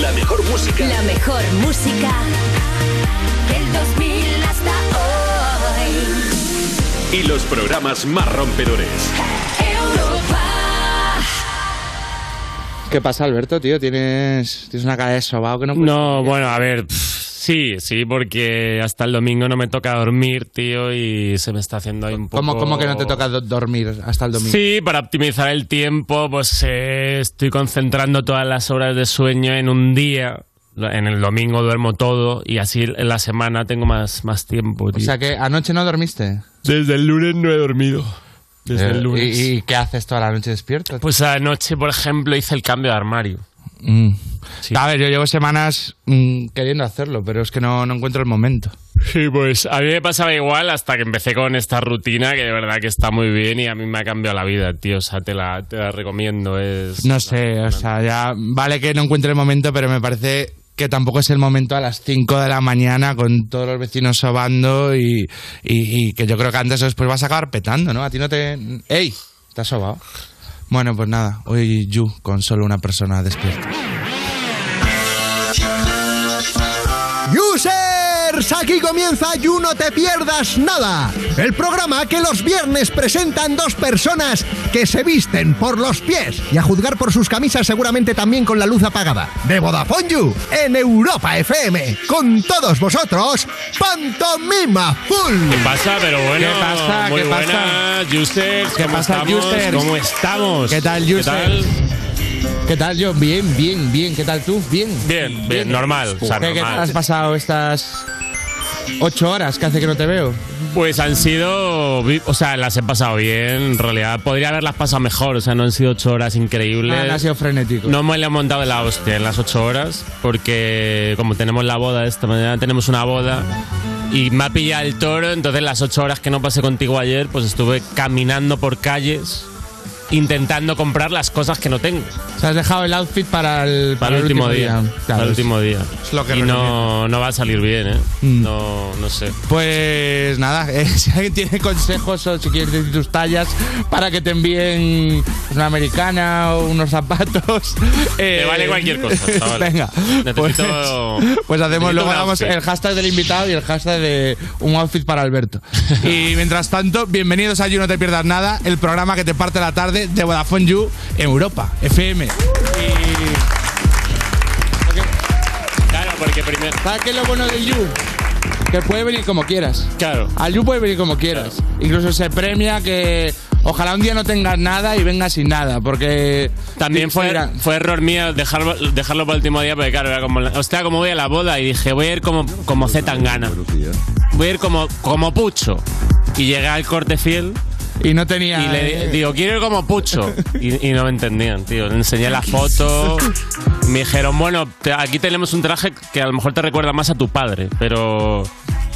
La mejor música. La mejor música del 2000 hasta hoy. Y los programas más rompedores. Europa. ¿Qué pasa, Alberto, tío? Tienes, tienes una cara de sobao que no puedes- No, bueno, a ver. pf, Sí, sí, porque hasta el domingo no me toca dormir, tío, y se me está haciendo ahí un poco. ¿Cómo, cómo que no te toca do- dormir hasta el domingo? Oh. Sí, para optimizar el tiempo, pues eh, estoy concentrando todas las horas de sueño en un día. En el domingo duermo todo y así en la semana tengo más, más tiempo. O Tío. sea que anoche no dormiste. Desde el lunes no he dormido. Desde Eh, el lunes. ¿Y, y qué haces toda la noche despierto? Pues anoche, por ejemplo, hice el cambio de armario. Mm. Sí. A ver, yo llevo semanas mm, queriendo hacerlo, pero es que no, no encuentro el momento. Sí, pues a mí me pasaba igual hasta que empecé con esta rutina que de verdad que está muy bien y a mí me ha cambiado la vida, tío. O sea, te la, te la recomiendo. Es... No sé, o sea, ya vale que no encuentre el momento, pero me parece que tampoco es el momento a las 5 de la mañana con todos los vecinos sobando y, y- y que yo creo que antes o después vas a acabar petando, ¿no? A ti no te... ¡Ey! ¿Te has sobado? Bueno, pues nada, hoy Yu con solo una persona despierta. Users, aquí comienza You No Te Pierdas Nada, el programa que los viernes presentan dos personas que se visten por los pies y a juzgar por sus camisas seguramente también con la luz apagada. De Vodafone You, en Europa FM, con todos vosotros, Pantomima ¿Qué Full. pasa? Pero bueno, ¿Qué pasa? muy ¿Qué pasa? buenas, users. ¿Qué ¿Cómo pasa, estamos? users? ¿Cómo estamos? ¿Qué tal, users? ¿Qué tal yo? Bien, bien, bien. ¿Qué tal tú? Bien. Bien, bien, normal. o sea, ¿Qué, qué normal. has pasado estas ocho horas que hace que no te veo? Pues han sido, vi- o sea, las he pasado bien, en realidad podría haberlas pasado mejor, o sea, no han sido ocho horas increíbles. Ah, no ha sido frenético. No me le he montado de la hostia en las ocho horas, porque como tenemos la boda esta mañana, tenemos una boda y me ha pillado el toro, entonces las ocho horas que no pasé contigo ayer, pues estuve caminando por calles intentando comprar las cosas que no tengo O sea, has dejado el outfit para el, para el último día. Claro, Para el último día. es lo que y no, no va a salir bien, ¿eh? Mm. No, no sé. Pues nada, eh, si alguien tiene consejos o si quieres decir tus tallas para que te envíen pues, una americana o unos zapatos. eh, Me vale cualquier cosa, chaval. Venga, pues, Necesito- pues hacemos necesito luego un hagamos outfit. el hashtag del invitado y el hashtag de un outfit para Alberto. y mientras tanto, bienvenidos a You No Te Pierdas Nada, el programa que te parte la tarde de Vodafone You en Europa, FM. Claro, porque primero... ¿Sabes qué es lo bueno de You? Que puede venir como quieras. Claro. Al You puede venir como quieras. Incluso se premia que ojalá un día no tengas nada y vengas sin nada, porque También fue, Mira, fue error mío dejarlo, dejarlo para el último día, porque claro, era como, la- hostia, como voy a la boda y dije, voy a ir como, como Z Tangana. Voy a ir como, como Pucho. Y llegué al corte fiel y no tenía. eh, y le di- digo, quiero ir como Pucho. Y, y no me entendían, tío. Le enseñé la foto. Me dijeron, bueno, te- aquí tenemos un traje que a lo mejor te recuerda más a tu padre, pero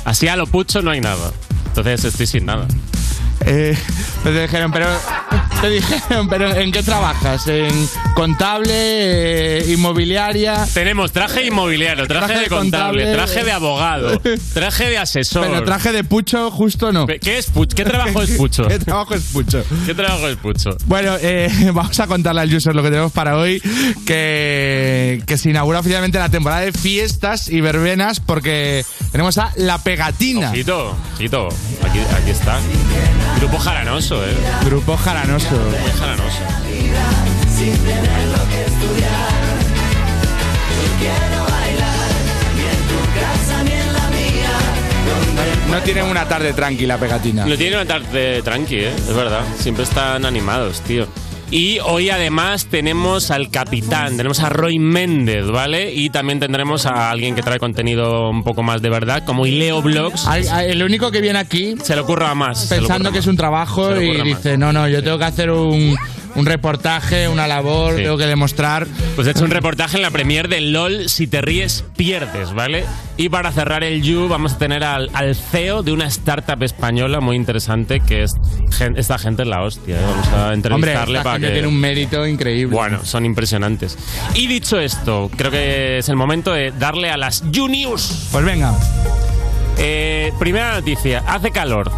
así a lo Pucho no hay nada. Entonces estoy sin nada. Eh, pues te dijeron, pero te dijeron, pero ¿en qué trabajas? ¿En contable, eh, inmobiliaria? Tenemos traje inmobiliario, traje, Traje de contable, contable. traje de abogado, traje de asesor. Pero traje de pucho justo no. Pe- ¿Qué, es Puch- ¿Qué trabajo es Pucho? ¿Qué trabajo es pucho? ¿Qué trabajo es Pucho? Bueno, eh, vamos a contarle al user lo que tenemos para hoy, que, que se inaugura oficialmente la temporada de fiestas y verbenas porque tenemos a La Pegatina, Ojito, ojito. Aquí, aquí está. Grupo jaranoso, ¿eh? grupo jaranoso. Muy jaranoso. No tienen una tarde tranquila Pegatina. Lo tienen una tarde tranqui, ¿eh? Es verdad. Siempre están animados, tío. Y hoy además tenemos al capitán, tenemos a Roy Méndez, ¿vale? Y también tendremos a alguien que trae contenido un poco más de verdad, como Ileo Blogs. Hay- hay- el único que viene aquí Se le ocurra más. se le pensando ocurra que es más. un trabajo Se le y ocurra dice, no, no, yo tengo que hacer un, un reportaje, una labor, Sí. tengo que demostrar. Pues he hecho un reportaje en la premier de LOL, si te ríes, pierdes, ¿vale? Y para cerrar el You vamos a tener al, al CEO de una startup española muy interesante, que es gen- esta gente es la hostia, ¿eh? vamos a Hombre, entrevistarle esta para gente que... tiene un mérito increíble. Bueno, son impresionantes. Y dicho esto, creo que es el momento de darle a las You News. Pues venga. Eh, primera noticia, hace calor.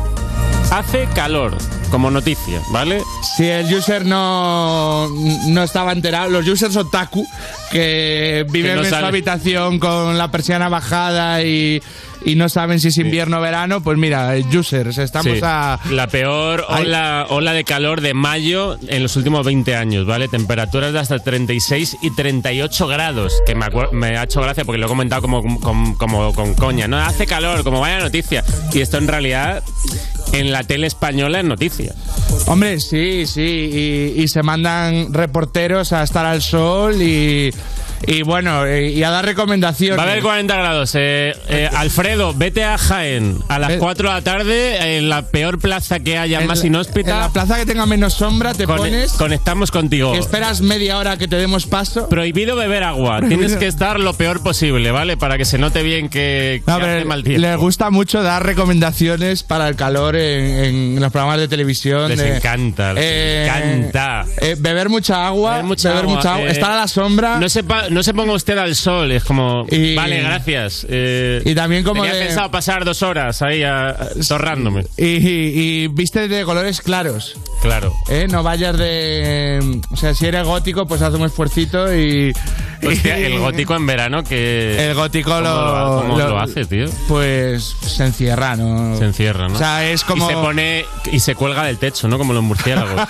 Hace calor. como noticia, ¿vale? Si el user no, no estaba enterado, los users otaku que viven Que no en su sale. habitación con la persiana bajada y, y no saben si es invierno o verano, pues mira, users, estamos Sí. a... La peor Ay. ola, ola de calor de mayo en los últimos 20 años, ¿vale? Temperaturas de hasta 36 y 38 grados, que me, acuer- me ha hecho gracia porque lo he comentado como, como, como con coña, ¿no? Hace calor, como vaya noticia. Y esto en realidad en la tele española es noticia. Hombre, sí, sí, y, y se mandan reporteros a estar al sol y, y bueno, eh, y, y a dar recomendaciones. Va a haber 40 grados. eh, eh, Alfredo, vete a Jaén a las Ve- 4 de la tarde en la peor plaza que haya En más la- En inhóspita. la plaza que tenga menos sombra te Cone- pones... conectamos contigo. que esperas media hora que te demos paso. Prohibido beber agua. Tienes que estar lo peor posible, ¿vale? Para que se note bien que, No, que pero hace mal tiempo. les gusta mucho dar recomendaciones para el calor en, en los programas de televisión. Les de- encanta, les encanta. eh, beber mucha agua, beber mucha agua, eh, estar a la sombra. No se, pa- no se ponga usted al sol, es como. Y- vale, gracias. eh, y también como Tenía de- pensado pasar dos horas ahí a- torrándome. y, y- y viste de colores claros. Claro. ¿eh? No vayas de. O sea, si eres gótico, pues haz un esfuercito y. Hostia, y- el gótico en verano que. El gótico ¿Cómo lo. lo- cómo lo hace, tío? Pues se encierra, ¿no? Se encierra, ¿no? O sea, es como. Y se pone y se cuelga del techo, ¿no? Como los murciélagos.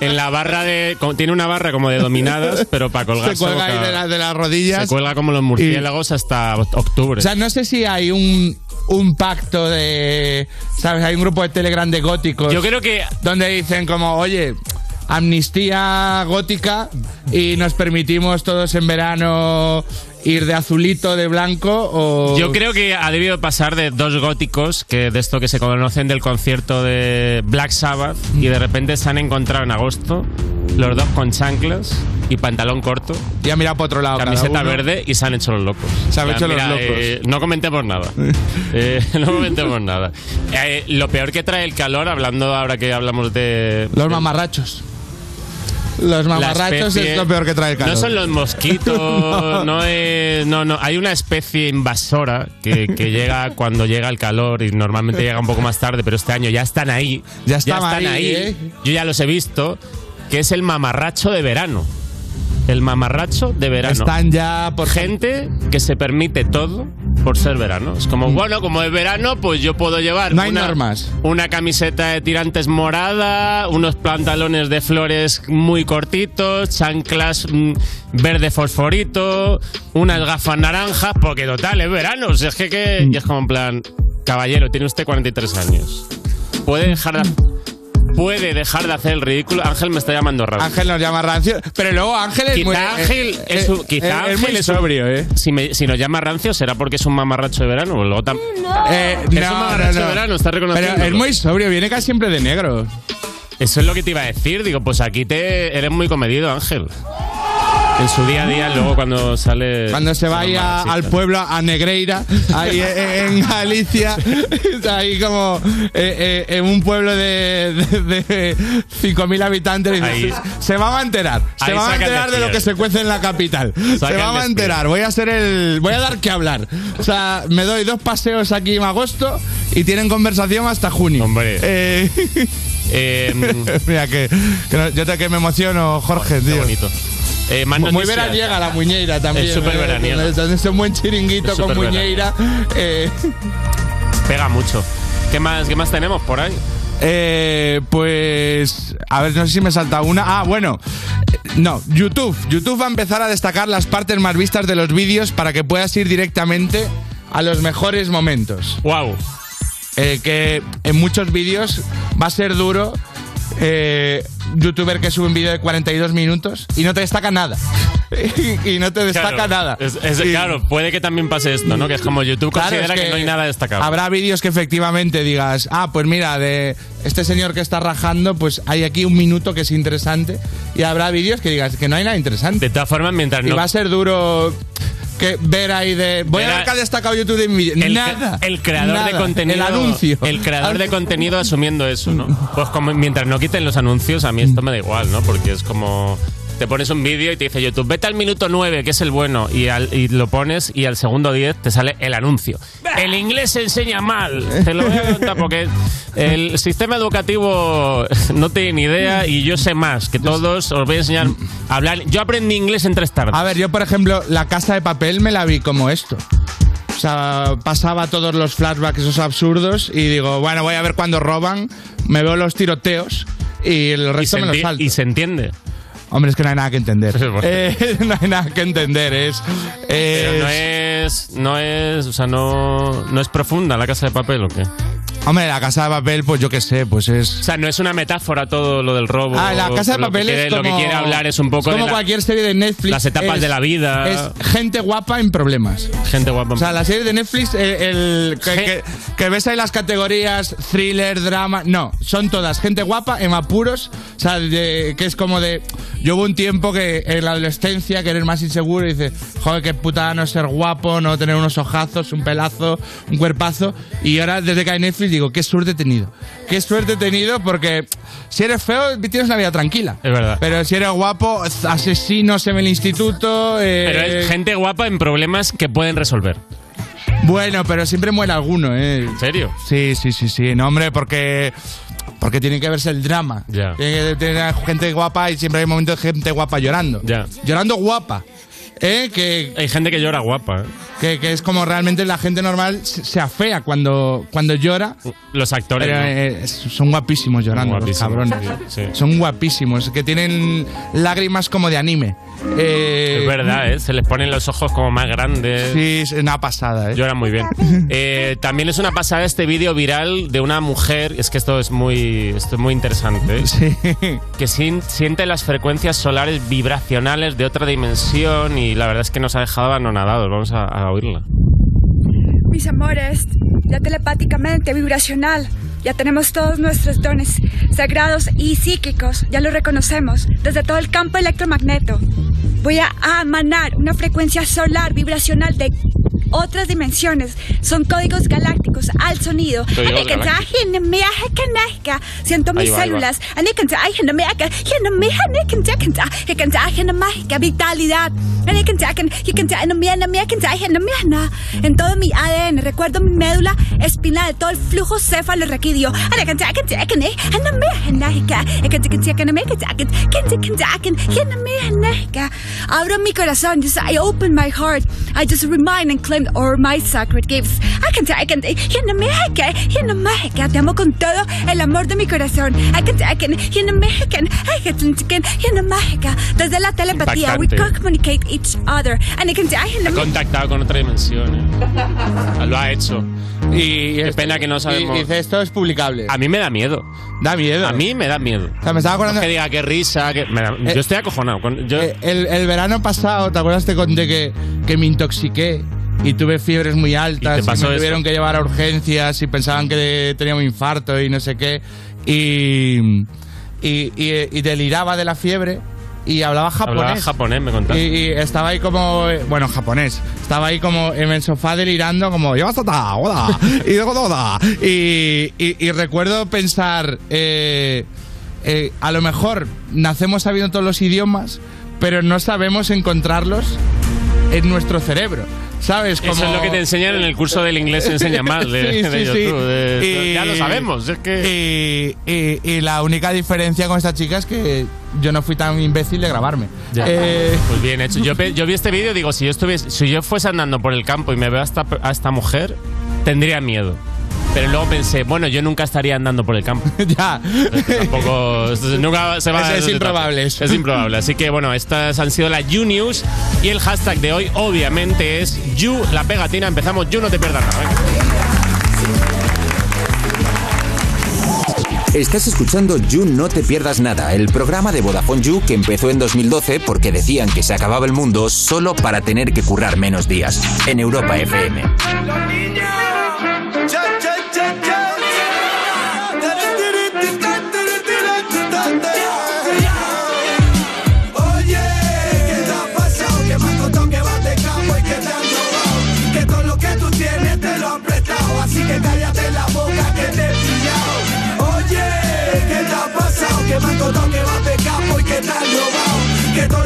en la barra de. como- Tiene una barra como de dominadas, pero para colgarse. se cuelga ahí boca- de, la- de las rodillas. Se cuelga como los murciélagos hasta octubre. O sea, no sé si hay un, un pacto de. ¿Sabes? Hay un grupo de Telegram de góticos. Yo creo que Donde dicen, como, oye, amnistía gótica y nos permitimos todos en verano ir de azulito, de blanco o. yo creo que ha debido pasar de dos góticos que de esto que se conocen del concierto de Black Sabbath y de repente se han encontrado en agosto los dos con chanclas y pantalón corto, Ya mira para otro lado. cada camiseta uno. verde y se han hecho los locos. Se han hecho los locos. eh, no comentemos nada. Eh, no comentemos nada. Eh, lo peor que trae el calor, hablando ahora que hablamos de Los mamarrachos. Los la mamarrachos especie- es lo peor que trae el calor. No son los mosquitos, no, es- no, no. Hay una especie invasora que, que llega cuando llega el calor y normalmente llega un poco más tarde, pero este año ya están ahí. Ya estaban están ahí, ahí. ¿eh? Yo ya los he visto, que es el mamarracho de verano. El mamarracho de verano. Están ya por Gente que se permite todo por ser verano. Es Mm. como, Pues bueno, como es verano, pues yo puedo llevar No hay una, normas. una camiseta de tirantes morada, unos pantalones de flores muy cortitos, chanclas mm, verde fosforito, unas gafas naranjas, porque total, es verano. O sea, es que, que- y es como en plan, caballero, tiene usted 43 años. Puede dejar de, puede dejar de hacer el ridículo. Ángel me está llamando raro. Ángel nos llama rancio. Pero luego Ángel es Quizá muy. Ángel eh, es, un- eh, quizá es Ángel muy es un- sobrio, ¿eh? Si, me- si nos llama rancio será porque es un mamarracho de verano. Luego tam- Eh, Es un mamarracho de verano, está reconociéndolo. Pero es muy sobrio, viene casi siempre de negro. Eso es lo que te iba a decir. Digo, pues aquí te eres muy comedido, Ángel. En su día a día, luego cuando sale. Cuando se vaya mamarrachita. al pueblo, a Negreira, ahí e- en Galicia, ahí como eh, eh, en un pueblo de, de- de 5.000 habitantes, dices, Ahí. se van a enterar, se Ahí van a saca el enterar de lo que despierto. se cuece en la capital, se Saca el van a despierto. enterar, voy a ser el, voy a dar que hablar. O sea, me doy dos paseos aquí en agosto y tienen conversación hasta junio. Hombre. Eh, Eh, Mira, que, que no- yo te que me emociono, Jorge, qué tío. bonito. Eh, más Muy noticias. veraniega llega la muñeira también. Es súper ¿eh? veraniega. Donde- Donde es un buen chiringuito Es con súper muñeira. eh, Pega mucho. ¿Qué más, ¿Qué más tenemos por ahí? eh, pues. A ver, no sé si me salta una. Ah, bueno. eh, No, YouTube. YouTube va a empezar a destacar las partes más vistas de los vídeos para que puedas ir directamente a los mejores momentos. ¡Wow! Eh, que en muchos vídeos va a ser duro. eh, youtuber que sube un vídeo de 42 minutos y no te destaca nada. y no te destaca nada. Es, es- Y- Claro, puede que también pase esto, ¿no? Que es como YouTube Claro, considera es que, no hay nada destacable. Habrá vídeos que efectivamente digas, ah, pues mira, de este señor que está rajando, pues hay aquí un minuto que es interesante. Y habrá vídeos que digas que no hay nada interesante. De todas formas, mientras Y no. va a ser duro que ver ahí de. Voy Ver a a- ver qué ha destacado YouTube de mi vídeo. el, Nada. el creador nada. de contenido. El anuncio. El creador de Antes- contenido asumiendo eso, ¿no? Pues como mientras no quiten los anuncios, a mí esto me da igual, ¿no? Porque es como. Te pones un vídeo y te dice YouTube, vete al minuto 9, que es el bueno, y, al- y lo pones y al segundo 10 te sale el anuncio. El inglés se enseña mal. Te lo voy a contar porque el sistema educativo no tiene ni idea y yo sé más, que todos os voy a enseñar a hablar. Yo aprendí inglés en tres tardes. A ver, yo por ejemplo, la casa de papel me la vi como esto. O sea, pasaba todos los flashbacks esos absurdos y digo, bueno, voy a ver cuando roban, me veo los tiroteos y el resto se me lo enti- salto. y se entiende. Hombre, es que no hay nada que entender. Sí, bueno. Eh, no hay nada que entender, es... Pero es- no es, no es, o sea, no, no es profunda la casa de papel o qué. O Hombre, la casa de papel, pues yo qué sé, pues es... sea, no es una metáfora todo lo del robo. Ah, la casa de Lo que papel quiere- es como, Lo que quiere hablar es un poco como de la cualquier serie de Netflix. las etapas es- de la vida. Es gente guapa en problemas. gente guapa. O sea, la serie de Netflix, eh, el, que, Gen- que- que ves ahí las categorías thriller, drama. No, son todas. Gente guapa, en apuros. O sea, de- que es como de. Yo hubo un tiempo que en la adolescencia, que eres más inseguro, y dices, joder, qué putada no ser guapo, no tener unos ojazos, un pelazo, un cuerpazo. Y ahora, desde que hay Netflix, digo, qué suerte he tenido. Qué suerte he tenido porque si eres feo, tienes una vida tranquila. Es verdad. Pero si eres guapo, asesinos en el instituto. eh, pero es gente guapa en problemas que pueden resolver. Bueno, pero siempre muere alguno, ¿eh? ¿En serio? Sí, sí, sí, sí. No, hombre, porque. Porque tiene que verse el drama. Ya. Tiene que tener gente guapa y siempre hay momentos de gente guapa llorando. Ya. Llorando guapa. ¿Eh? Que, Hay gente que llora guapa. ¿eh? que, que es como realmente la gente normal se se afea cuando, cuando llora. Los actores. Pero ¿no? eh, son guapísimos llorando, Guapísimos, los cabrones. sí, sí. Son guapísimos, que tienen lágrimas como de anime. Eh, es verdad, ¿eh? se les ponen los ojos como más grandes. Sí, es una pasada, ¿eh? Llora muy bien. Eh, también es una pasada este vídeo viral de una mujer. Es que esto es muy, esto es muy interesante. ¿eh? Sí. que sin- siente las frecuencias solares vibracionales de otra dimensión y la verdad es que nos ha dejado anonadados. Vamos a, a oírla. Mis amores, ya telepáticamente, vibracional, ya tenemos todos nuestros dones sagrados y psíquicos, ya lo reconocemos, desde todo el campo electromagneto. Voy a emanar una frecuencia solar vibracional de otras dimensiones, son códigos galácticos al sonido. Códigos Anikanza, galácticos. ajinemea, jacanajca. Siento Ahí mis va, ahí va. células. Anikanza, ajinemea, ca- ajinemea, anikanza, kanza, ajikanza, ajinemágica, Vitalidad. Anikanza, akin- ajikanza, anemia, anemia, akinza, ajinemea, na. En todo mi ADN, recuerdo mi médula espinal, todo el flujo cefalorraquídeo. Anikanza, akinza, akine, anemia, anágica. Akinza, akinza, akineme, akinza, akin- akinza, akinza, akin- ajinemea, anágica. Abro mi corazón, just- I open my heart. I just remind and claim all my sacred gifts. Akinza, akinza, ajinemea, akin- ajinemágica. eh? Te amo con todo el amor de mi corazón. Akinza, akin- ajinemágica, ajikanza, ajinemágica. eh? Desde la telepatía, we Impactante. communicate each other. Anikanza, Ha ajinemágica. contactado con otra dimensión. ¿eh? Lo ha hecho. Y qué pena que no sabemos. este- Y dice, esto es publicable. a mí me da miedo. Da miedo. A mí me da miedo. O sea, me estaba acordando. Que diga qué risa. Que me da- yo estoy acojonado. con- yo- Eh, el, el verano pasado, ¿te acuerdas? Te conté que, que me intoxiqué y tuve fiebres muy altas. ¿Y te pasó me eso? tuvieron que llevar a urgencias y pensaban que tenía un infarto y no sé qué. Y, y, y- y deliraba de la fiebre y hablaba japonés. hablaba japonés, me contaste. Y, y estaba ahí como, eh, bueno, japonés. Estaba ahí como en el sofá delirando, como, yo ta, hola, y digo, toda. Y, y- y recuerdo pensar, eh, eh, a lo mejor nacemos sabiendo todos los idiomas, pero no sabemos encontrarlos en nuestro cerebro. ¿Sabes? Como... Eso es lo que te enseñan en el curso del inglés se enseña mal de, Sí, de sí, sí. YouTube. de- Y- ya lo sabemos. Es que. Y, y- y la única diferencia con esta chica es que yo no fui tan imbécil de grabarme. Ya. Eh, Pues bien hecho. Yo, pe- yo vi este vídeo y digo, si yo, estuviese, si yo fuese andando por el campo y me veo a esta, a esta mujer, tendría miedo. Pero luego pensé, bueno, yo nunca estaría andando por el campo. pues, ya. Tampoco. esto Nunca se va Eso de es se trata. improbable, eso. Es improbable. Así que bueno, estas han sido las You News. Y el hashtag de hoy, obviamente, es You la pegatina. Empezamos, You no te pierdas nada. Venga. Estás escuchando You No Te Pierdas Nada, el programa de Vodafone You que empezó en 2012 porque decían que se acababa el mundo solo para tener que currar menos días. En Europa FM. Oye, ¿qué te ha pasado? Que me has contado que vas de campo y que te han robado. Que todo lo que tú tienes te lo han prestado. Así que cállate la boca que te he pillado. Oye, ¿qué te ha pasado? Que me has contado que vas de campo y que te han robado. Que todo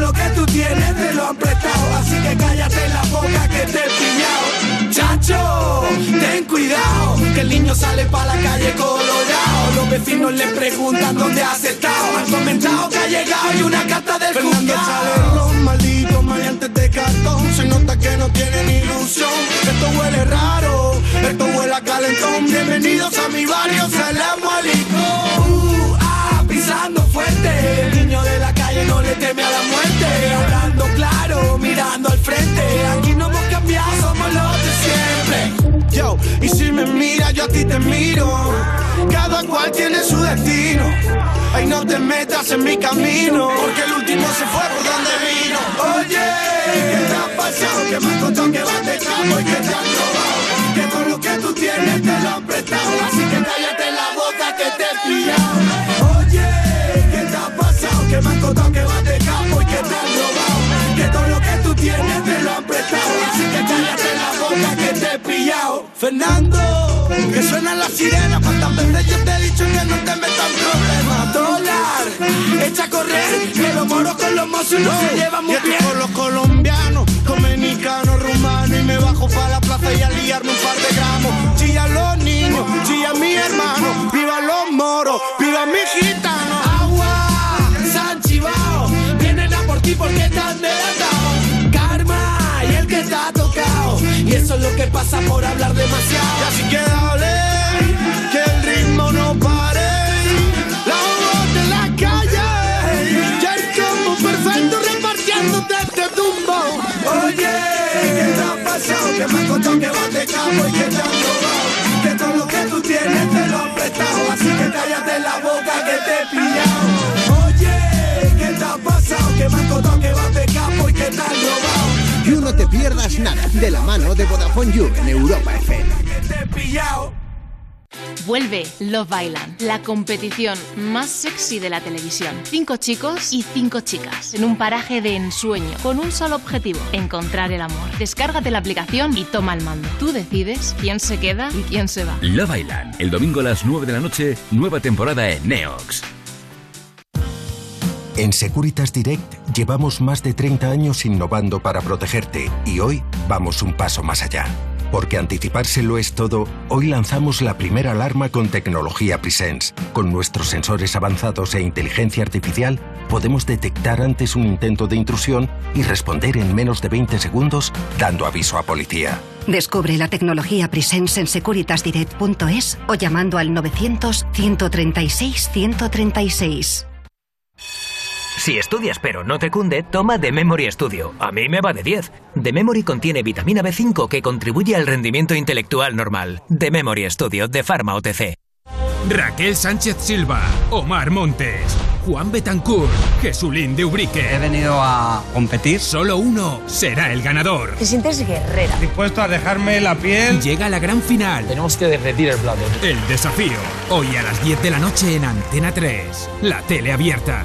que el niño sale para la calle colorado. Los vecinos le preguntan dónde has estado. Han comentado que ha llegado y una carta del Fernando Chalerón, maldito maleantes de cartón. Se nota que no tienen ilusión. Esto huele raro, esto huele a calentón. Bienvenidos a mi barrio, salamos al licor. Uh, ah, pisando fuerte. El niño de la calle no le teme a la muerte. Hablando claro, mirando al frente. Aquí no hemos cambiado, somos los de siempre. Yo, y si me mira, yo a ti te miro. Cada cual tiene su destino. Ay, no te metas en mi camino. Porque el último se fue por donde vino. Oye, ¿qué te ha pasado? Que me has contado que vas de campo y que te has robado. Que todo lo que tú tienes te lo han prestado. Así que cállate la boca que te he pillado. Oye, ¿qué te ha pasado? Que me han contado que vas de campo y que te han robado. Que todo lo que tú tienes te lo han prestado. Así que cállate la boca que te he pillado. Fernando, que suenan las sirenas. ¿Cuántas veces yo te he dicho que no te metas en problemas? Dólar, echa a correr. Que los moros con los mozos no se llevan muy bien. con los colombianos, dominicanos, rumanos. Y me bajo para la plaza y a liarme un par de gramos. Chilla los niños, chilla mi hermano. Viva los moros, viva mi gitano. Agua, Sanchibao, vienen a por ti porque están delatado. Karma y el que está tocado. Y eso es lo que pasa por hablar demasiado. Y así que dale, que el ritmo no pare. La voz de la calle, ya el combo perfecto repartiéndote este tumbo. Oye, ¿qué te ha pasado? Que me has contado que vas de campo y que te han robado. Que todo lo que tú tienes te lo han prestado. Así que cállate la boca que te he pillado. Oye, ¿qué te ha pasado? Que me has contado que vas de campo y que te han robado. You No Te Pierdas Nada, de la mano de Vodafone You en Europa FM. Que te he pillado. Vuelve Love Island, la competición más sexy de la televisión. Cinco chicos y cinco chicas en un paraje de ensueño con un solo objetivo, encontrar el amor. Descárgate la aplicación y toma el mando. Tú decides quién se queda y quién se va. Love Island, el domingo a las 9 de la noche, nueva temporada en Neox. En Securitas Direct llevamos más de 30 años innovando para protegerte y hoy vamos un paso más allá. Porque anticipárselo es todo, hoy lanzamos la primera alarma con tecnología Presence. Con nuestros sensores avanzados e inteligencia artificial podemos detectar antes un intento de intrusión y responder en menos de 20 segundos dando aviso a policía. Descubre la tecnología Presence en securitasdirect.es o llamando al 900 136 136. Si estudias pero no te cunde, toma The Memory Studio. A mí me va de 10. The Memory contiene vitamina B5 que contribuye al rendimiento intelectual normal. The Memory Studio de Pharma OTC. Raquel Sánchez Silva, Omar Montes, Juan Betancourt, Jesulín de Ubrique. He venido a competir. Solo uno será el ganador. Te sientes guerrera. Dispuesto a dejarme la piel. Llega a la gran final. Tenemos que derretir el plato. El desafío. Hoy a las 10 de la noche en Antena 3. La tele abierta.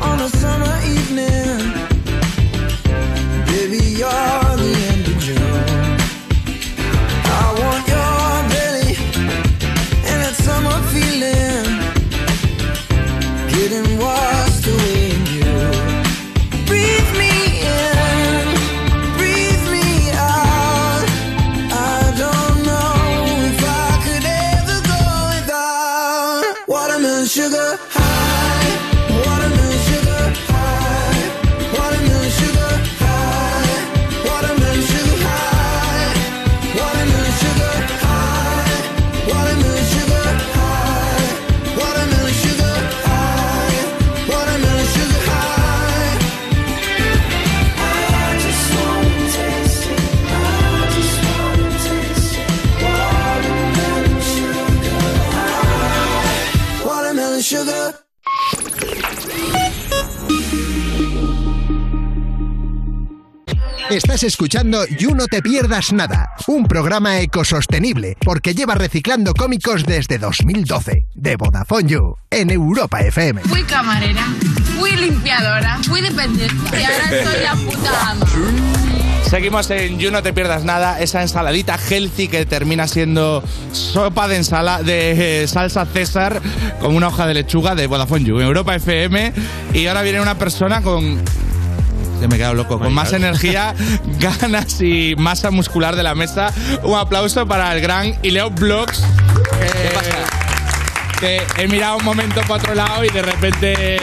on a summer evening. Baby, you're the end of June. I want your belly and that summer feeling. Getting washed away in you. Breathe me in, breathe me out. I don't know if I could ever go without watermelon sugar. high. Watermelon sugar high, watermelon sugar high, watermelon sugar high, watermelon sugar high, watermelon sugar high, watermelon sugar high, watermelon sugar high. I just wanna taste it, I just wanna taste it, watermelon sugar high, watermelon sugar. Estás escuchando You No Te Pierdas Nada, un programa ecosostenible porque lleva reciclando cómicos desde 2012, de Vodafone You, en Europa FM. Fui camarera, fui limpiadora, fui dependiente y ahora soy la puta ama. Seguimos en You No Te Pierdas Nada, esa ensaladita healthy que termina siendo sopa de, ensala, de eh, salsa César con una hoja de lechuga de Vodafone You, Europa FM. Y ahora viene una persona con se me he quedado loco. Con más energía, ganas y masa muscular de la mesa. Un aplauso para el gran Ileo Blogs. Que he mirado un momento para otro lado y de repente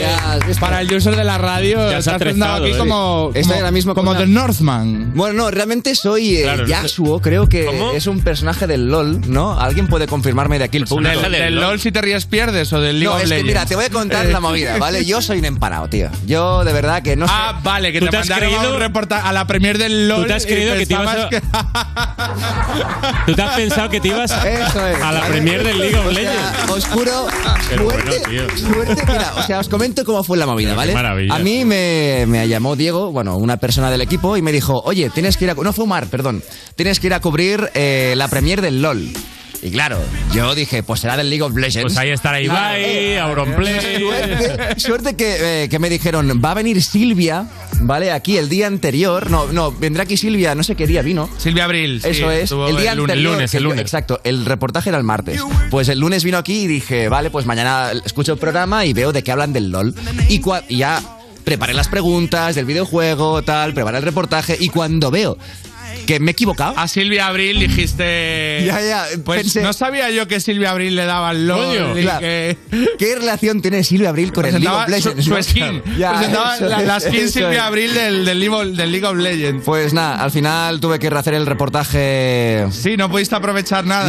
para el user de la radio Ya se estás ha sentado trenzado, aquí ¿eh? como, Está como- ahora mismo como con una- The Northman. Bueno, no, realmente soy eh, Claro, no sé. Yasuo, creo que es un personaje del LOL, ¿no? Alguien puede confirmarme de aquí el público. Pues Del, del LOL si te ríes pierdes o del League No, of es que Legends. Eh. mira, te voy a contar la movida, ¿vale? Yo soy un empanado, tío. Yo de verdad que no sé. Ah, vale, que te, mandaron a, un reporta- a la premier del LOL. ¿Tú te has y creído que te ibas pensabas que- a- ¿Tú te has pensado que te ibas a, Eso es, Pues a la ¿vale? premier del League O of sea, Legends? os juro, Pero bueno, suerte, tío. suerte, mira, o sea, os comento cómo fue la movida, Pero ¿vale? qué maravilla. A mí me, me llamó Diego, bueno, una persona del equipo, y me dijo, oye, tienes que ir a... No, fue Omar, perdón. Tienes que ir a cubrir eh, la premier del LOL. Y claro, yo dije, pues será del League of Legends. Pues ahí estará Claro, Ibai, eh, Auronplay. Suerte, suerte que, eh, que me dijeron, va a venir Silvia, ¿vale? Aquí el día anterior. No, no, vendrá aquí Silvia, no sé qué día vino. Pues Silvia Abril. sí, Eso es. estuvo El día lunes, anterior. lunes, que el yo- lunes. exacto. El reportaje era el martes. Pues eh, el lunes vino aquí y dije, vale, pues mañana escucho el programa y veo de qué hablan del LOL. Y, cua- y ya preparé las preguntas del videojuego, tal, preparé el reportaje y cuando veo que me he equivocado... A Silvia Abril dijiste. Ya, ya, Pues pensé- no sabía yo que Silvia Abril le daba al LOL. y Claro. que- ¿Qué relación tiene Silvia Abril con el League Presentaba of Legends? su- su no? skin. Presentaba eso la- la skin eso Silvia Abril del, del, League of- del League of Legends. Pues nada, al final tuve que rehacer el reportaje. Sí, no pudiste aprovechar nada.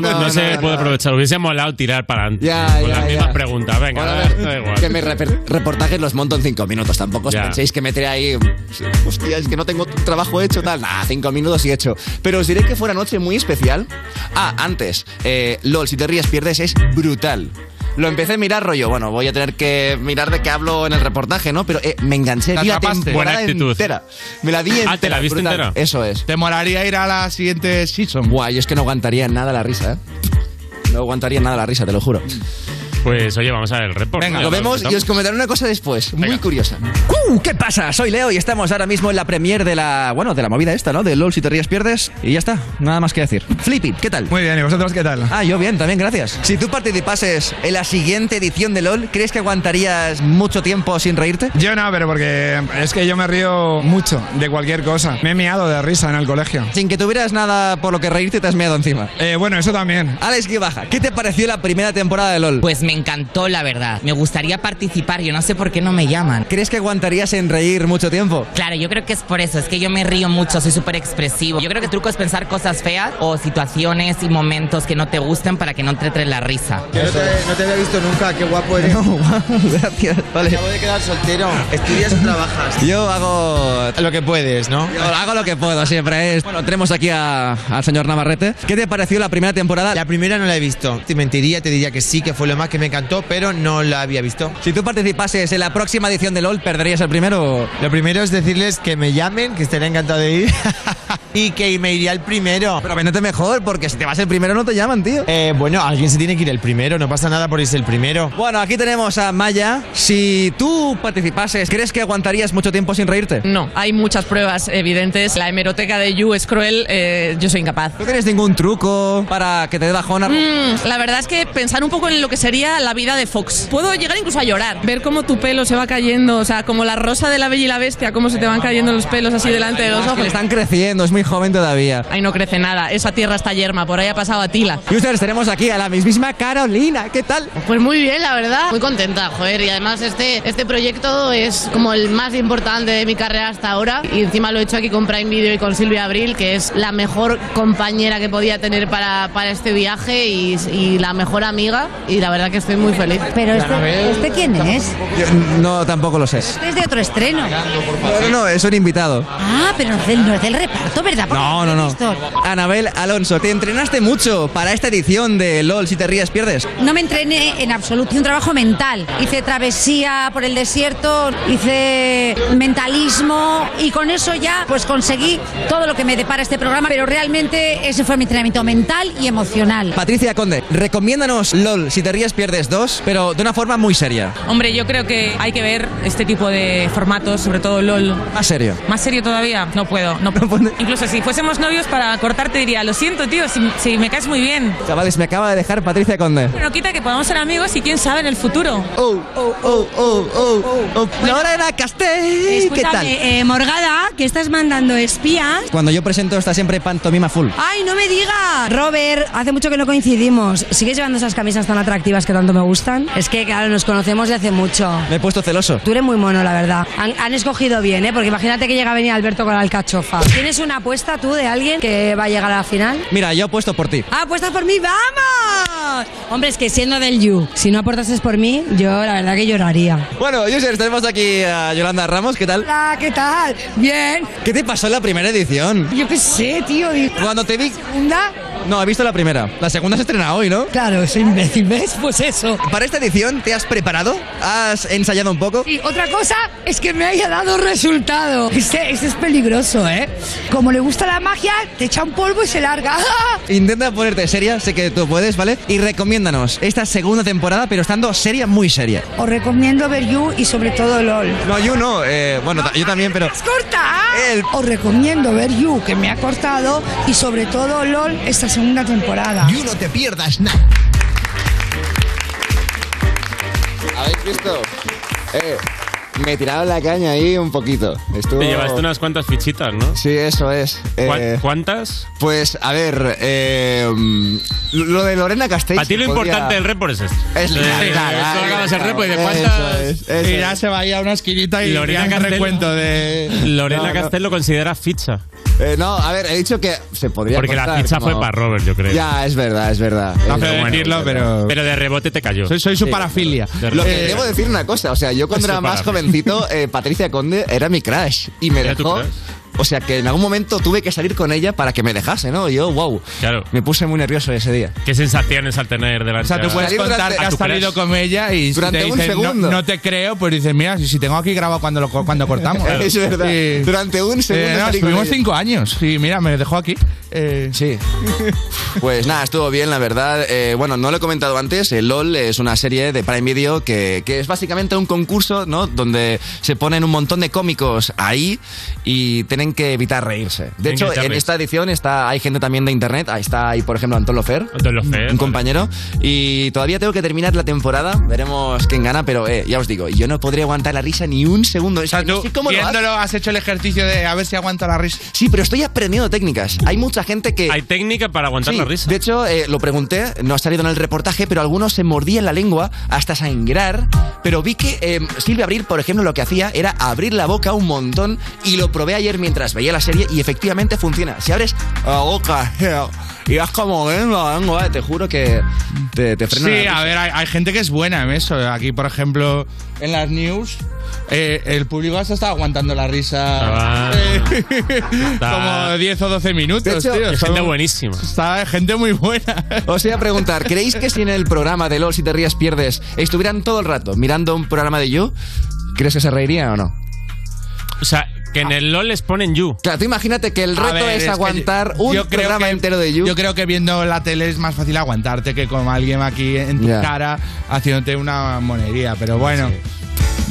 No, no se puede aprovechar. Hubiese molado tirar para adelante. Ya, con ya, las ya. mismas preguntas. Venga, Bueno, a da igual. Que mis reper- reportajes los monto en cinco minutos. Tampoco os Ya. penséis que meteré ahí. Hostia, es que no tengo trabajo hecho, tal. Nah, cinco minutos y hecho. Pero os diré que fue una noche muy especial. Ah, antes. eh, LOL, si te ríes, pierdes, es brutal. Lo empecé a mirar rollo. Bueno, voy a tener que mirar de qué hablo en el reportaje, ¿no? Pero eh, me enganché. Te Vi la atrapaste. temporada Buena actitud. entera. Me la di entera. Ah, ¿te la viste brutal. entera? Eso es. Te molaría ir a la siguiente season. Guay, es que no aguantaría nada la risa, ¿eh? No aguantaría nada la risa, te lo juro. Pues oye, vamos a ver el report. Venga, Ya lo vemos y os comentaré una cosa después, muy curiosa. ¡Uh! ¿Qué pasa? Soy Leo y estamos ahora mismo en la premier de la, bueno, de la movida esta, ¿no? De LOL si te ríes pierdes y ya está, nada más que decir. Flip it, ¿qué tal? Muy bien, ¿y vosotros qué tal? Ah, yo bien, también, gracias. Si tú participases en la siguiente edición de LOL, ¿crees que aguantarías mucho tiempo sin reírte? Yo no, pero porque es que yo me río mucho de cualquier cosa. Me he miado de risa en el colegio. Sin que tuvieras nada por lo que reírte, te has meado encima. Eh, bueno, eso también. Alex Baja, ¿qué te pareció la primera temporada de LOL? Pues me encantó, la verdad. Me gustaría participar, yo no sé por qué no me llaman. ¿Crees que aguantarías en reír mucho tiempo? Claro, yo creo que es por eso, es que yo me río mucho, soy súper expresivo. Yo creo que el truco es pensar cosas feas o situaciones y momentos que no te gusten para que no te entre la risa. Yo no te, no te había visto nunca, qué guapo eres. gracias. Acabo de quedar soltero. ¿Estudias o trabajas? Yo hago lo que puedes, ¿no? hago lo que puedo siempre. Es... Bueno, tenemos aquí a- al señor Navarrete. ¿Qué te pareció la primera temporada? La primera no la he visto. Te mentiría, te diría que sí, que fue lo más que me encantó, pero no la había visto. Si tú participases en la próxima edición de LOL, ¿perderías el primero? Lo primero es decirles que me llamen, que estaré encantado de ir. y que me iría el primero. Pero véndete mejor, porque si te vas el primero no te llaman, tío. Eh, bueno, alguien se tiene que ir el primero, no pasa nada por irse el primero. Bueno, aquí tenemos a Maya. Si tú participases, ¿crees que aguantarías mucho tiempo sin reírte? No, hay muchas pruebas evidentes. La hemeroteca de You es cruel, eh, yo soy incapaz. ¿No tienes ningún truco para que te dé bajona? Mm, la verdad es que pensar un poco en lo que sería la vida de Fox. Puedo llegar incluso a llorar. Ver cómo tu pelo se va cayendo, o sea, como la rosa de la bella y la bestia, cómo se te van cayendo los pelos así delante de los Es que ojos. Están creciendo, es muy joven todavía. Ahí no crece nada, esa tierra está yerma, por ahí ha pasado a Tila. Y ustedes tenemos aquí a la mismísima Carolina, ¿qué tal? Pues muy bien, la verdad. Muy contenta, joder. Y además este, este proyecto es como el más importante de mi carrera hasta ahora. Y encima lo he hecho aquí con Prime Video y con Silvia Abril, que es la mejor compañera que podía tener para, para este viaje y, y la mejor amiga. Y la verdad que estoy muy feliz. Pero este, ¿este quién es? Yo- no, tampoco lo sé. Este es de otro estreno. No, no, no, es un invitado. Ah, pero no es del, no es del reparto, mierda. por No, favor, no, no. listo. Anabel Alonso, te entrenaste mucho para esta edición de LOL. Si te ríes, pierdes. No me entrené en absoluto, hice un trabajo mental. Hice travesía por el desierto, hice mentalismo y con eso ya pues conseguí todo lo que me depara este programa, pero realmente ese fue mi entrenamiento mental y emocional. Patricia Conde, recomiéndanos LOL. Si te ríes, pierdes dos, pero de una forma muy seria. Hombre, yo creo que hay que ver este tipo de formatos, sobre todo LOL. Más serio. ¿Más serio todavía? No puedo, no puedo. Incluso si fuésemos novios para cortarte diría, lo siento tío, si, si me caes muy bien. Chavales, me acaba de dejar Patricia Conde. Pero no quita que podamos ser amigos y quién sabe en el futuro. Oh, oh, oh, oh, oh, oh. Flora era Castell. ¿Qué tal? Escúchame, eh, Morgada, que estás mandando espías. Cuando yo presento está siempre pantomima full. ¡Ay, no me digas! Robert, hace mucho que no coincidimos. ¿Sigues llevando esas camisas tan atractivas que tanto me gustan? Es que, claro, nos conocemos de hace mucho. Me he puesto celoso. Tú eres muy mono, la verdad. Han, han escogido bien, ¿eh? Porque imagínate que llega a venir Alberto con la alcachofa. ¿Tienes una apuesta tú de alguien que va a llegar a la final? Mira, yo apuesto por ti. Ah, apuestas por mí, vamos. Hombre, es que siendo del You, si no aportases por mí, yo la verdad que lloraría. Bueno, users, tenemos aquí a Yolanda Ramos. ¿Qué tal? Hola, ¿qué tal? Bien. ¿Qué te pasó en la primera edición? Yo qué sé, tío. Cuando te vi... ¿Segunda? No, he visto la primera. La segunda se estrena hoy, ¿no? Claro, ese imbécil, ¿ves? Pues eso. ¿Para esta edición te has preparado? ¿Has ensayado un poco? Y otra cosa es que me haya dado resultado. Este, este es peligroso, ¿eh? Como le gusta la magia, te echa un polvo y se larga. Intenta ponerte seria, sé que tú puedes, ¿vale? Y recomiéndanos esta segunda temporada, pero estando seria, muy seria. Os recomiendo ver You y sobre todo LOL. No, yo no. eh, bueno, ta- yo también, pero... corta! Os recomiendo ver You, que me ha cortado, y sobre todo LOL esta segunda temporada. You no te pierdas nada. ¿Habéis visto? Eh, me tiraron la caña ahí un poquito. Estuvo... Te llevaste unas cuantas fichitas, ¿no? Sí, eso es. ¿Cuán- Eh, ¿Cuántas? Pues, a ver, eh, mm, lo de Lorena Castell... A ti lo importante del report es esto. Es Eh, la- eso la- la- acabas el report y de eso cuántas. es, eso y ya es. se va ahí a una esquinita y Lorena hace Castell, recuento de- Lorena No, no. Castell lo considera ficha. Eh, no, a ver, he dicho que se podría Porque la contar ficha como- fue para Robert, yo creo. Ya, es verdad, es verdad. Eh, No Es- quiero bueno, decirlo, es verdad. pero. Pero de rebote te cayó. Soy- soy su parafilia. Lo que Eh, debo decir una cosa, o sea, yo cuando Eso era más para mí. jovencito, eh, Patricia Conde era mi crush y me Era tu dejó. crush. O sea, que en algún momento tuve que salir con ella para que me dejase, ¿no? Y Yo, wow. Me puse muy nervioso ese día. ¿Qué sensaciones al tener delante? O sea, tú a- puedes a tu contar que crush? has salido Con ella y si Durante te un dicen, "No- segundo". No, te creo, pues dices, mira, si, si tengo aquí grabado cuando, lo, co- cuando cortamos. Es verdad. Y- Durante un segundo Eh, no, salí con estuvimos ella. cinco años y mira, me dejó aquí. Eh, Sí. Pues nada, estuvo bien, la verdad. Eh, bueno, no lo he comentado antes, el LOL es una serie de Prime Video que, que es básicamente un concurso, ¿no? Donde se ponen un montón de cómicos ahí y tienen que evitar reírse. De Tienen que hecho, evitar en reírse. esta edición está, hay gente también de internet. Ahí está, ahí, por ejemplo, Antón Lofer. Antón Lofer, Un compañero. Y todavía tengo que terminar la temporada. Veremos quién gana, pero eh, ya os digo, yo no podría aguantar la risa ni un segundo. Es que no sé cómo lo hace. Viéndolo, has hecho el ejercicio de a ver si aguanto la risa. Sí, pero estoy aprendiendo técnicas. Hay mucha gente que... Hay técnica para aguantar Sí, la risa. De hecho, eh, lo pregunté, no ha salido en el reportaje, pero algunos se mordían la lengua hasta sangrar. Pero vi que eh, Silvia Abril, por ejemplo, lo que hacía era abrir la boca un montón y lo probé ayer mientras veía la serie y efectivamente funciona. Si abres la boca eh, y vas como venga, venga, eh, te juro que te, te frena. Sí, la a risa. ver, hay, hay gente que es buena en eso. Aquí, por ejemplo, en las news, eh, el público hasta está aguantando la risa Ah, eh, como 10 o 12 minutos, De hecho, tío. hay Son- gente buenísima. Está gente muy buena. Os iba a preguntar, ¿creéis que si en el programa de LOL, si te rías, pierdes, estuvieran todo el rato mirando un programa de You, ¿crees que se reirían o no? O sea, que en el LOL les ponen you. Claro, tú imagínate que el A reto ver, es, que aguantar yo- un yo creo programa que- entero de You. Yo creo que viendo la tele es más fácil aguantarte que con alguien aquí en tu Ya. cara haciéndote una monería, pero bueno.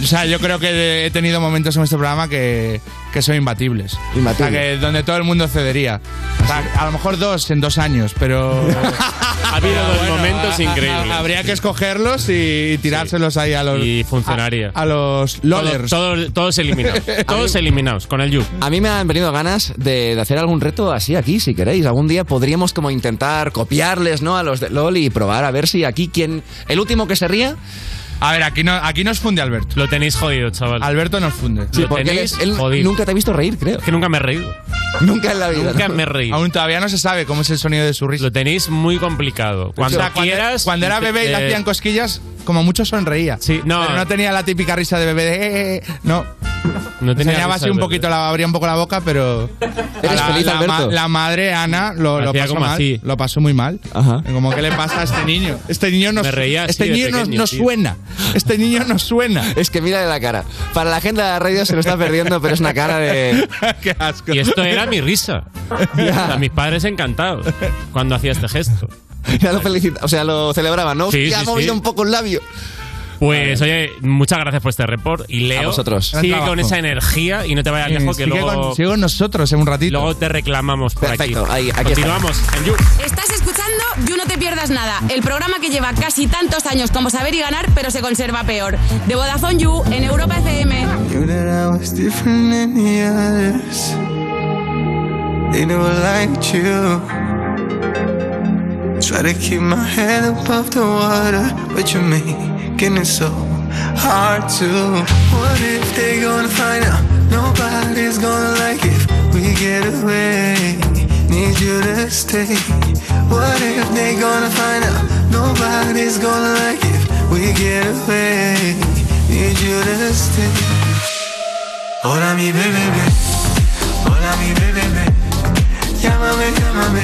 O sea, yo creo que he tenido momentos en este programa que, que son imbatibles. Imbatible. O sea, que donde todo el mundo cedería. O sea, a lo mejor dos en dos años, pero... Ha habido dos momentos increíbles. Habría que escogerlos y tirárselos ahí a los... Y funcionaría. A, a los lolers. Todo- todo- todos eliminados. Todos eliminados con el You. A mí me han venido ganas de, de hacer algún reto así aquí, si queréis. Algún día podríamos como intentar copiarles, ¿no? A los de LOL y probar a ver si aquí quien... El último que se ría... A ver, aquí, no, aquí nos funde Alberto. Lo tenéis jodido, chaval. Alberto nos funde. Sí, porque él, es- él nunca te ha visto reír, creo. Que nunca me he reído. Nunca en la vida. Nunca ¿no? me he reído. Aún todavía no se sabe cómo es el sonido de su risa. Lo tenéis muy complicado. Cuando O sea, quieras. Cuando era bebé y le eh, hacían cosquillas, como mucho sonreía. no. Pero no tenía la típica risa de bebé de. "Eh, eh, eh". No. No tenía Enseñaba risa, así un pero- poquito, la, abría un poco la boca, pero. Eres la, feliz, la ma- Alberto. la madre, Ana, lo, lo Hacía pasó como mal. así. Lo pasó muy mal. Como, ¿qué le pasa a este niño? Este niño no, Me reía así este de niño no- pequeño, no tío. suena. Este niño no suena. Es que mira la cara. Para la agenda de la radio se lo está perdiendo, pero es una cara de. Qué asco. Y esto era mi risa. O sea, mis padres encantados cuando hacía este gesto. Ya lo felicita, o sea, lo celebraba, ¿no? Sí, Ya sí, ha movido sí. un poco el labio. Pues oye, muchas gracias por este report y Leo, A vosotros. Gran sigue trabajo. con esa energía y no te vayas Eh, lejos que sigue luego, con- sigue con nosotros en un ratito. luego te reclamamos por Perfecto, aquí. ahí- aquí Continuamos en You. Estás escuchando You No Te Pierdas Nada, el programa que lleva casi tantos años como saber y ganar, pero se conserva peor. De Vodafone You en Europa FM. Knew that I was different than the others. They never liked you. Try to keep my head above the water, but you're making it so hard to. What if they gonna find out? Nobody's gonna like it. We get away. Need you to stay. What if they gonna find out? Nobody's gonna like it. We get away. Need you to stay. Hola mi bebé, bebé. hola mi bebé, bebé. llámame, llámame,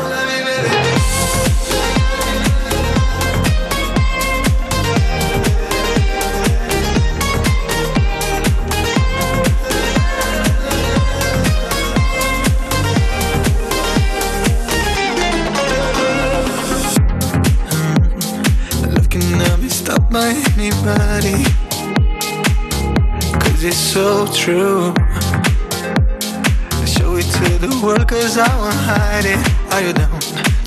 Hola mi bebé. Can I be stopped by anybody? Cause it's so true. I show it to the world cause I won't hide it. Are you down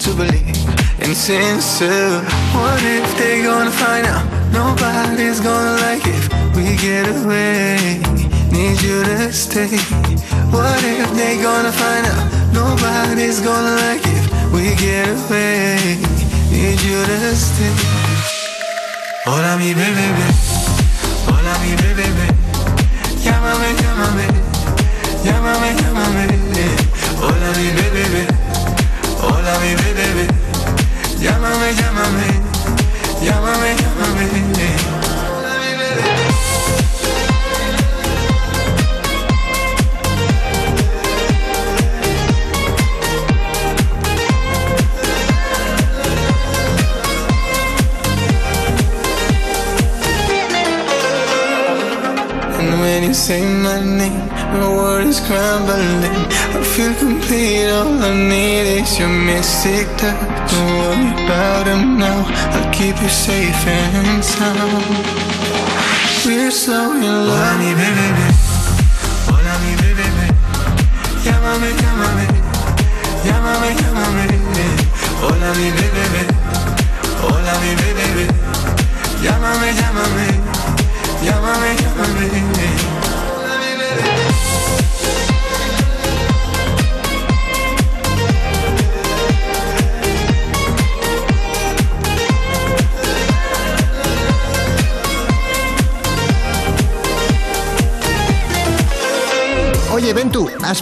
to believe in sincere? What if they gonna find out? Nobody's gonna like it. We get away. Need you to stay. What if they gonna find out? Nobody's gonna like it. We get away. Need you to stay. Hola mi bebé, bebé. hola mi bebé, bebé. llámame, llámame, llámame, llámame. Hola mi bebé, bebé. hola mi bebé, bebé. llámame, llámame, llámame, llámame. Hola mi bebé. And when you say my name, the world is crumbling. I feel complete, all I need is your mystic touch. Don't worry about him now, I'll keep you safe and sound. We're so in love. Hola, mi bebé. Hola, mi bebé. Llámame, llámame. Llámame, llámame. Hola, mi bebé. Hola, mi bebé. Llámame, llámame. Llámame, llámame. Hola, mi bebé. Oye, Ventu, ¿has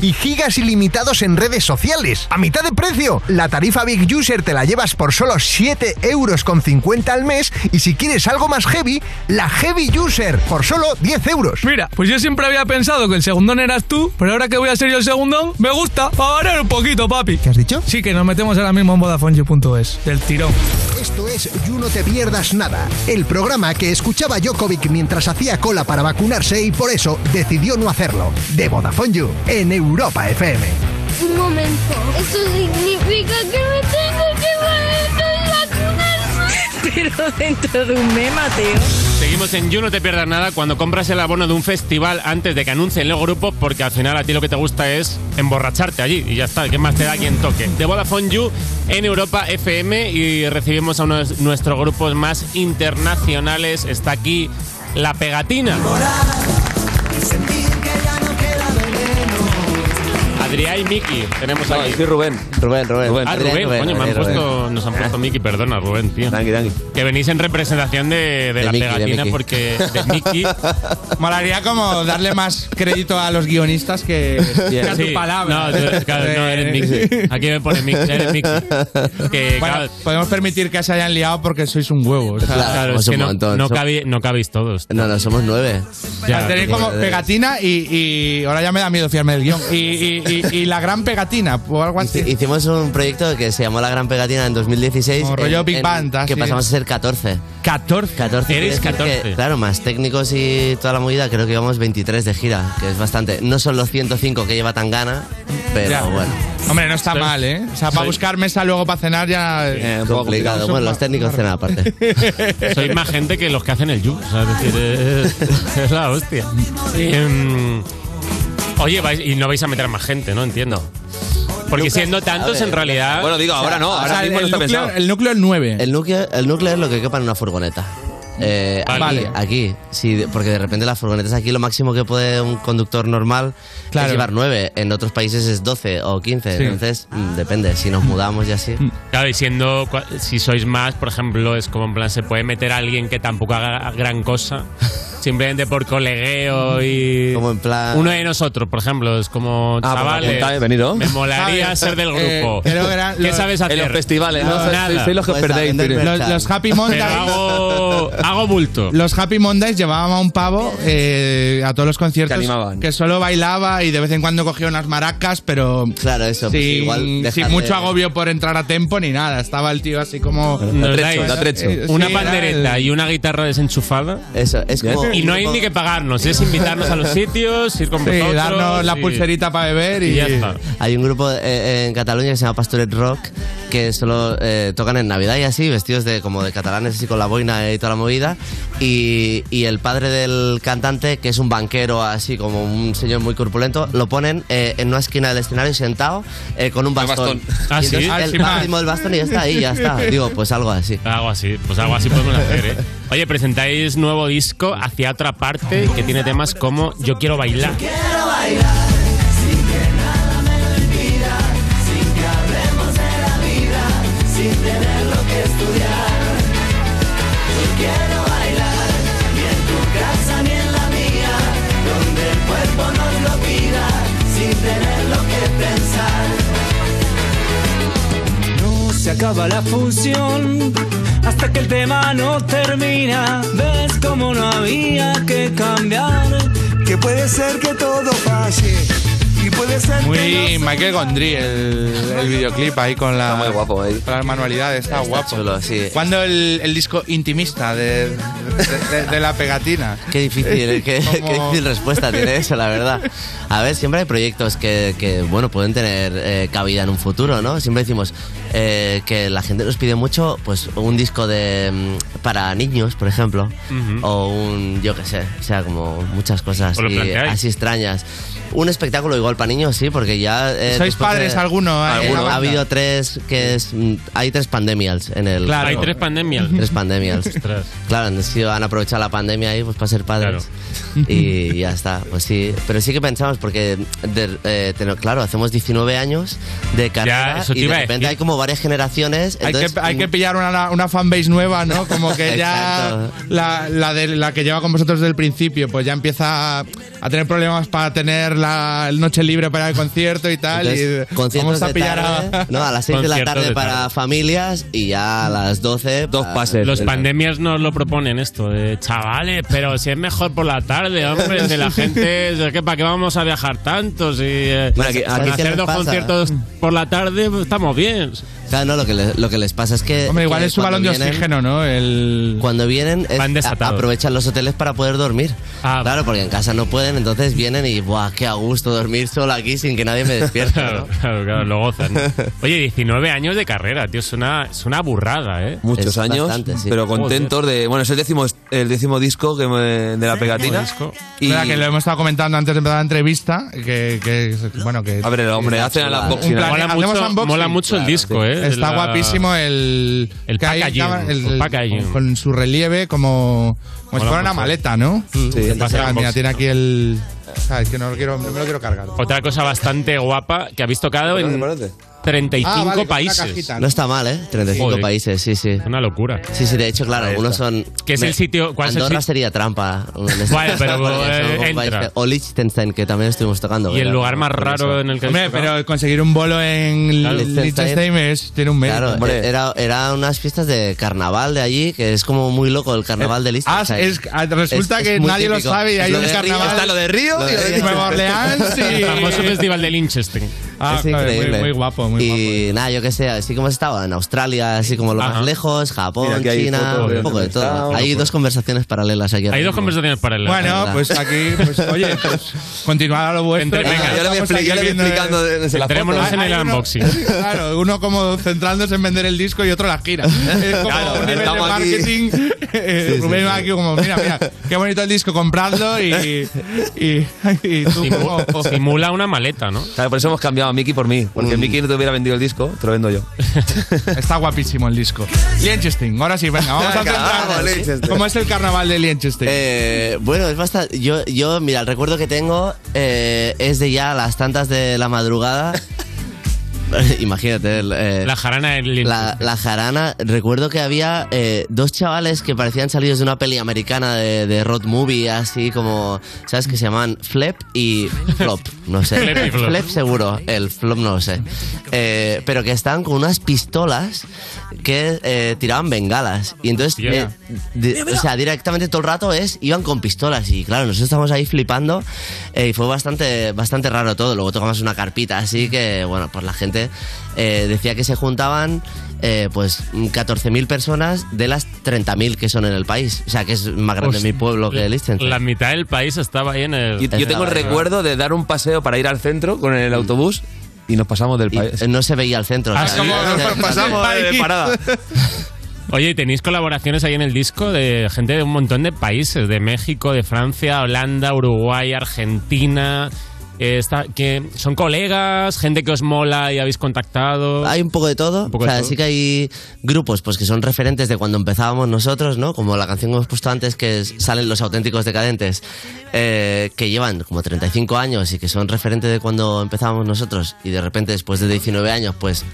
y gigas ilimitados en redes sociales. ¡A mitad de precio! La tarifa Big User te la llevas por solo 7,50 euros al mes y si quieres algo más heavy, la Heavy User por solo 10 euros. Mira, pues yo siempre había pensado que el segundón eras tú, pero ahora que voy a ser yo el segundón, me gusta, para variar un poquito, papi. ¿Qué has dicho? Sí, que nos metemos ahora mismo en VodafoneYou.es, del tirón. Esto es You No Te Pierdas Nada, el programa que escuchaba Jokovic mientras hacía cola para vacunarse y por eso decidió no hacerlo. De Vodafone You, en Europa FM. Un momento. Eso significa que me tengo que poner a vacunar. pero dentro de un mes, Mateo. Seguimos en You, no te pierdas nada cuando compras el abono de un festival antes de que anuncien los grupos, porque al final a ti lo que te gusta es emborracharte allí y ya está. ¿Qué más te da quien toque? De Vodafone You en Europa FM y recibimos a uno de nuestros grupos más internacionales. Está aquí La Pegatina. Adrián y Miki, tenemos No, aquí. soy Rubén. Rubén, Rubén. Ah, Adrián, Rubén, Ah. Rubén, coño, me han Adrián, puesto- Rubén. nos han puesto Miki, perdona, Rubén, tío. Que venís en representación de, de la Miki, de pegatina Miki. porque de Miki. Molaría como darle más crédito a los guionistas que, que a Sí. tu palabra. No, tú- claro, no, eres Miki. Aquí me pone Miki, eres Miki. Que, Bueno, claro, podemos permitir que se hayan liado porque sois un huevo. o sea. claro, es que no, no cabi- no cabéis todos. No, no, somos nueve. Ya. Tenéis como pegatina y, y ahora ya me da miedo fiarme del guión. Y, y- y- y la gran pegatina, o algo así. Hicimos un proyecto que se llamó La Gran Pegatina en 2016. Como rollo en- Big en- Band, así. Que pasamos a ser 14. 14. 14. Eres quiere decir 14. que, claro, más técnicos y toda la movida, creo que íbamos 23 de gira, que es bastante. No son los 105 que lleva Tangana, pero Ya. bueno. Hombre, no está mal, ¿eh? O sea, para Soy- buscar mesa luego para cenar ya. un poco complicado. Bueno, los técnicos cenan aparte. Sois más gente que los que hacen el yu. O sea, es, decir, es- es la hostia. Em, oye, vais- y no vais a meter más gente, ¿no? Entiendo. Porque siendo tantos, en realidad. O sea, el núcleo- El núcleo es 9. El núcleo, el núcleo es lo que quepa en una furgoneta. Eh, Vale. Aquí, aquí. Sí, de- porque de repente las furgonetas aquí lo máximo que puede un conductor normal Claro. es llevar 9. En otros países es 12 o 15. Sí. Entonces, mm, depende. Si nos mudamos y Mm. así. Claro, y siendo. cua- Si sois más, por ejemplo, es como en plan, se puede meter a alguien que tampoco haga gran cosa. Simplemente por colegueo y. Como en plan. Uno de nosotros, por ejemplo, es como. Ah, pues chavales. apuntad, venido. Me molaría Javi, ser del eh, grupo. pero era- ¿Qué lo- sabes hacer? en los festivales, ¿no? Nada. Sois- sois los que Pues perdéis, aprender tío. merchan. Los- los Happy Mondays. Pero hago, hago bulto. Los Happy Mondays llevaban a un pavo eh, a todos los conciertos Que animaban. que solo bailaba y de vez en cuando cogía unas maracas, pero Claro, eso. sin, pues igual sin dejar de- mucho agobio por entrar a tempo ni nada. Estaba el tío así como... Nos dais Eh, Una sí, pandereta y una guitarra desenchufada. Eso, es como- Y no hay ni que pagarnos, es invitarnos a los sitios, ir con Sí, vosotros. darnos la y- pulserita para beber y... Y ya está. Hay un grupo eh, en Cataluña que se llama Pastoret Rock que solo eh, tocan en Navidad y así, vestidos de como de catalanes así con la boina y toda la movida. Y, y el padre del cantante, que es un banquero así como un señor muy corpulento, lo ponen eh, en una esquina del escenario sentado eh, con un bastón. bastón. Ah, Y ¿sí? entonces Ah, él sin va más. al ritmo del bastón y ya está ahí, ya está. Digo, pues algo así. Algo así, pues algo así podemos hacer, ¿eh? Oye, presentáis nuevo disco hacia otra parte que tiene temas como Yo quiero bailar. Quiero bailar sin que nada me lo impida, sin que hablemos de la vida, sin tener lo que estudiar. Yo quiero bailar, ni en tu casa ni en la mía, donde el cuerpo nos lo pida, sin tener lo que pensar. No se acaba la función hasta que el tema no termina. Ves como no había que cambiar. Que puede ser que todo falle y puede ser Muy Michael Gondry el, el videoclip ahí con la, muy guapo, eh. con las manualidades, está, guapo. chulo, sí. Cuando el, el disco intimista de, de- de- de la pegatina. Qué difícil, eh, qué, Como- qué difícil respuesta tiene eso, la verdad. A ver, siempre hay proyectos que, que, bueno, pueden tener eh, cabida en un futuro, ¿no? Siempre decimos eh, que la gente nos pide mucho, pues, un disco de mm, para niños, por ejemplo, Ujú. o un, yo qué sé, o sea, como muchas cosas ¿Os lo así, planteáis? así extrañas. Un espectáculo igual para niños, sí, porque ya... eh, ¿Sois después padres alguno, eh, en la Ha banda? habido tres que es... mm, Hay tres pandemials en el... Claro. Hay tres pandemials. Tres pandemials. Ostras. Claro, han decidido- han aprovechado la pandemia ahí pues para ser padres. Y ya está, pues sí. Pero sí que pensamos, porque, de- eh, ten- claro, hacemos 19 años de carrera eso te y de iba a repente decir. hay como varias generaciones. Hay que, entonces, mm. hay que pillar una, una fanbase nueva, ¿no? Como que ya Exacto. la, la, de, la que lleva con vosotros desde el principio, pues ya empieza a, a tener problemas para tener la noche libre para el concierto y tal. entonces, y conciertos vamos a de pillar tarde, a... no, a las 6 de la Conciertos tarde de para tarde. familias y ya a las ah, 12 dos pases. Los pandemias nos lo proponen esto, de chavales, pero si es mejor por la tarde, hombre, de la gente, es que ¿para qué vamos a viajar tantos? Y, eh, Bueno, aquí- aquí hacer siempre dos pasa. conciertos por la tarde, pues, estamos bien. Claro, no, lo que, le- lo que les pasa es que. Hombre, igual que es su cuando balón de oxígeno, ¿no? El... Cuando vienen, es- Van desatados. a- aprovechan los hoteles para poder dormir. Ah, claro, porque en casa no pueden, entonces vienen y, ¡buah, qué a gusto dormir solo aquí sin que nadie me despierte! Claro, claro, claro, lo gozan. Oye, 19 años de carrera, tío, es una, es una burrada, ¿eh? Muchos años, pero contentos de... Bueno, es el décimo, el décimo disco que me- de la pegatina. Y, Espera, que lo hemos estado comentando antes de empezar la entrevista. Que, que- bueno, que. A ver, el hombre, hacen el unboxing. Un plan- Mola hacemos mucho- unboxing. mola mucho el disco, eh, Está la- guapísimo el. el que hay en packaging, cámara- el packaging. Con su relieve como. Como si Mola fuera una mucho. maleta, ¿no? Sí. O sea, Va a ser mira, unboxing. tiene aquí el. ¿Sabes? Que no, lo quiero, no me lo quiero cargar. Otra cosa bastante guapa que habéis tocado en 35 Ah, vale, con una países. cajita, No está mal, ¿eh? 35 Joder. países, sí, sí. Una locura. Sí, sí, de hecho, claro, Ahí algunos está. son. ¿Qué es el sitio- cuál es el Andorra sit- sería trampa. Vale, pero, Porque son eh, un país entra. que- O Liechtenstein, que también estuvimos tocando. Y el ¿verdad? lugar más Por eso. raro en el que Hombre, pero conseguir un bolo en Claro. Liechtenstein es- tiene un mérito. Claro, hombre. era, era unas fiestas de carnaval de allí, que es como muy loco el carnaval de Ah, Liechtenstein. es, ah, resulta Es- que es muy nadie típico. lo sabe y Es hay lo un de Río. carnaval. Está lo de Río y lo de Nueva Liechtenstein. Orleans y. El famoso festival de Ah, Liechtenstein. es increíble. muy, muy guapo, muy guapo. y nada, yo qué sé, así como estaba en Australia, así como lo Ajá. más lejos, Mira, Japón, aquí hay China, fotos de un poco de dónde está, todo. una Hay locura. dos conversaciones paralelas aquí. ahora Hay dos mismo. conversaciones paralelas. La Bueno, verdad. pues aquí, pues oye, pues, continuad a lo vuestro. Entre- venga, yo le voy Estamos expli- yo aquí le voy viendo- explicando desde la Entrémonos foto. en el Hay uno- unboxing. Claro, uno como centrándose en vender el disco y otro la gira. Es como Claro, un nivel de estamos aquí. marketing. eh, Sí, sí, Rubén sí. aquí como, mira, mira, qué bonito el disco, compradlo y, y, y tú como... Simula una maleta, ¿no? Mm. Claro, por eso hemos cambiado a Mickey por mí. Porque Mickey no te hubiera vendido el disco, te lo vendo yo. Está guapísimo el disco. Liechtenstein, ahora sí, venga, vamos a Venga, vamos, centrarnos. Liechtenstein. ¿Cómo es el carnaval de Liechtenstein? Eh, bueno, es bastante. Yo, yo, mira, el recuerdo que tengo eh, es de ya las tantas de la madrugada. Imagínate. el, eh, La jarana del la, la jarana. Recuerdo que había eh, dos chavales que parecían salidos de una peli americana de, de road movie, así como. ¿Sabes? Que se llaman Flep y Flop. No sé. Flep y Flop. Flep seguro. El Flop no lo sé. Eh, pero que estaban con unas pistolas que eh, tiraban bengalas. Y entonces. eh, de- o sea, directamente todo el rato es. Iban con pistolas. Y claro, nosotros estábamos ahí flipando. eh, y fue bastante, bastante raro todo. Luego tocamos una carpita. Así que, bueno, pues la gente eh, decía que se juntaban eh, pues mm, 14.000 personas de las 30.000 que son en el país. O sea, que es más grande Host- mi pueblo que Liechtenstein. La mitad del país estaba ahí en el. Yo, yo tengo el recuerdo de dar un paseo para ir al centro con el autobús y nos pasamos del país. Mm. No se veía el centro. Ah, o sea, ¿cómo? se- Nos pasamos de parada. Oye, ¿tenéis colaboraciones ahí en el disco de gente de un montón de países? De México, de Francia, Holanda, Uruguay, Argentina. eh, está- que ¿Son colegas? ¿Gente que os mola y habéis contactado? Hay un poco de todo. poco o de sea, todo. sí que hay grupos pues que son referentes de cuando empezábamos nosotros, ¿no? Como la canción que hemos puesto antes, que es- salen los auténticos decadentes, eh, que llevan como 35 años y que son referentes de cuando empezábamos nosotros. Y de repente, después de 19 años, pues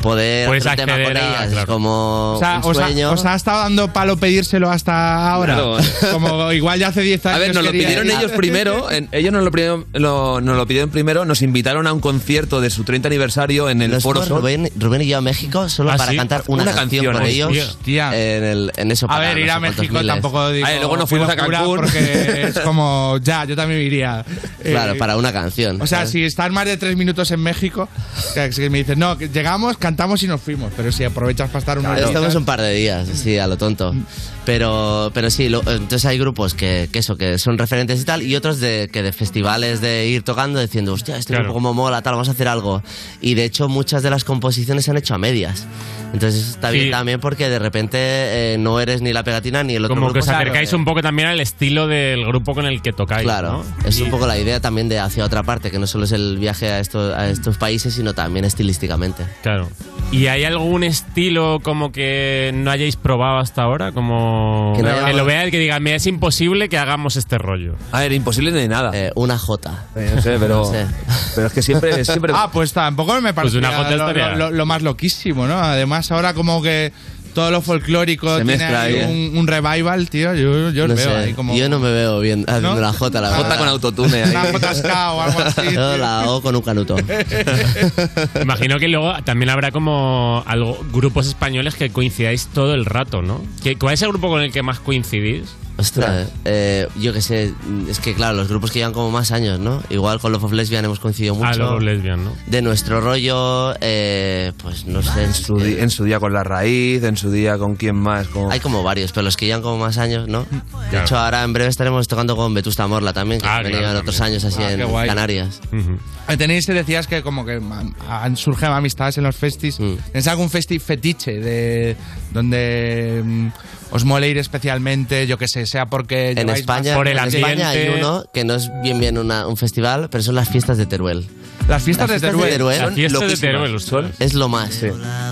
poder Puedes hacer un tema con acceder a- ellas es claro. como O sea, un os ha, sueño. os ha estado dando palo pedírselo hasta ahora. Claro. Como igual ya hace 10 años. A ver, nos lo quería- pidieron ellos primero. en- ellos nos lo, pidieron, lo- nos lo pidieron primero. Nos invitaron a un concierto de su 30 aniversario en el Nos Foro fuimos Sol. Rubén, Rubén y yo a México solo Ah, para ¿sí? cantar una, Una canción, ¿eh? canción, con hostia. ellos en, el, en eso A para ver, no ir sé a cuántos México miles. tampoco digo. Ah, y luego nos fuimos qué a locura, Cancún. Porque es como, ya, yo también iría. Eh, Claro, para una canción. O sea, ¿sabes? si están más de tres minutos en México, que que me dicen, no, que llegamos, cantamos y nos fuimos. Pero si aprovechas para estar unos días- Estamos un par de días, sí, a lo tonto. Pero, pero sí, lo- entonces hay grupos que, que eso, que son referentes y tal, y otros de, que de festivales de ir tocando diciendo, hostia, este Claro. grupo como mola, tal, vamos a hacer algo. Y de hecho muchas de las composiciones se han hecho a medias. Entonces está bien también porque de repente eh, no eres ni la pegatina ni el otro Como grupo, que os claro, acercáis eh, un poco también al estilo del grupo con el que tocáis. Claro, ¿no? es Y- un poco la idea también de hacia otra parte, que no solo es el viaje a, esto- a estos países, sino también estilísticamente. Claro. ¿Y hay algún estilo como que no hayáis probado hasta ahora? Como Que que, no hayamos- lo vea el que diga, mira, es imposible que hagamos este rollo. A ver, imposible ni nada. Eh, una J. no sé, pero, No sé. pero es que siempre... siempre Ah, pues tampoco me Pues parece de una jota lo, estaría. lo- lo- lo más loquísimo, ¿no? Además, ahora como que todo lo folclórico Se tiene mezcla ahí ahí, un, un revival, tío. Yo, yo os No veo sé, ahí como. Ah, Yo no me veo bien haciendo la J, la Jota verdad. con autotune ahí. Una K o algo así. Yo la O con un canuto. Imagino que luego también habrá como algo, grupos españoles que coincidáis todo el rato, ¿no? ¿Qué- ¿Cuál es el grupo con el que más coincidís? Ostras, eh, yo qué sé, es que claro, los grupos que llevan como más años, ¿no? Igual con Love of Lesbian hemos coincidido mucho. Ah, Love of Lesbian, ¿no? De nuestro rollo, eh, pues no sé. En su, día con La Raíz, en su día con quién más. Con... Hay como varios, pero los que llevan como más años, ¿no? De hecho, ahora en breve estaremos tocando con Vetusta Morla también, que Ah, venía claro, otros también. años así Ah, qué en guay. Canarias. Eh, Tenéis, decías que como que ma- han- surgen amistades en los festis. Mm. ¿Tenéis algún festi fetiche de donde mm, os mole ir especialmente? Yo que sé, sea porque En lleváis España, más- en España hay uno que no es bien bien una- un festival, pero son las fiestas de Teruel. Las fiestas de Teruel. Las son fiestas de loquísimas. Teruel, Es lo más.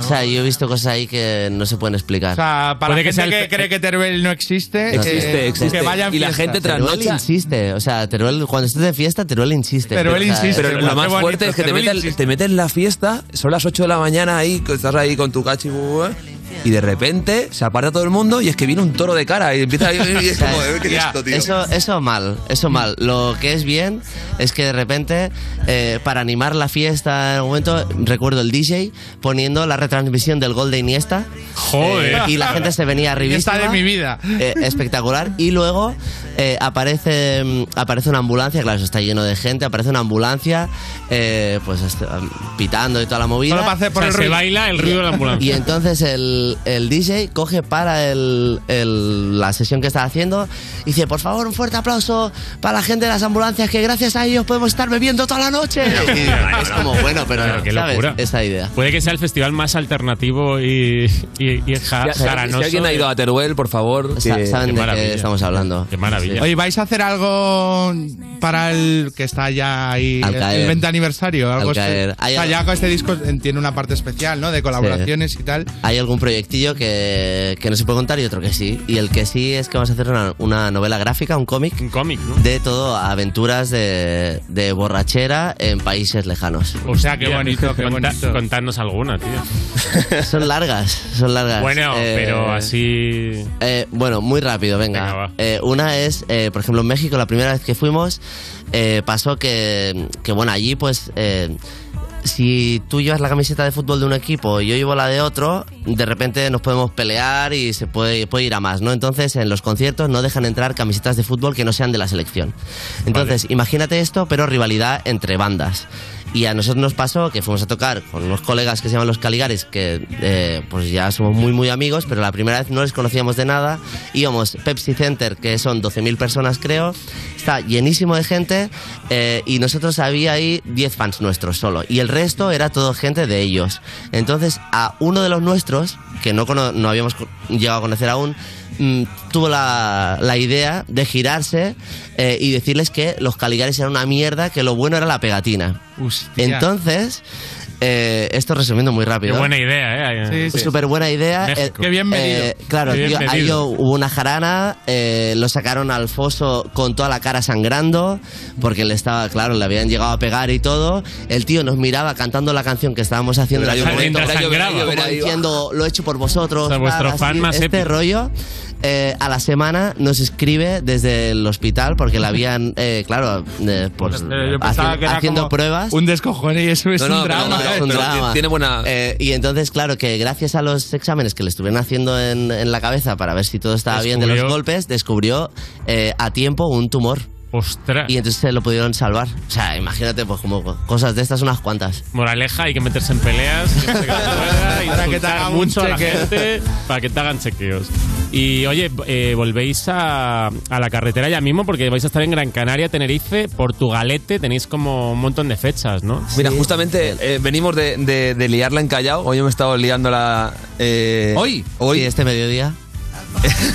O sea, yo he visto cosas ahí que no se pueden explicar. O sea, para la gente que, cree que Teruel no existe, Existe, eh, existe. que vayan fiestas. Teruel insiste. O sea, Teruel, cuando estés de fiesta, Teruel insiste. O sea, Pero lo más fuerte es que te metes, te metes en la fiesta, son las 8 de la mañana ahí, que estás ahí con tu cachi, bu, bu, y de repente se aparta todo el mundo y es que viene un toro de cara y empieza a y es como, ¿Sabes? "Eh, ¿qué es Ya. esto, tío?". Eso, eso mal, eso mal. Lo que es bien es que de repente, eh, para animar la fiesta en algún momento, recuerdo el DJ poniendo la retransmisión del gol de Iniesta. Joder. Eh, y la gente se venía arriba. Iniesta de mi vida. espectacular. Y luego eh, aparece, mm, aparece una ambulancia, claro, eso está lleno de gente, aparece una ambulancia, eh, pues hasta, mm, pitando y toda la movida. Solo para hacer por O sea, el se ruido. baila el ruido de la ambulancia. Y entonces el, el DJ coge para el, el- la sesión que está haciendo y dice, por favor, un fuerte aplauso para la gente de las ambulancias que gracias a ellos podemos estar bebiendo toda la noche. Y es como bueno, pero Claro, qué ¿sabes? locura. Esa idea. Puede que sea el festival más alternativo y, y, y ja- Si- si- jaranoso si alguien ha ido a Teruel, por favor, Sa- que- saben de qué estamos hablando. Qué maravilla. Oye, ¿vais a hacer algo para el que está ya ahí Al el caer. 20 aniversario? Algo Al caer. así? Hay O sea, ya algo- con este disco eh, tiene una parte especial, ¿no? De colaboraciones y tal. Hay algún proyectillo que, que no se puede contar y otro que sí. Y el que sí es que vamos a hacer una, una novela gráfica, un cómic. Un cómic, ¿no? De todo, aventuras de, de borrachera en países lejanos. O sea, qué Hostia, bonito, qué conta- bonito. Contarnos alguna, tío. Son largas, son largas. Bueno, pero así. bueno, muy rápido, venga. Eh, una es, eh, por ejemplo, en México, la primera vez que fuimos, eh, pasó que, que, bueno, allí pues. eh, si tú llevas la camiseta de fútbol de un equipo y yo llevo la de otro, de repente nos podemos pelear y se puede, puede ir a más, ¿no? Entonces, en los conciertos no dejan entrar camisetas de fútbol que no sean de la selección. Entonces, imagínate esto, pero rivalidad entre bandas. Y a nosotros nos pasó que fuimos a tocar con unos colegas que se llaman los Caligares, que eh, pues ya somos muy muy amigos, pero la primera vez no les conocíamos de nada. Íbamos Pepsi Center, que son 12.000 personas creo, está llenísimo de gente eh, y nosotros había ahí 10 fans nuestros solo. Y el resto era todo gente de ellos. Entonces a uno de los nuestros, que no, cono- no habíamos co- llegado a conocer aún, mm, tuvo la, la idea de girarse eh, y decirles que los Caligares eran una mierda, que lo bueno era la pegatina. Entonces, eh, esto resumiendo muy rápido. Qué buena idea, ¿eh? Sí, sí. Súper buena idea. Eh, Qué bien medido. eh, claro, Qué bien tío, ahí medido. hubo una jarana, eh, lo sacaron al foso con toda la cara sangrando, porque le estaba, claro, le habían llegado a pegar y todo. El tío nos miraba cantando la canción que estábamos haciendo en Pero aquel yo- momento, mientras como sangraba. diciendo, lo he hecho por vosotros. O sea, tal, vuestro así, fan más este épico. rollo. eh, a la semana nos escribe desde el hospital porque la habían, eh, claro, eh, por- Eh, yo pensaba haci- que era haciendo como pruebas. Un descojone y eso es un drama. pero ¿eh? es un drama. Eh, y entonces, claro, que gracias a los exámenes que le estuvieron haciendo en, en la cabeza para ver si todo estaba bien de los Descubrió- golpes, descubrió eh, a tiempo un tumor. Ostras. Y entonces se lo pudieron salvar. O sea, imagínate, pues como cosas de estas, unas cuantas. Moraleja, hay que meterse en peleas, siempre que se Para pueda, que te insultar hagan un mucho a la chequeo. gente, para que te hagan chequeos. Y oye, eh, volvéis a, a la carretera ya mismo porque vais a estar en Gran Canaria, Tenerife, Portugalete, tenéis como un montón de fechas, ¿no? Mira, justamente eh, venimos de, de- de liarla en Callao. Hoy yo me he estado eh, liando la. ¿Hoy? Hoy. este mediodía.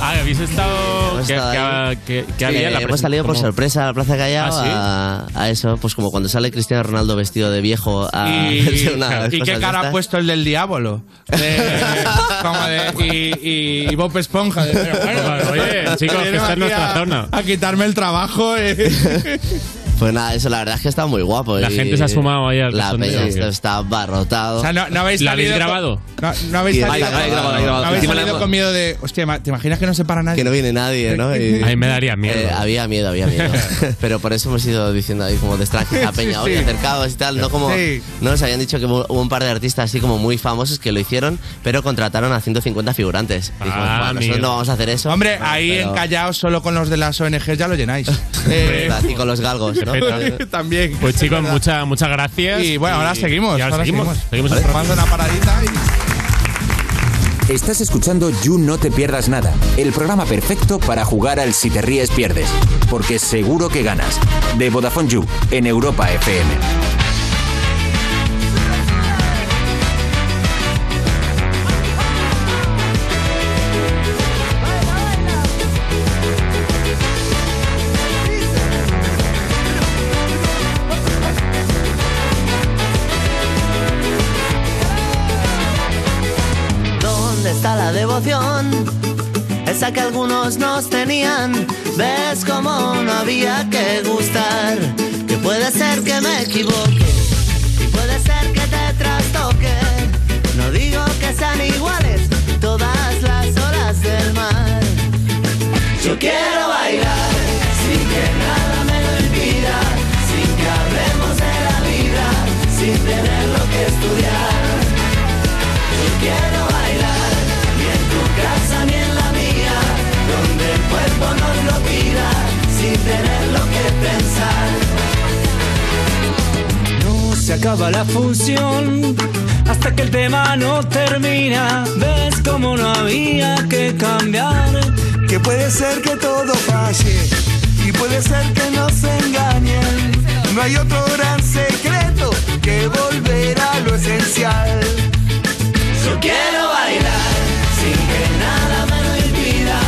Ah, habéis estado. Hemos ¿Qué, estado ahí. qué- qué- qué Sí, había en la hemos salido por presentación? sorpresa a la Plaza Callao ¿Ah, a, a eso, pues como cuando sale Cristiano Ronaldo vestido de viejo a Y, hacer unas ¿y qué cosas cara Ah, de ha estas. puesto el del diablo? De- como de- y, y- y Bob Esponja. de, pero bueno, Oye, chicos, que vinieron esta es aquí nuestra a- zona. A quitarme el trabajo. eh. Pues nada, eso la verdad es que está muy guapo. La y- gente se ha sumado ahí al La cachondeo. peña Sí. está- está abarrotado. O sea, no- no habéis ¿La habéis salido grabado? No, no habéis Sí, salido, ahí, ahí, grabado, ahí, grabado. no habéis Encima la salido hemos- con miedo de. Hostia, ma- ¿te imaginas que no se para nadie? Que no viene nadie, ¿no? A mí me daría miedo. había miedo, había miedo. Pero por eso hemos ido diciendo ahí como de extraño a Peña, Sí, oye, sí. acercados y tal. No como. Sí. No nos habían dicho que hubo hubo un par de artistas así como muy famosos que lo hicieron, pero contrataron a 150 figurantes. Y dijimos, Ah, "Buah, nosotros amigo. no vamos a hacer eso. Hombre, ahí Pero- encallados solo con los de las ONGs ya lo llenáis. Eh, y con los galgos, ¿no? También. Pues chicos, muchas muchas gracias. Y bueno, ahora seguimos, y ahora ahora seguimos. seguimos. Seguimos Vale. el programa. Manda una paradita y. Estás escuchando You No Te Pierdas Nada, el programa perfecto para jugar al Si Te Ríes Pierdes, porque seguro que ganas. De Vodafone You, en Europa FM. ¿Dónde está la devoción? Esa que algunos nos tenían. ¿Ves cómo no había que gustar? Que puede ser que me equivoque. Y puede ser que te trastoque. No digo que sean iguales todas las horas del mar. Yo quiero bailar sin que nada me lo impida. Sin que hablemos de la vida. Sin tener lo que estudiar. Yo quiero bailar, ni en tu casa ni en la mía, donde el cuerpo nos lo pida, sin tener lo que pensar. No se acaba la fusión hasta que el tema no termina. Ves como no había que cambiar. Que puede ser que todo falle y puede ser que no se engañen. No hay otro gran secreto que volver a lo esencial. Yo quiero bailar sin que nada me lo impida,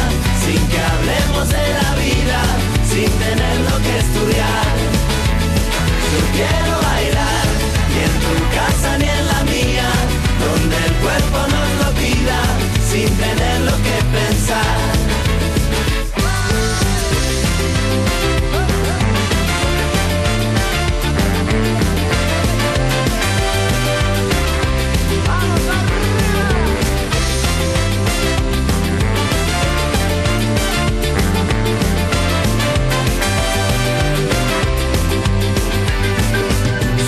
sin que hablemos de la vida, sin tener lo que estudiar. Yo quiero bailar ni en tu casa ni en la mía, donde el cuerpo nos lo pida, sin tener lo que pensar.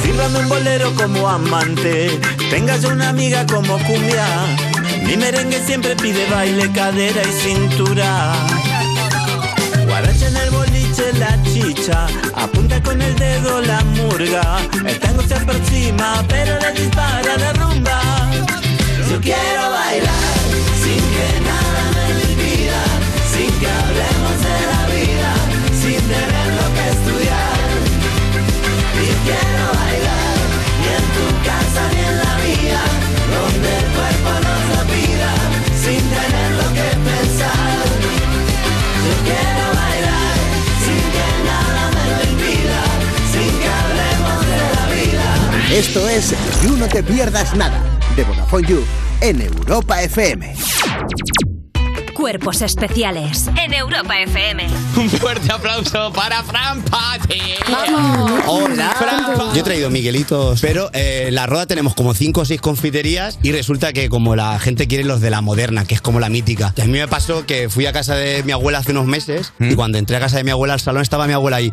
Sírvame un bolero como amante, tengas una amiga como cumbia. Mi merengue siempre pide baile, cadera y cintura. Guaracha en el boliche la chicha, apunta con el dedo la murga. El tango se aproxima, pero le dispara la rumba. Yo quiero bailar sin que nada me lo impida, sin que hablemos de la vida, sin tener lo que estudiar. Y quiero bailar, ni en tu casa ni en la mía, donde el cuerpo nos lo pida, sin tener lo que pensar. Yo quiero bailar, sin que nada me lo impida, sin que hablemos de la vida. Esto es You No Te Pierdas Nada, de Vodafone You, en Europa FM. Cuerpos especiales en Europa FM. Un fuerte aplauso para Fran Patti. Hola. Yo he traído Miguelitos, pero eh, en la roda tenemos como 5 o 6 confiterías y resulta que como la gente quiere los de la moderna, que es como la mítica. Y a mí me pasó que fui a casa de mi abuela hace unos meses ¿Mm? y cuando entré a casa de mi abuela al salón estaba mi abuela ahí.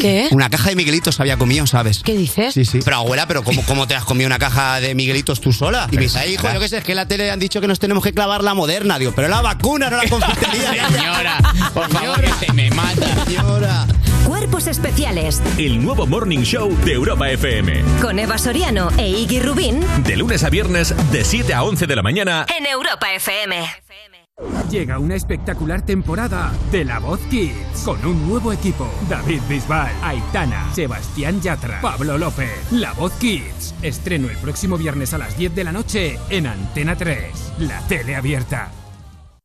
¿Qué? Una caja de Miguelitos había comido, ¿sabes? ¿Eh? ¿Qué dices? Sí, sí. Pero abuela, pero ¿cómo, cómo te has comido una caja de Miguelitos tú sola? Y me dice, "Ay, hijo, yo qué sé, es que en la tele han dicho que nos tenemos que clavar la moderna. Digo, pero la vacuna, no la confitería. Señora, por favor, que se me mata. Cuerpos especiales El nuevo Morning Show de Europa FM. con Eva Soriano e Iggy Rubín De lunes a viernes, de 7 a 11 de la mañana. en Europa FM. Llega una espectacular temporada de La Voz Kids con un nuevo equipo. David Bisbal, Aitana, Sebastián Yatra, Pablo López. La Voz Kids. Estreno el próximo viernes a las 10 de la noche en Antena 3, la tele abierta.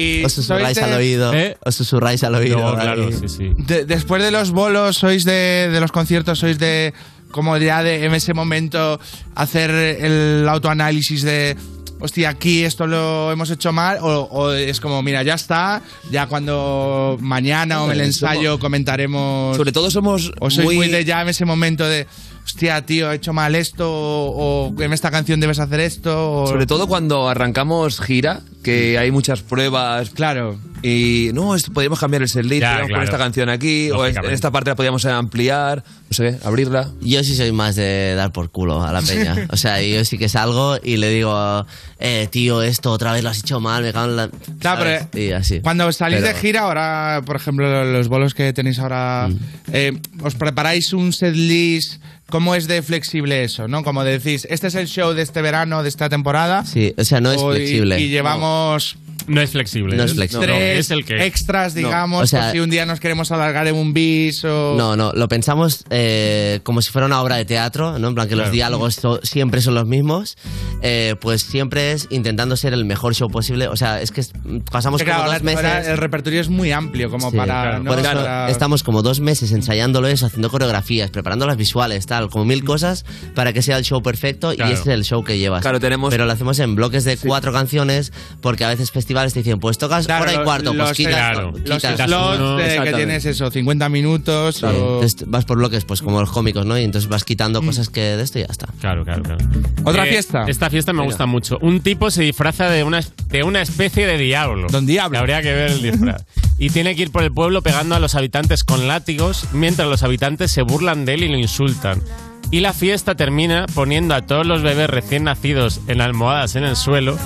y Os susurráis sois de- al oído. ¿Eh? Os susurráis al oído. No, ahí. claro, sí, de- después de los bolos, sois de, de los conciertos, sois de. Como ya de en ese momento hacer el autoanálisis de. Hostia, aquí esto lo hemos hecho mal. O, o es como, mira, ya está. Ya cuando mañana o en el ensayo comentaremos. Sobre todo somos O sois muy, muy- de ya en ese momento de. Hostia, tío, he hecho mal esto. O, o en esta canción debes hacer esto. o- Sobre todo cuando arrancamos gira, Mm. que hay muchas pruebas. Claro. Y no, esto podríamos cambiar el setlist, Ya, podríamos claro. poner esta canción aquí, o en Lógicamente. esta parte la podríamos ampliar, no sé, abrirla. Yo sí soy más de dar por culo a la peña. O sea, yo sí que salgo y le digo, eh, tío, esto otra vez lo has hecho mal, me cago en la. ¿sabes? y así. Cuando salís Pero- de gira, ahora, por ejemplo, los bolos que tenéis ahora, Mm. eh, ¿os preparáis un setlist? ¿Cómo es de flexible eso? ¿no? Como decís, este es el show de este verano, de esta temporada. Sí, o sea, no es o- y- flexible. Y, llevamos No es flexible. ¿eh? No es flexible. Tres es el que- extras, No. digamos, O sea- por si un día nos queremos alargar en un bis o... No, no, lo pensamos eh, como si fuera una obra de teatro, ¿no? En plan que Claro. los diálogos so- siempre son los mismos, eh, pues siempre es intentando ser el mejor show posible. O sea, es que es- pasamos Claro, como ahora- dos meses. ahora el repertorio es muy amplio como Sí, para... claro. ¿no? Por eso Para- estamos como dos meses ensayándolo eso, haciendo coreografías, preparando las visuales, tal, como Mm. mil cosas para que sea el show perfecto Claro. y ese es el show que llevas. Claro, tenemos... Pero lo hacemos en bloques de cuatro canciones porque a veces festivales te dicen, pues tocas Claro, hora y los- cuarto, los- pues quitas, Los quitas slots uno. de que tienes eso, 50 minutos Sí, o... Mm. entonces vas por bloques, pues como los cómicos, ¿no? Y entonces vas quitando cosas que de esto y ya está. Claro, claro, claro. ¿Otra Eh, fiesta? Esta fiesta me Venga. gusta mucho. Un tipo se disfraza de una, de una especie de diablo. ¿Don diablo? Habría que ver el disfraz. Y tiene que ir por el pueblo pegando a los habitantes con látigos mientras los habitantes se burlan de él y lo insultan. Y la fiesta termina poniendo a todos los bebés recién nacidos en almohadas en el suelo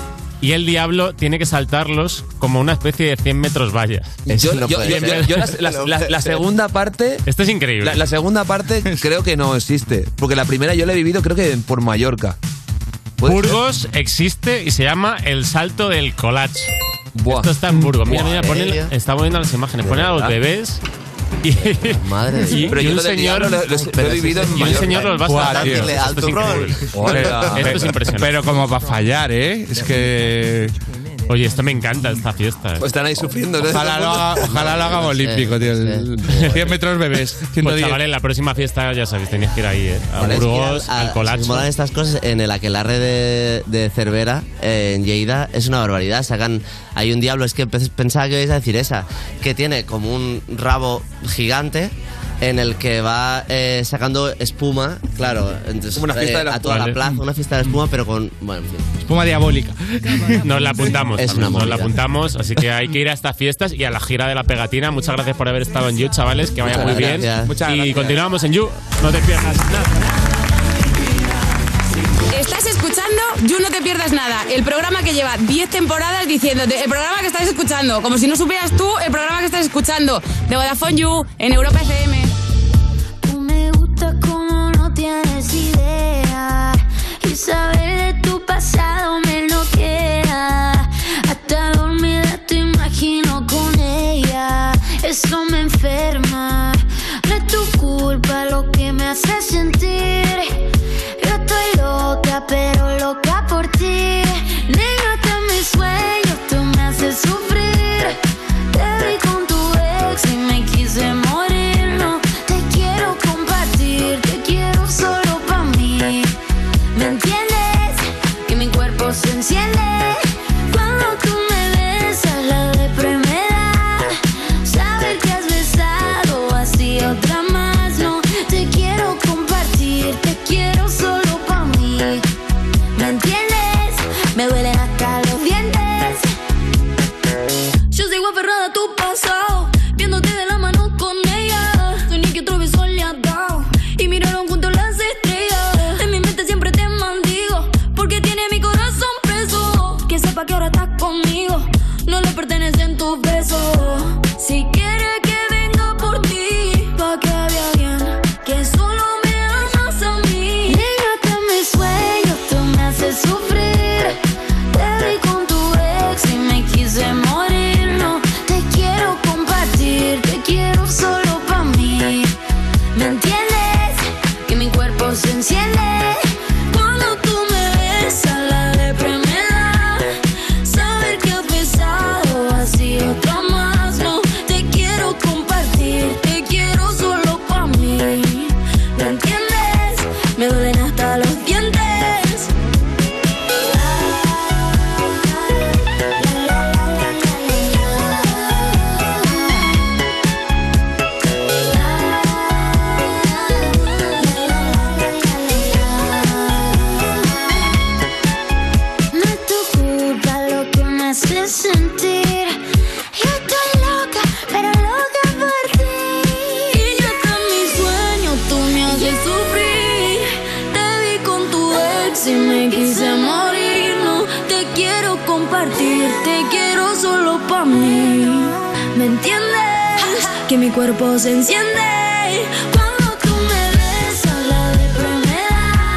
y el diablo tiene que saltarlos como una especie de 100 metros vallas. Yo, yo- yo- yo- yo las- las- la, la segunda parte. Esto es increíble. La, la segunda parte creo que no existe. Porque la primera yo la he vivido, creo que en- por Mallorca. Pues, Burgos existe y se llama el salto del collage. Esto está en Burgos. Mira, Buah. mira, ponen- Serio. estamos viendo las imágenes. ¿De Ponen a los verdad? bebés. Y, Madre y, Pero y yo un lo del señor diablo lo- lo- lo he pero vivido sí, en y un Mallorca. señor los va Buah, saltando. tío. Esto es increíble. Esto es impresionante. Pero como para fallar, ¿eh? Es que... Oye, esto me encanta, esta fiesta. eh. Pues están ahí sufriendo, ¿no? Ojalá lo, haga- ojalá lo hagamos olímpico, tío. 100 metros bebés. 110. Pues chavales, la próxima fiesta ya sabéis, tenéis que ir ahí, ¿eh? A Vale, es que Burgos, a- al si Colacho. os molan estas cosas en el aquelarre de, de Cervera, eh, en Lleida, es una barbaridad. Sacan, hay un diablo, es que pe- pensaba que ibais a decir esa, que tiene como un rabo gigante en el que va eh, sacando espuma, claro, entonces, eh, Como una fiesta de la a toda espuma. la plaza, una fiesta de espuma, pero con, bueno, en fin. Espuma diabólica. Nos la apuntamos. Es también, una nos movida. la apuntamos, así que hay que ir a estas fiestas y a la gira de la pegatina. Muchas gracias por haber estado en You, chavales. Que vaya Muchas muy gracias. bien. Muchas y gracias. continuamos en You. No te pierdas nada. Estás escuchando You No Te Pierdas Nada, el programa que lleva 10 temporadas diciéndote, el programa que estás escuchando, como si no supieras tú el programa que estás escuchando, de Vodafone You, en Europa FM. Tú me gustas como no tienes idea. Y saber de tu pasado me queda Hasta dormida te imagino con ella. Eso me enferma. No es tu culpa lo que me hace sentir. Yo estoy loca, pero loca por ti. este Negra hasta mis sueños, tú me haces sufrir. Te vi con tu ex y me quise morir. No te quiero compartir, te quiero solo para mí. ¿Me entiendes? Que mi cuerpo se enciende. Cuando tú me besas, la depresión me da. Saber que has besado así otra más. No te quiero compartir, te quiero solo para mí. ¿Me entiendes? Me duelen hasta los dientes. Yo sigo aferrada a tu pasado, viéndote de la mano con ella. Soñé que otro beso le has dado y miraron juntos las estrellas. En mi mente siempre te mandigo, porque tiene mi corazón preso. Que sepa que ahora estás conmigo, no le pertenecen tus besos. Si quieres que venga por ti, pa' que vea bien, que solo me amas a mí. Negra a mis sueños, tú me haces sufrir. Te vi con tu ex y me quise morir. No te quiero compartir, te quiero solo para mí. ¿Me entiendes? Que mi cuerpo se enciende. Cuando tú me besas, la depresión me da. Saber que has besado así otra más. No te quiero compartir, te quiero solo para mí. ¿Me entiendes? Me duelen hasta los dientes. No es tu culpa lo que me hace sentir. Yo estoy loca, pero loca por ti. Y yo con mis sueños tú me haces sufrir. Te vi con tu ex y me quise morir. No te quiero compartir, te quiero solo para mí. ¿Me entiendes? Que mi cuerpo se enciende. Cuando tú me besas, la depresión me da.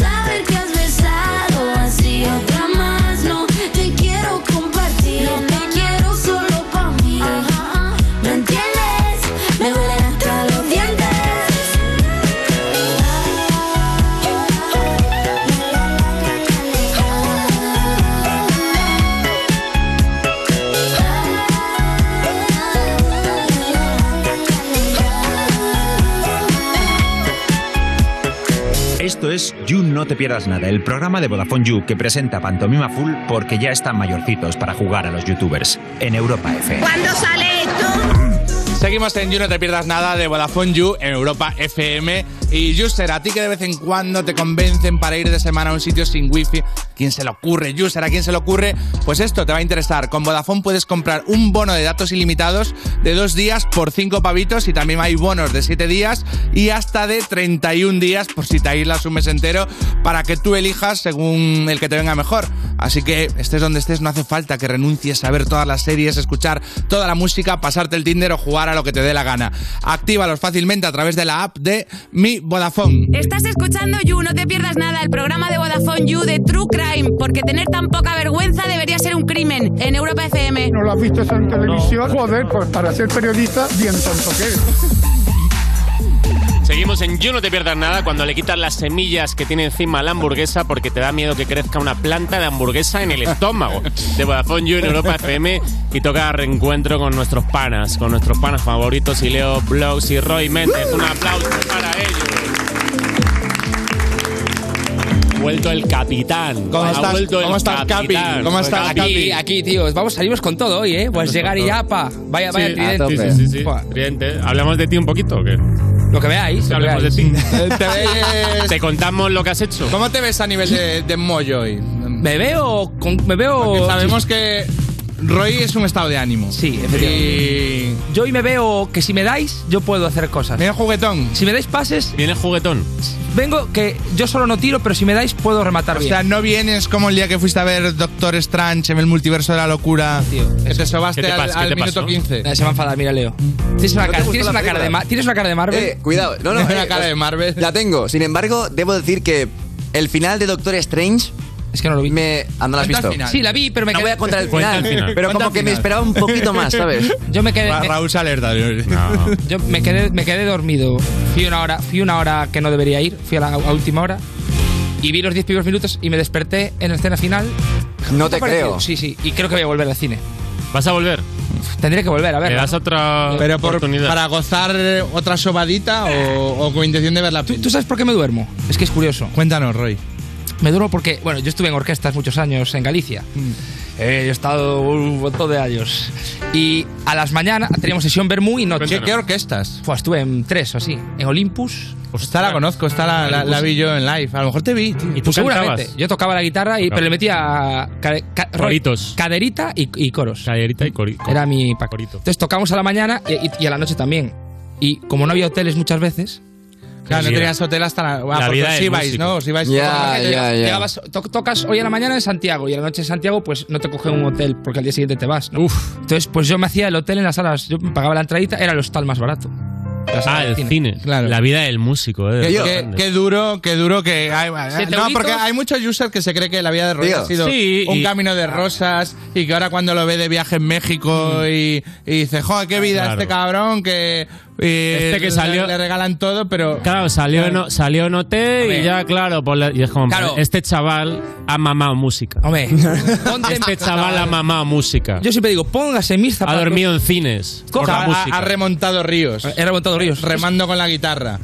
Saber que has besado así otra más, no te quiero compartir, es You No Te Pierdas Nada, el programa de Vodafone You que presenta Pantomima Full porque ya están mayorcitos para jugar a los youtubers en Europa F. sale esto? Seguimos en You, no te pierdas nada de Vodafone You en Europa FM. Y User, a ti que de vez en cuando te convencen para ir de semana a un sitio sin wifi, ¿quién se le ocurre? User, ¿a quién se le ocurre? Pues esto te va a interesar. Con Vodafone puedes comprar un bono de datos ilimitados de dos días por cinco pavitos y también hay bonos de siete días y hasta de 31 días por si te aíslas un mes entero para que tú elijas según el que te venga mejor. Así que estés donde estés, no hace falta que renuncies a ver todas las series, escuchar toda la música, pasarte el Tinder o jugar a lo que te dé la gana. Actívalos fácilmente a través de la app de Mi Vodafone. Estás escuchando You, no te pierdas nada, el programa de Vodafone You de True Crime, porque tener tan poca vergüenza debería ser un crimen en Europa FM. ¿No lo has visto eso en televisión? Joder, pues para ser periodista, bien tonto que eres. Seguimos en You, no te pierdas nada cuando le quitas las semillas que tiene encima la hamburguesa porque te da miedo que crezca una planta de hamburguesa en el estómago. De Vodafone You en Europa FM y toca reencuentro con nuestros panas, con nuestros panas favoritos y Leo Blogs y Roy Méndez. Un aplauso para ellos. Vuelto el capitán. ¿Cómo Ha estás? vuelto el ¿Cómo estás, Capi? capitán. ¿Cómo estás, Aquí, Capi? aquí, tío. Vamos, salimos con todo hoy, ¿eh? Pues llegar y ya, pa. Vaya, vaya, Sí, tridente. sí, sí, sí, sí. Tridente. ¿Hablamos de ti un poquito o qué? Lo que veáis. Sí, hablemos lo que de ti. ¿Te, Te contamos lo que has hecho. ¿Cómo te ves a nivel de, mollo hoy? Me veo. con- me veo. Porque sabemos que Roy es un estado de ánimo. Sí, efectivamente. Yo hoy me veo que si me dais, yo puedo hacer cosas. Viene juguetón. Si me dais pases. Viene juguetón. Vengo que yo solo no tiro, pero si me dais, puedo rematar. O sea, no vienes como el día que fuiste a ver Doctor Strange en el multiverso de la locura. que te sobaste ¿Qué te al, pas- al qué te minuto pasó? 15. Se va a enfadar, mira, Leo. Tienes una, ¿No te cara, gustó tienes la una cara de película? ma- tienes una cara de Marvel. Eh, cuidado, no, no. Tienes una eh, cara de os- Marvel. La tengo. Sin embargo, debo decir que el final de Doctor Strange. Es que no lo vi. Me, ah, no lo has visto. Sí, la vi, pero me No quedé- voy a contar el Cuenta final, el final. pero Cuenta como el que me esperaba un poquito más, ¿sabes? Yo me quedé. Ra- me- Raúl alerta. Yo me quedé, me quedé dormido. Fui una hora, fui una hora que no debería ir, fui a la a última hora. Y vi los 10 primeros minutos y me desperté en la escena final. No te creo. Sí, sí, y creo que voy a volver al cine. ¿Vas a volver? Tendré que volver, a ver. Eh, ¿Le das otra Pero por- oportunidad? para- ¿Para gozar eh, otra sobadita o, o con intención de ver la peli? ¿Tú sabes por qué me duermo? Es que es curioso. Cuéntanos, Roy. Me duermo porque, bueno, yo estuve en orquestas muchos años en Galicia. Eh, yo he estado un montón de años. Y a las mañanas teníamos sesión Bermú y noche. ¿Qué- qué orquestas? Pues estuve en tres o así. En Olympus. Pues esta la conozco, esta la, la- la vi yo en live. A lo mejor te vi. tío. Pues seguramente. Yo tocaba la guitarra, y, Tocaba. pero le metía cade- ca- ro- Coritos. caderita y, y coros. Mm. Caderita y corito. Era mi pack. Entonces tocamos a la mañana y, y- y a la noche también. Y como no había hoteles muchas veces. Claro, no tenías hotel hasta la. bueno, Ah, pues porque os ibais, ¿no? Os ibais Llegabas- llegabas- to- tocas hoy a la mañana en Santiago y a la noche en Santiago, pues no te coge un hotel porque al día siguiente te vas. ¿no? Entonces, pues yo me hacía el hotel en las salas. Yo me pagaba la entradita, era el hostal más barato. Ah, el cine. La vida del músico. Eh, Qué, de qué- Fernández. qué duro, qué duro que. hay- eh, Sí, no, teulitos. porque hay muchos users que se cree que la vida de Roy Tío. ha sido Sí, un y- camino de rosas y que ahora cuando lo ve de viaje en México Mm. y, y dice, joder, qué vida Claro. este cabrón que. eh, Este que salió- Le, le regalan todo, pero. Claro, salió en, salió en OT y ya, claro, pues la- y es como, Claro. este chaval ha mamado música. Hombre, este chaval ha mamado música. Yo siempre digo, póngase mis Ha zapatos. dormido en cines. Coja, por la ha- música. ha remontado ríos. He remontado ríos. Remando con la guitarra.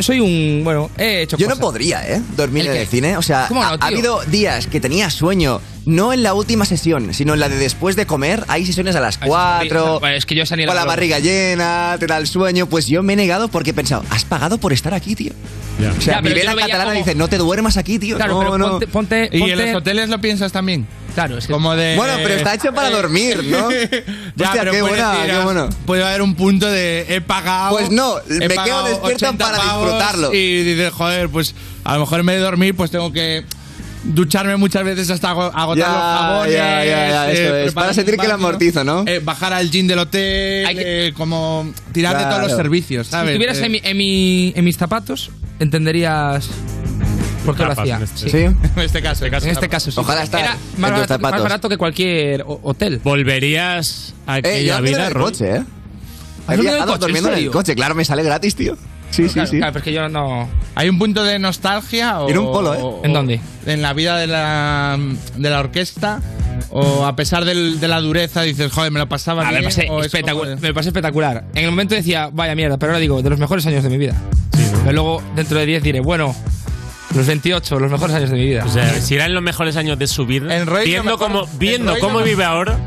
Soy un. Bueno, he hecho Eh, Yo cosas. no podría, ¿eh? Dormir ¿El en qué? el cine. O sea, ¿Cómo no, ha, ha tío? habido días que tenía sueño, no en la última sesión, sino en la de después de comer. Hay sesiones a las Bueno, 4, Es que yo he salido con la barriga llena, te da el sueño. Pues yo me he negado porque he pensado, has pagado por estar aquí, tío. O sea, Ya, mi pero yo vela lo veía catalana como- dice, no te duermas aquí, tío. Claro, No, pero no. ponte, ponte, ¿Y en ponte- los hoteles lo piensas también? Claro, es que. Como de. eh, Bueno, pero está hecho para dormir, ¿no? ya, Hostia, pero qué puedes buena, decir, qué ah, bueno. Puede haber un punto de he pagado. Pues no, he me quedo pagado despierto 80 para pavos disfrutarlo. Y dices, joder, pues a lo mejor en vez de dormir, pues tengo que ducharme muchas veces hasta ago- agotar Ya, los jabones. eh, ya, ya, ya, eso es. preparar Para sentir un que lo baño, amortizo, ¿no? eh, bajar al gym del hotel, eh, como tirar de todos los Claro. servicios, ¿sabes? Si estuvieras Eh, en, mi- en mi- en mis zapatos, entenderías por qué lo Tapas, hacía. en este- Sí. ¿Sí? En este caso. En este caso, sí. Ojalá estar Era en más tus barato, zapatos. más barato que cualquier ho- hotel. ¿Volverías a Eh, yo aquella antes vida, era en el Roy? coche, ¿eh? ¿Has dormido He en viajado el coche, durmiendo en en el serio? coche, claro, me sale gratis, tío. Sí, sí, Claro, sí. claro, pero es que yo no. ¿Hay un punto de nostalgia? O, En un polo, ¿eh? o- ¿En dónde? En la vida de la, de la orquesta. O a pesar del- de la dureza, dices, joder, me lo pasaba A bien. ver, pasé o es espectacular, como- me pasé espectacular. En el momento decía, vaya mierda, pero ahora digo, de los mejores años de mi vida. Pero luego, dentro de 10 diré, bueno, Los 28, los mejores años de mi vida. O sea, si eran los mejores años de su vida, viendo lo mejor- cómo, en viendo Roy lo cómo mejor- vive ahora,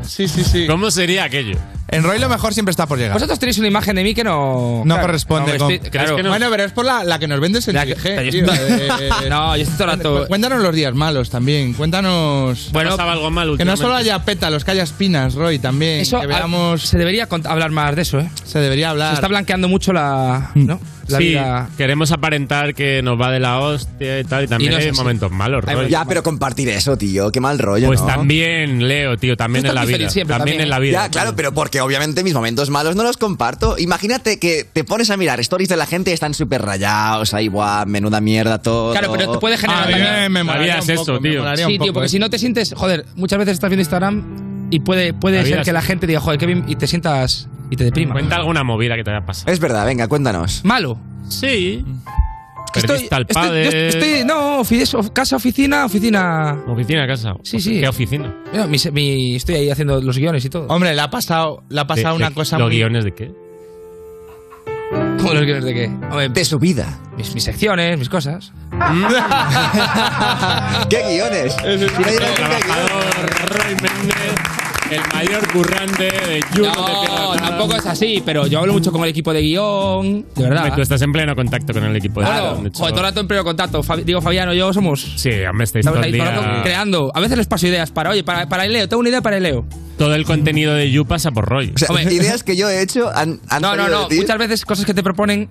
¿cómo sería aquello? En Roy lo mejor siempre está por llegar. Vosotros tenéis una imagen de mí que no. No claro, corresponde no, con. estoy- claro. Bueno, pero es por la, la que nos vendes en el yo estoy- No, yo estoy todo el rato- eh. Cuéntanos los días malos también. Cuéntanos. Bueno, pasaba algo mal Que no últimamente. solo haya pétalos, que haya espinas, Roy, también. Eso que a- veamos. se debería cont- hablar más de eso, ¿eh? Se debería hablar. Mm. Se está blanqueando mucho la, ¿no? la sí, Ah, vida. queremos aparentar que nos va de la hostia y tal, y también Y no es hay así. momentos malos, Roy. Ya, pero compartir eso, tío. Qué mal rollo. Pues ¿no? también, Leo, tío, también en la vida. también en la vida. Ya, claro, pero porque obviamente mis momentos malos no los comparto. Imagínate que te pones a mirar stories de la gente y están súper rayados, ahí, guau, menuda mierda todo. Claro, pero te puede generar. también- Sí, tío, porque si no te sientes. Joder, muchas veces estás viendo Instagram y puede, puede Sabías. ser que la gente diga, joder, qué bien, y te sientas. y te deprima. Cuenta alguna movida que te haya pasado. Es verdad, venga, cuéntanos. Malo. Sí. Perdiste al Estoy- padre. yo estoy- no, ofi- eso, casa, oficina, oficina. Oficina, casa. Sí, sí. ¿Qué oficina? Mira, mi- mi- estoy ahí haciendo los guiones y todo. Hombre, le ha pasado, le ha pasado una cosa ¿Los muy- guiones de qué? ¿Cómo los guiones de qué? de su vida. Mis, mis secciones, mis cosas. ¿Qué guiones? El mayor currante de You No, tampoco es así, pero yo hablo mucho con el equipo de guión, de verdad. Tú estás en pleno contacto con el equipo de Claro, guión, de hecho. joder, todo el rato en pleno contacto. Fabi- digo, Fabiano y yo somos. Sí, hombre, estáis todo estamos el ahí todo el rato día. creando. A veces les paso ideas para, oye, para, para el Leo, tengo una idea para el Leo. Todo el contenido de You pasa por Roy. O sea, ideas que yo he hecho han, han No, no, salido no. de ti. Muchas veces cosas que te proponen.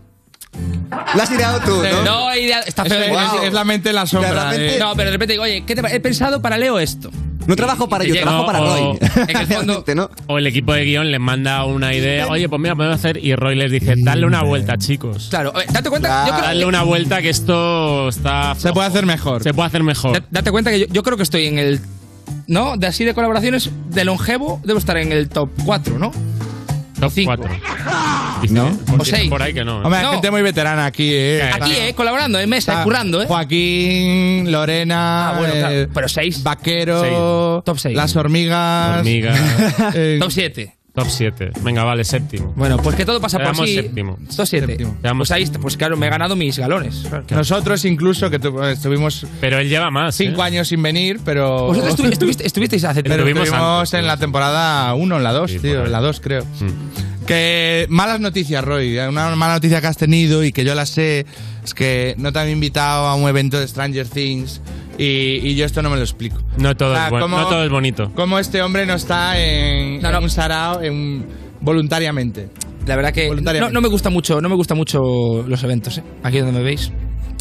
Las has ideado tú, ¿no? No, he ideado- está feo. ¿eh? Es- Wow. es- es la mente en la sombra de- No, pero de repente digo, oye, ¿qué te pa- he pensado para Leo esto. No trabajo para yo, trabajo para Roy. En el fondo. O el equipo de guión les manda una idea, oye, pues mira, podemos hacer. Y Roy les dice, dale una vuelta, chicos. Claro, oye, date cuenta. yo creo que- Dale una vuelta que esto está. Se puede hacer mejor. Ah, Se puede hacer mejor. Date cuenta que yo, yo creo que estoy en el. ¿No? De así de colaboraciones, de longevo, debo estar en el top 4, ¿no? Top 4. O seis. Por ahí que no. ¿eh? Hombre, hay No. gente muy veterana aquí, ¿eh? Aquí, ¿eh? Colaborando, en mesa, Está currando, ¿eh? Joaquín, eh, Lorena. Pero Ah, seis. Vaquero. Seis. Top seis. Las hormigas. Hormigas. Top 7. Top 7. Venga, vale, séptimo. Bueno, pues que todo pasa por Quedamos sí. séptimo. Top 7. Pues ahí, pues claro, me he ganado mis galones. Nosotros incluso, que tu- eh, estuvimos... Pero él lleva más. ¿eh? Cinco años sin venir, pero... Vosotros estuvi- estuviste- estuvisteis hace Pero tiempo. estuvimos, en la temporada 1, en la 2, tío, en la 2 creo. Mm. Que malas noticias, Roy. eh, Una mala noticia que has tenido y que yo la sé es que no te han invitado a un evento de Stranger Things y, y yo esto no me lo explico. No todo, O sea, es bueno, ¿cómo- no todo es bonito. ¿Cómo este hombre no está en, en un sarao en- voluntariamente? La verdad que no, no me gusta mucho, no me gusta mucho los eventos, ¿eh? Aquí donde me veis.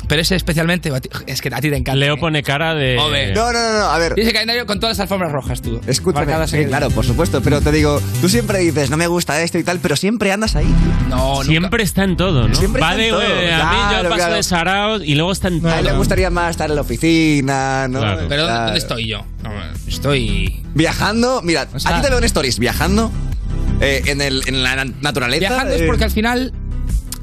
Pero ese especialmente, a ti- es que a ti te encanta. Leo pone cara de. Hombre. No, no, no, no, a ver. Tienes el Eh, calendario con todas las alfombras rojas, tú. Escúchame, Marcadas en sí, el- claro, por supuesto, pero te digo, tú siempre dices, no me gusta esto y tal, pero siempre andas ahí. tío. Siempre está en todo, ¿no? Siempre Va está de, en todo. eh, a mí yo Claro, paso claro. de Saraos y luego está en todo. A él le gustaría más estar en la oficina, ¿no? Claro. Pero ¿dónde, Claro. dónde estoy yo? No, estoy. Viajando, mira, aquí te veo en stories, viajando eh, en, el, en la na- naturaleza. Viajando es eh, porque al final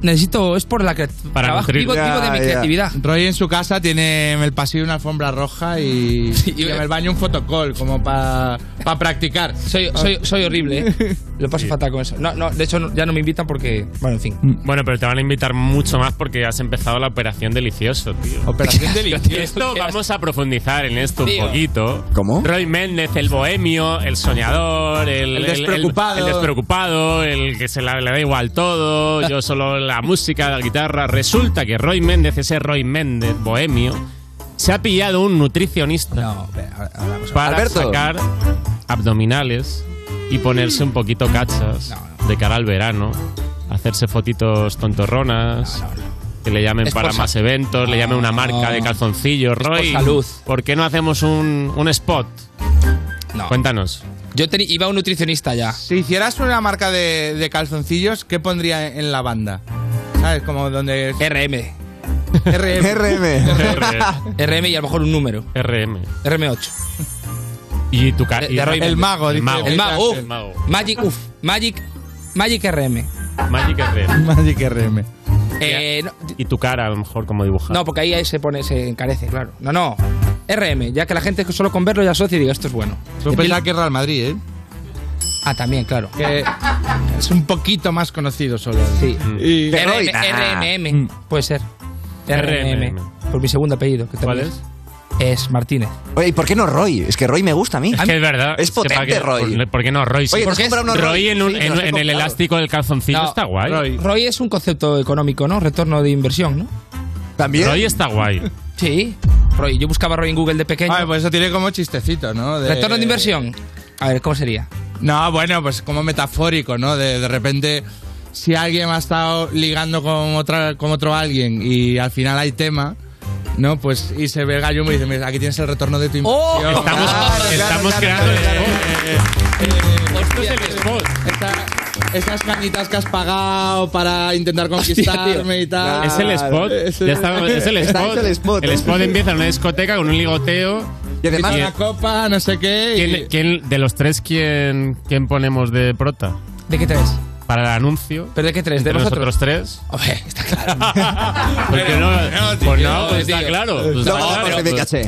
necesito. Es por la que trabajo vivo, vivo de mi creatividad. Roy en su casa tiene en el pasillo una alfombra roja y, y en el baño un fotocall, como para practicar. Soy, soy, soy horrible, ¿eh? Lo paso Sí. fatal con eso. No, no, de hecho, no- ya no me invitan porque. Bueno, en fin. Bueno, pero te van a invitar mucho más porque has empezado la operación delicioso, tío. Operación delicioso. Esto vamos a profundizar en esto Tío. un poquito. ¿Cómo? Roy Méndez, el bohemio, el soñador, el, El despreocupado. El, despreocupado, el que se la- le da igual todo. Yo solo la música, la guitarra. Resulta que Roy Méndez, ese Roy Méndez, bohemio, se ha pillado un nutricionista para Alberto. sacar abdominales y ponerse un poquito cachas de cara al verano, hacerse fotitos tontorronas, que le llamen Es para por más sa- eventos, le llamen una marca de calzoncillos. por Roy, salud. ¿por qué no hacemos un, un spot? No. Cuéntanos. Yo teni- iba a un nutricionista ya. Si hicieras una marca de, de calzoncillos, ¿qué pondría en la banda? ¿Sabes? Como donde. RM. RM. RM y a lo mejor un número. RM. RM8. Y tu cara. De- de Roy Méndez. El mago. El mago. uf. El mago. Magic, uff. Magic. Magic RM. Magic RM. Magic RM. Eh, no, Y tu cara, a lo mejor, como dibujar. no, porque ahí, ahí se pone, se encarece, claro. No, no. RM, ya que la gente solo con verlo ya asocia y diga, esto es bueno. Yo pensaba que Real Madrid, ¿eh? Ah, también, claro. Que es un poquito más conocido solo. Sí. Y- RM, RMM, Mm. puede ser. RMM. Por mi segundo apellido. Que ¿Cuál es? Es Martínez. Oye, ¿y por qué no Roy? Es que Roy me gusta a mí. Es que es verdad. Es potente para que- Roy. ¿Por, por qué no Roy? Oye, ¿te has porque comprado unos Roy? Roy en, un- Sí, me en- los he en el comprado. elástico del calzoncillo No, está guay. Roy. Roy es un concepto económico, ¿no? Retorno de inversión, ¿no? También. Roy está guay. Sí. Roy, yo buscaba Roy en Google de pequeño. Ah, pues eso tiene como chistecito, ¿no? De- Retorno de inversión. A ver, ¿cómo sería? No, bueno, pues como metafórico, ¿no? De, de repente, si alguien ha estado ligando con, otra, con otro alguien y al final hay tema, ¿no? Pues y se ve el gallo y dice, mira, aquí tienes el retorno de tu inversión. ¡Oh! Ah, Estamos, estamos creando. Esas cañitas que has pagado para intentar conquistarme y tal. Es el spot. Ya está, es el Está spot. hecho el spot. empieza en una discoteca con un ligoteo. Y además una copa, no sé qué. y- ¿Quién, quién- de los tres, ¿quién, quién ponemos de prota? ¿De qué tres? Para el anuncio. ¿Pero de qué tres? ¿De vosotros? nosotros tres? Porque no, tío, pues no, pues tío. está claro. pues está claro, Mm.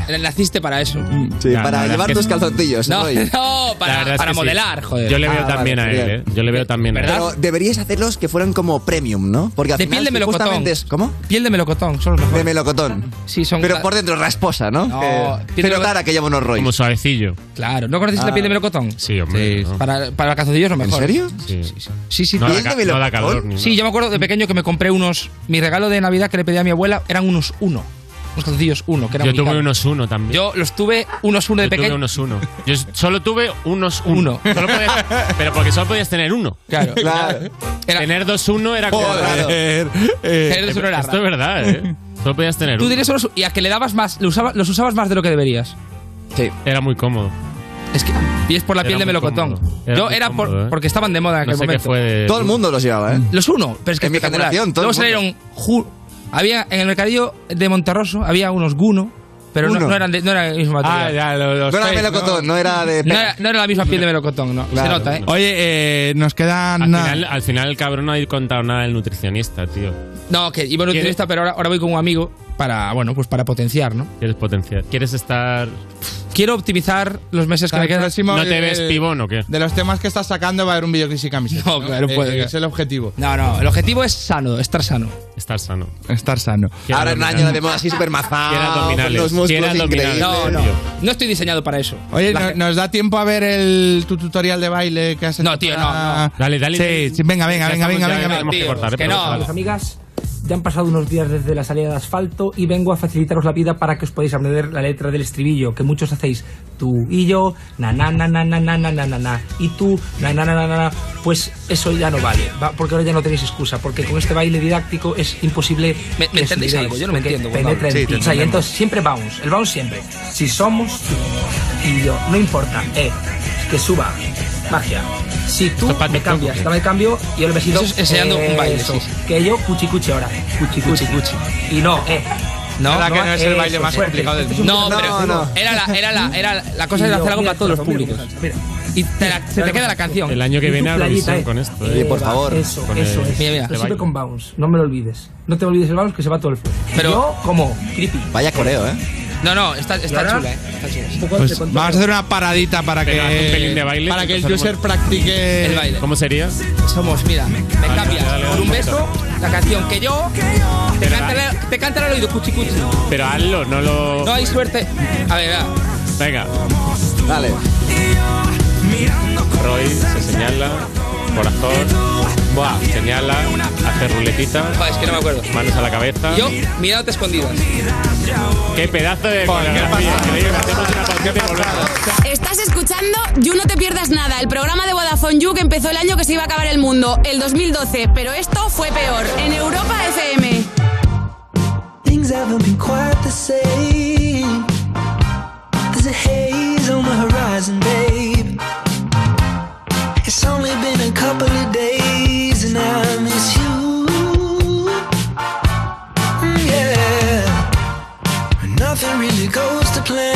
pues- Naciste para eso. Sí, No, para no, llevar es que- tus calzoncillos, No, Roy. no, La verdad para, es para que sí. modelar, joder. Yo le veo Ah, también vale, a él, bien. ¿eh? Yo le veo también a él. Pero deberías hacerlos que fueran como premium, ¿no? Porque al De final, piel de melocotón. justamente es- ¿Cómo? Piel de melocotón, son los mejores. De melocotón. Sí, son Pero por dentro rasposa, ¿no? No, Que- piel de pero melocotón. clara que lleva unos Roy. Como suavecillo. Claro, ¿no conocéis Ah. la piel de melocotón? Sí, hombre. ¿no? Para, para calzoncillos lo mejor. serio? Sí, Sí, sí. No sí. da ca- no da calor ni Sí, yo me acuerdo de pequeño que me compré unos. Mi regalo de Navidad que le pedí a mi abuela eran unos uno. Unos calzoncillos uno, que eran Yo muy tuve caros. unos uno también. Yo los tuve unos uno de Yo tuve pequeño. unos uno. Yo s- solo tuve unos uno. Solo podías- pero porque solo podías tener uno. Claro. Tener dos uno era como. Eh, Joder. Tener dos uno era Esto es raro. verdad, ¿eh? Solo podías tener Tú uno. tienes unos. Y a que le dabas más, le usaba- los usabas más de lo que deberías. Sí. Era muy cómodo. Es que. Y es por la Era piel de muy melocotón. cómodo. Era yo muy era por- cómodo, ¿eh? porque estaban de moda en aquel No sé qué momento. fue de- Todo el mundo los llevaba, ¿eh? Los uno, pero es que En mi espectacular. generación, todo el Luego mundo. salieron. ju- había en el mercadillo de Monterroso había unos Guno, pero no, Guno. no eran de, no eran el mismo Ah, material. no era melocotón, no, era de. No era, no era la misma piel de melocotón, no. Se nota, ¿eh? Oye, eh, nos quedan. Al nada. final, al final el cabrón no ha contado nada del nutricionista, tío. No, que iba a un nutricionista, pero ahora, ahora voy con un amigo para, bueno, pues para potenciar, ¿no? Quieres potenciar. Quieres estar. Quiero optimizar los meses que Para me el quedan. próximo, eh, o qué? De los temas que estás sacando va a haber un videoclip y camiseta. No, claro, Eh, puede que- Es el objetivo. No, no, el objetivo es sano, estar sano. Estar sano. Estar sano. Ahora en un año la vemos así super mazada. Quiere abdominales, Los músculos quiere abdominales, increíbles. No, no, tío. no estoy diseñado para eso. Oye, La no- gente- ¿nos da tiempo a ver el, tu tutorial de baile que has hecho? No, tío, no, para- no. Dale, dale. Ah, Sí, dale. sí, venga, venga, Ya venga, estamos, venga, ya venga, tenemos venga. que cortar, ¿eh? que Pero no. ojalá. Amigos, amigas, ya han pasado unos días desde la salida de asfalto y vengo a facilitaros la vida para que os podáis aprender la letra del estribillo, que muchos hacéis tú y yo, na na na na na na na na na na, y tú, na na na na na na. pues eso ya no vale, ¿va? porque ahora ya no tenéis excusa, porque con este baile didáctico es imposible Me- me entendéis desligaros, algo, yo no me porque entiendo, cuando Penetra hablo. en Sí, te ti. O sea, y entendemos. entonces siempre bounce, el bounce siempre. Si somos tú y yo, no importa, eh, que suba, magia. Si tú me cambias, dame el cambio y yo le besito. Eso es enseñando un baile, eso. sí, sí. Que yo cuchi cuchi ahora. Cuchi cuchi. Y no, eh. No, Ahora que no es Este el baile más complicado del mundo. No, No, pero no. Era, la, era, la, era la- la cosa de hacer algo para todos los públicos. Y te la- se te queda la canción. El año que Y tu viene a playita, Eurovisión eh. con esto. Eh, ¿eh? va, Eso, eso Con el- es. este Lo sirve baile. con bounce. No me lo olvides. No te olvides el bounce que se va todo el fuego. Pero yo como creepy. Vaya coreo, ¿eh? No, no, está, Y está ahora, chula, eh. Está chula. un poco Pues te conto- vamos a hacer una paradita para Venga, haz un pelín que, de baile. para que el Hacemos- user practique El baile. ¿Cómo sería? Somos, mira, me cambias dale, dale, por un dale. beso la canción que yo te cantaré, te cantaré al oído cuchi cuchi. Pero hazlo, no lo. No hay suerte. A ver, va. Venga. Dale. Roy se señala. Corazón. Buah, señala. Hace ruletita. Joder, es que no me acuerdo. Manos a la cabeza. Yo, mirándote escondidas. ¡Qué pedazo de coreografía! Increíble, hacemos una pausa y volvemos. Estás escuchando You No Te Pierdas Nada, el programa de Vodafone You que empezó el año que se iba a acabar el mundo, el 2012, pero esto fue peor, en Europa FM. Things haven't been quite the same. There's a haze on the horizon, babe. It's only been a couple of days, and I miss you. Mm, Yeah, when nothing really goes to plan.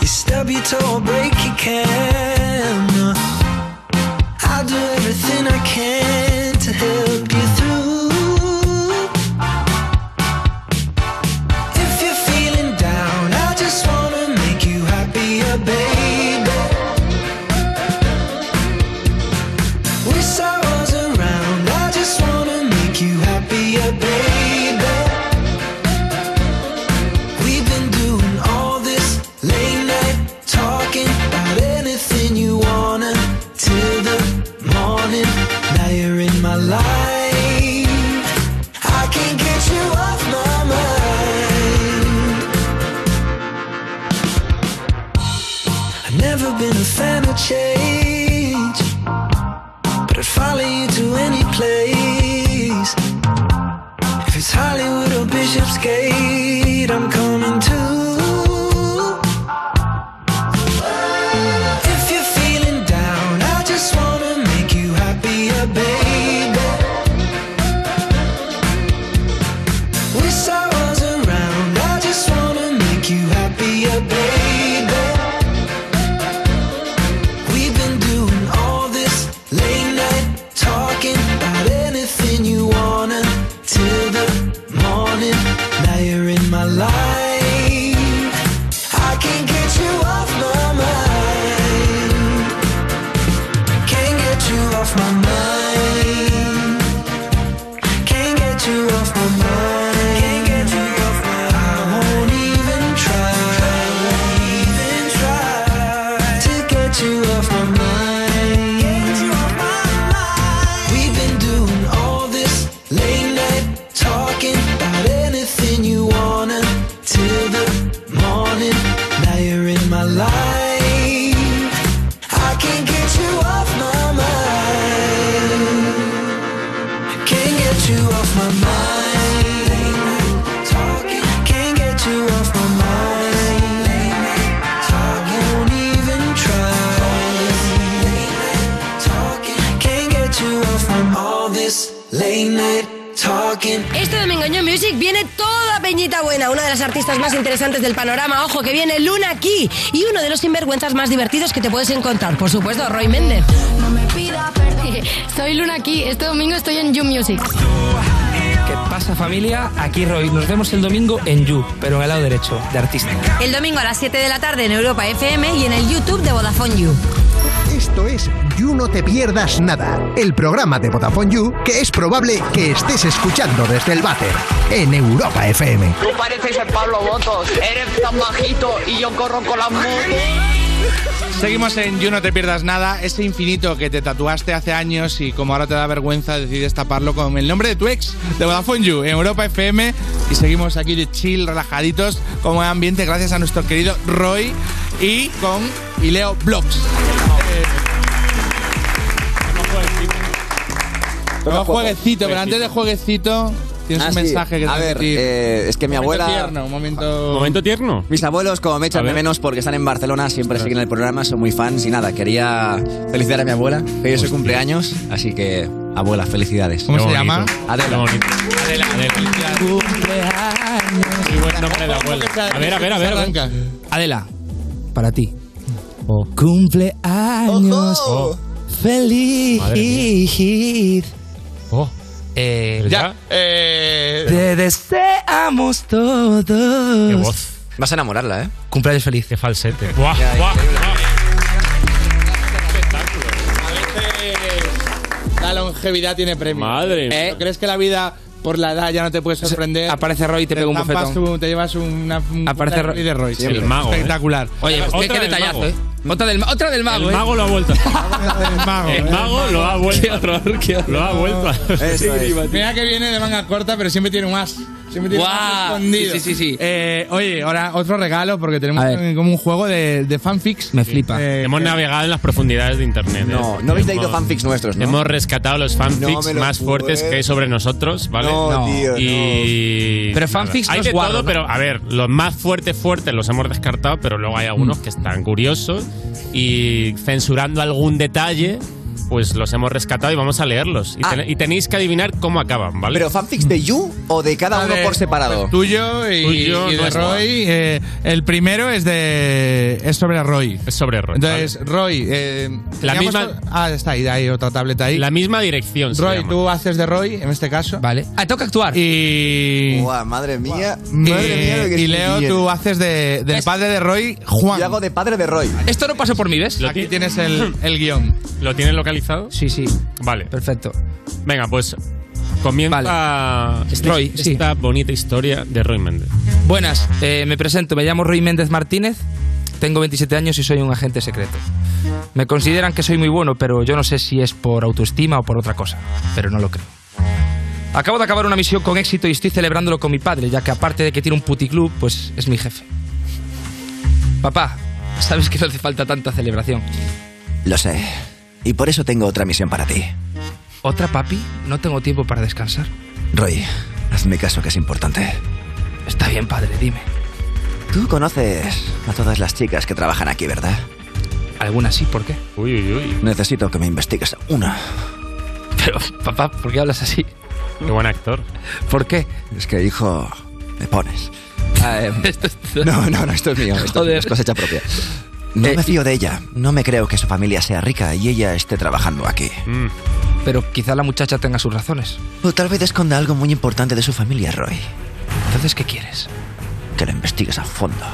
You stub your toe or break your camera. I'll do everything I can to help you through. If you're feeling down, I just wanna make you happier, baby. Wish I was around, I just wanna make you happier, baby. been a fan of change, but I'd follow you to any place. If it's Hollywood or Bishop's Gate, I'm coming too. If you're feeling down, I just wanna make you happier, baby. Wish I was around, I just wanna make you happier, baby. We've been doing all this late night talking about anything you wanna till the morning. Now you're in my life. I can't get you off my mind. Can't get you off my mind. Can't get you off my mind. Can't get you off my mind. I won't even try. I won't even try to get you off my mind. Get you off my mind. We've been doing all this late night talking about anything you wanna till the morning. Now you're in my life. I can't get you off my mind. Can't get you off my mind. Can't get you off my mind. Won't even try. Can't get you off my mind. All this late night talking. Este domingo en You Music viene toda Peñita Buena, una de las artistas más interesantes del panorama. Ojo, que viene Luna aquí y uno de los sinvergüenzas más divertidos que te puedes encontrar. Por supuesto, Roy Méndez. Soy Luna aquí, este domingo estoy en You Music. ¿Qué pasa familia? Aquí Roy. Nos vemos el domingo en You, pero en el lado derecho, de artista. El domingo a las 7 de la tarde en Europa FM y en el YouTube de Vodafone You. Esto es You No Te Pierdas Nada, el programa de Vodafone You que es probable que estés escuchando desde el váter en Europa FM. Tú pareces el Pablo Botos, eres tan bajito y yo corro con las motos. Seguimos en You No Te Pierdas Nada, ese infinito que te tatuaste hace años y como ahora te da vergüenza decides taparlo con el nombre de tu ex, de Vodafone You, en Europa FM. Y seguimos aquí de chill, relajaditos, con buen ambiente, gracias a nuestro querido Roy y con Ileo Blogs. No, jueguecito, pero antes de jueguecito, tienes Ah, un sí. mensaje que A ver, transmitir. eh, es que mi Momento abuela- tierno, un momento. tierno? Mis abuelos, como me echan de menos porque están en Barcelona, siempre siguen el programa, son muy fans y nada, quería felicitar a mi abuela, que hoy es su cumpleaños, así que, abuela, felicidades. ¿Cómo Qué se bonito. llama? Adela. Adela, Muy buen nombre de abuela. A ver, a ver, a ver. a ver. Adela, Para ti. Oh. Oh, Cumpleaños. Feliz. Oh. Eh, Ya. Eh. Te deseamos todos. Qué voz. Vas a enamorarla, ¿eh? Cumpleaños feliz. Qué falsete. Ya, Eh, La longevidad tiene premio. Madre mía. ¿Eh? ¿Crees que la vida por la edad ya no te puede sorprender? Aparece Roy y te Te pega un zampas bofetón. un- te llevas una, un Aparece un- Roy. de Roy. Siempre. El mago, ¿eh? Espectacular. Oye, pues, qué- qué Otra del detallazo, mago. ¿eh? Otra del, ma- otra del mago, El ¿eh? mago lo ha vuelto. El mago. El mago lo ha vuelto. Qué horror, Lo ha vuelto. Mira que viene de manga corta, pero siempre tiene un as. Siempre tiene un as Guau. escondido. Sí, sí, sí, sí. Eh, oye, ahora otro regalo, porque tenemos eh, como un juego de, de fanfics. Eh, Me flipa. Hemos navegado en las profundidades de internet. No, ¿eh? no habéis Hemos- leído fanfics nuestros, ¿no? Hemos rescatado los No fanfics me lo más puedo fuertes que hay sobre nosotros, ¿vale? No, No. tío, y... Pero fanfics Hay los de guardo, todo, ¿no? pero a ver, los más fuertes, fuertes los hemos descartado, pero luego hay algunos Mm. que están curiosos y censurando algún detalle. Pues los hemos rescatado y vamos a leerlos. Ah. Y, ten- y tenéis que adivinar cómo acaban, ¿vale? ¿Pero fanfics de You o de cada uno de- por separado? Tuyo y, Tuyo, y de nuestro. Roy. eh, el primero es de es sobre Roy. Es sobre Roy. Entonces, Roy. eh, La teníamos misma- to- Ah, está ahí, hay otra tableta ahí. La misma dirección. se Roy, llama. tú haces de Roy en este caso. Vale. Ah, toca actuar. Y. Guau, madre mía. Y, Madre mía, lo que y estoy Leo, viendo. tú haces de, del padre de Roy, Juan. Yo hago de padre de Roy. Esto no pasó por mí, ¿ves? Aquí tienes el, el guión. ¿Lo tienes localizado? Sí, sí. Vale. Perfecto. Venga, pues comienza Roy, sí. esta bonita historia de Roy Méndez. Buenas, eh, me presento, me llamo Roy Méndez Martínez, tengo 27 años y soy un agente secreto. Me consideran que soy muy bueno, pero yo no sé si es por autoestima o por otra cosa, pero no lo creo. Acabo de acabar una misión con éxito y estoy celebrándolo con mi padre, ya que aparte de que tiene un puticlub, pues es mi jefe. Papá, sabes que no hace falta tanta celebración. Lo sé. Y por eso tengo otra misión para ti. ¿Otra papi? No tengo tiempo para descansar. Roy, hazme caso que es importante. Está bien, padre, dime. Tú conoces a todas las chicas que trabajan aquí, ¿verdad? Algunas sí, ¿por qué? Uy, uy, uy. Necesito que me investigues a una. Pero, papá, ¿por qué hablas así? Qué buen actor. ¿Por qué? Es que, hijo, me pones. Ah, eh, no, no, no, esto es mío. Esto es mío, es cosecha propia. No Eh, me fío de ella. No me creo que su familia sea rica y ella esté trabajando aquí. Pero quizá la muchacha tenga sus razones. O Pues tal vez esconda algo muy importante de su familia, Roy. Entonces, ¿qué quieres? Que lo investigues a fondo.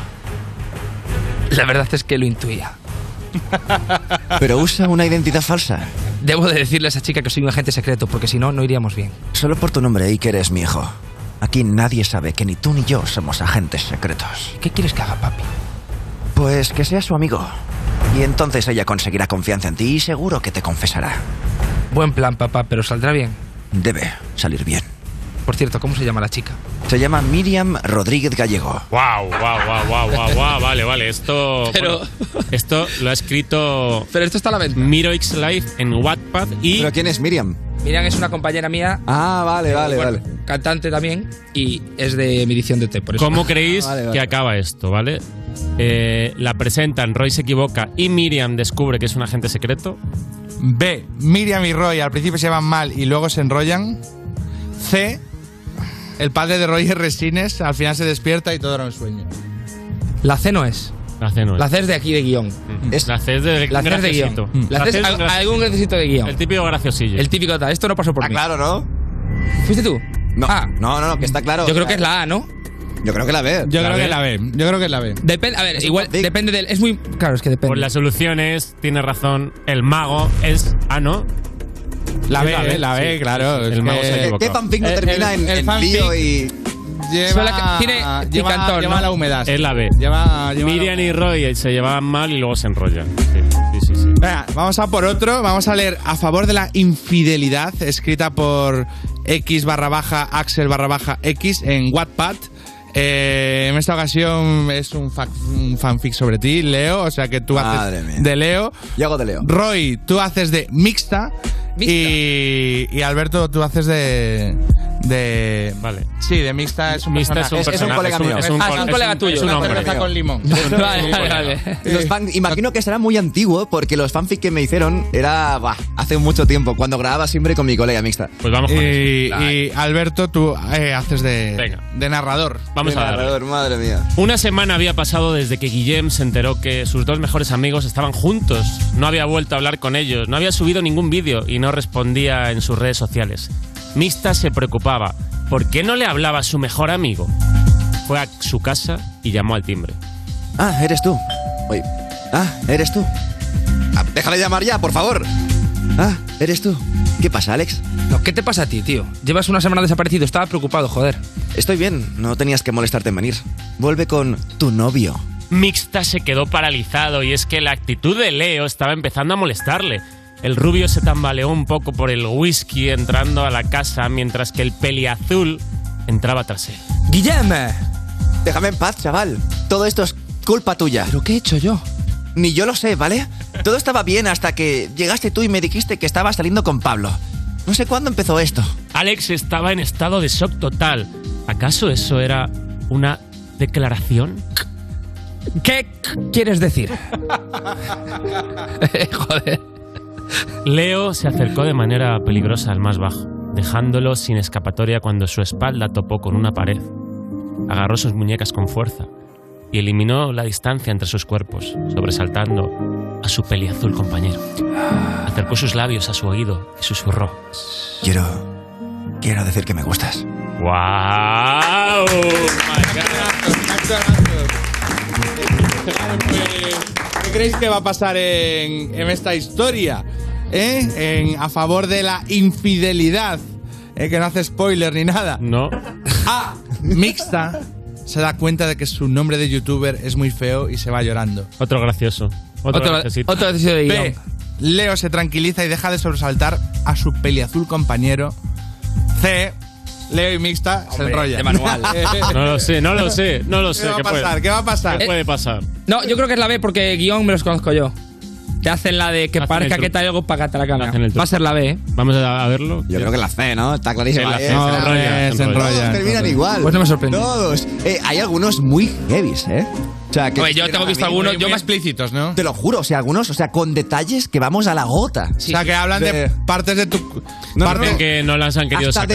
La verdad es que lo intuía. Pero usa una identidad falsa. Debo de decirle a esa chica que soy un agente secreto, porque si no, no iríamos bien. Solo por tu nombre y que eres mi hijo. Aquí nadie sabe que ni tú ni yo somos agentes secretos. ¿Qué quieres que haga, papi? Pues que seas su amigo. Y entonces ella conseguirá confianza en ti y seguro que te confesará. Buen plan, papá, pero saldrá bien. Debe salir bien. Por cierto, ¿cómo se llama la chica? Se llama Miriam Rodríguez Gallego. Wow, wow, wow, wow, wow, wow. Vale, vale. Esto. Pero- bueno, esto lo ha escrito. Pero esto está a la venta. Miroix Live en Wattpad y. ¿Pero quién es Miriam? Miriam es una compañera mía. Ah, vale, vale, bueno, vale. Cantante también y es de mi edición de té, por eso. ¿Cómo creéis que acaba esto, vale? Eh, la presentan, Roy se equivoca y Miriam descubre que es un agente secreto. B. Miriam y Roy al principio se llevan mal y luego se enrollan. C. El padre de Roy es Resines, al final se despierta y todo era un sueño. La C no es. La C no es. La C es de aquí de guión. Mm. La C es de, La C es de graciosito. guión. La C es de al- graciosito. algún graciosito de guión. El típico graciosillo. El típico tal. Esto no pasó por mí. Ah, Claro, ¿no? ¿Fuiste tú? No, Ah. no, no, no, que está claro. Yo creo que es la A, Ah, ¿no? Yo creo que la B. Yo creo que la B. Yo creo que la B. Depende, a ver, igual depende del. Es muy. Claro, es que depende. Pues la solución es, tiene razón, el mago es. Ah, no. La Es B, la B, sí, claro, sí, sí, es El mago que- se ha este equivocado. ¿Qué fanfic no El- termina el- en- el en fanfic lío y- Lleva, Suela que- lleva, tiene picantón, lleva ¿no? la humedad. Es la B. Lleva- lleva Miriam la- y Roy se llevaban mal y luego se enrollan. Sí, sí, sí. sí. Venga, vamos a por otro. Vamos a leer A favor de la infidelidad, escrita por X barra baja Axel barra baja X en Wattpad. Eh, en esta ocasión es un, fac- un fanfic sobre ti, Leo. O sea que tú Madre haces mía. de Leo. Yo hago de Leo. Roy, tú haces de mixta. Y, y Alberto, tú haces de. de vale. Sí, de mixta es un Mixta es un personaje. personaje, es un- es un Ah, es un col- colega es un- tuyo. es un Una hombre. cerveza con limón. Vale, vale, vale. Los fan- imagino que será muy antiguo porque los fanfic que me hicieron era buah, hace mucho tiempo, cuando grababa siempre con mi colega mixta. Pues vamos Y, y Alberto, tú eh, haces de, de narrador. Vamos De a darle. narrador. Madre mía. Una semana había pasado desde que Guillem se enteró que sus dos mejores amigos estaban juntos. No había vuelto a hablar con ellos, no había subido ningún vídeo y no respondía en sus redes sociales. Mista se preocupaba. ¿Por qué no le hablaba a su mejor amigo? Fue a su casa y llamó al timbre. Ah, eres tú. Oye. Ah, eres tú. Ah, déjale llamar ya, por favor. Ah, eres tú. ¿Qué pasa, Alex? No, ¿qué te pasa a ti, tío? Llevas una semana desaparecido, estaba preocupado, joder. Estoy bien, no tenías que molestarte en venir. Vuelve con tu novio. Mixta se quedó paralizado y es que la actitud de Leo estaba empezando a molestarle. El rubio se tambaleó un poco por el whisky entrando a la casa mientras que el peliazul entraba tras él. ¡Guillem! Déjame en paz, chaval. Todo esto es culpa tuya. ¿Pero qué he hecho yo? Ni yo lo sé, ¿vale? Todo estaba bien hasta que llegaste tú y me dijiste que estabas saliendo con Pablo. No sé cuándo empezó esto. Alex estaba en estado de shock total. ¿Acaso eso era una declaración? ¿Qué quieres decir? Joder. Leo se acercó de manera peligrosa al más bajo, dejándolo sin escapatoria cuando su espalda topó con una pared. Agarró sus muñecas con fuerza y eliminó la distancia entre sus cuerpos, sobresaltando a su peliazul compañero. Acercó sus labios a su oído y susurró. Quiero. Quiero decir que me gustas. ¡Wow! ¿Qué creéis que va a pasar en, en esta historia? ¿Eh? En- a favor de la infidelidad. ¿eh? Que no hace spoiler ni nada. No. A. Mixta se da cuenta de que su nombre de youtuber es muy feo y se va llorando. Otro gracioso. Otro, graciosito. B. Leo se tranquiliza y deja de sobresaltar a su peliazul compañero. C. Leo y mixta, se enrolla. de manual. No lo sé, no lo sé, no lo ¿Qué sé. va a pasar? Puede, ¿Qué va a pasar? ¿Qué puede pasar? No, yo creo que es la B porque guión me los conozco yo. Te hacen la de que parezca que tal algo para la cama. Va a ser la B, ¿eh? Vamos a verlo. Yo creo que la C, ¿no? Está clarísimo. Sí, la ¿eh? Ahí C, está. se enrolla, se enrolla. Todos terminan Entonces, igual. pues no me sorprende. Todos. Eh, hay algunos muy heavies, ¿eh? O sea, que Oye, yo tengo visto algunos, yo más explícitos, ¿no? Te lo juro, o sea, algunos, o sea, con detalles que vamos a la gota. o sea, que hablan de, partes de tu. partes que no las han querido sacar. que-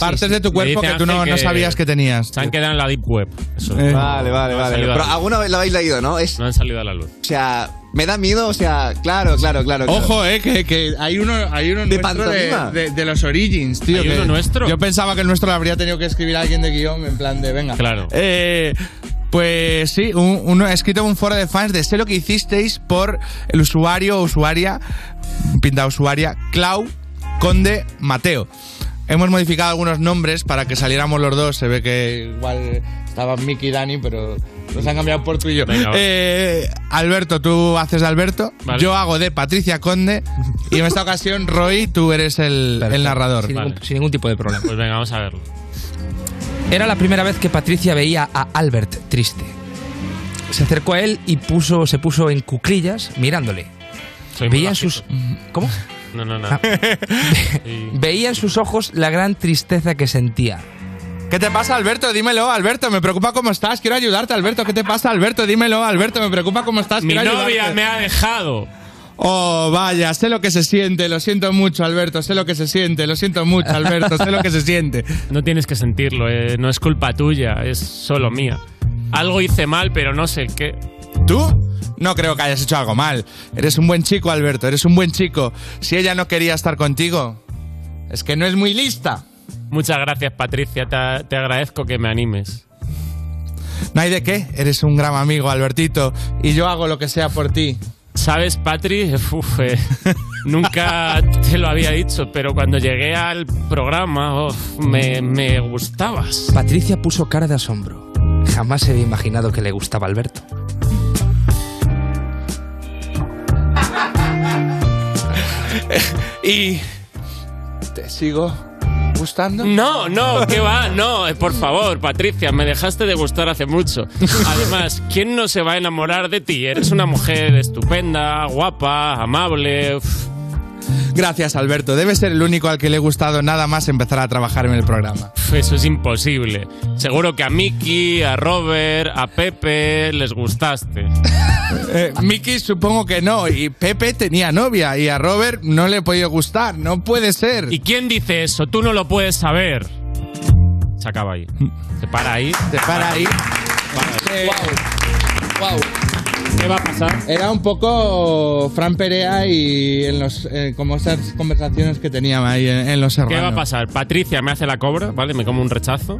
Partes de tu Me cuerpo dice que tú no, Ángel no sabías que tenías. Se han quedado en la deep web. Eso. Eh. Vale, vale, No han vale. salido a Pero la ah, luz. alguna vez la habéis leído, ¿no? Es, No han salido a la luz. o sea, me da miedo, o sea, claro, claro, claro. claro. Ojo, eh, que, que hay uno, hay uno De nuestro pantomima. de, de los Origins, tío. ¿Hay que uno nuestro? Yo pensaba que el nuestro lo habría tenido que escribir alguien de guión en plan de venga. Claro. Eh, pues sí, un, uno escrito en un foro de fans de sé lo que hicisteis por el usuario o usuaria, pinta usuaria, Clau Conde Mateo. Hemos modificado algunos nombres para que saliéramos los dos. Se ve que igual estaban Mickey y Dani, pero los han cambiado por tú y yo. Venga, va. Eh, Alberto, tú haces de Alberto. Vale. Yo hago de Patricia Conde. Y en esta ocasión, Roy, tú eres el, el narrador. Sin, ningún, sin ningún tipo de problema. Pues venga, vamos a verlo. Era la primera vez que Patricia veía a Albert triste. Se acercó a él y puso, se puso en cuclillas mirándole. Veía en sus. ¿Cómo? Ah. No, no, nada. Veía en sus ojos la gran tristeza que sentía. ¿Qué te pasa, Alberto? Dímelo, Alberto. Me preocupa cómo estás. Quiero ayudarte, Alberto. ¿Qué te pasa, Alberto? Dímelo, Alberto. Me preocupa cómo estás. Mi Quiero novia ayudarte. me ha dejado. Oh, vaya, sé lo que se siente, lo siento mucho, Alberto, sé lo que se siente, lo siento mucho, Alberto, sé lo que se siente. No tienes que sentirlo, eh, no es culpa tuya, es solo mía. Algo hice mal, pero no sé qué. ¿Tú? No creo que hayas hecho algo mal. Eres un buen chico, Alberto, eres un buen chico. Si ella no quería estar contigo, es que no es muy lista. Muchas gracias, Patricia, te, te agradezco que me animes. No hay de qué, eres un gran amigo, Albertito, y yo hago lo que sea por ti. ¿Sabes, Patri? Uf, eh, nunca te lo había dicho, pero cuando llegué al programa, uf, me, me gustabas. Patricia puso cara de asombro. Jamás se había imaginado que le gustaba Alberto. Y... ¿Te sigo gustando? No, no, ¿qué va? No, eh, por favor, Patricia, me dejaste de gustar hace mucho. Además, ¿quién no se va a enamorar de ti? Eres una mujer estupenda, guapa, amable. uf. Gracias, Alberto. Debe ser el único al que le he gustado nada más empezar a trabajar en el programa. Pf, Eso es imposible. Seguro que a Mickey, a Robert, a Pepe les gustaste. Eh, Miki supongo que no, y Pepe tenía novia, y a Robert no le he podido gustar, no puede ser. ¿Y quién dice eso? Tú no lo puedes saber. Se acaba ahí. Se para ahí. Se para ahí. Wow. ¿Qué va a pasar? Era un poco Fran Perea y en los, eh, como esas conversaciones que teníamos ahí en, en los ¿Qué va a serranos. pasar? Patricia me hace la cobra, ¿vale? Me como un rechazo.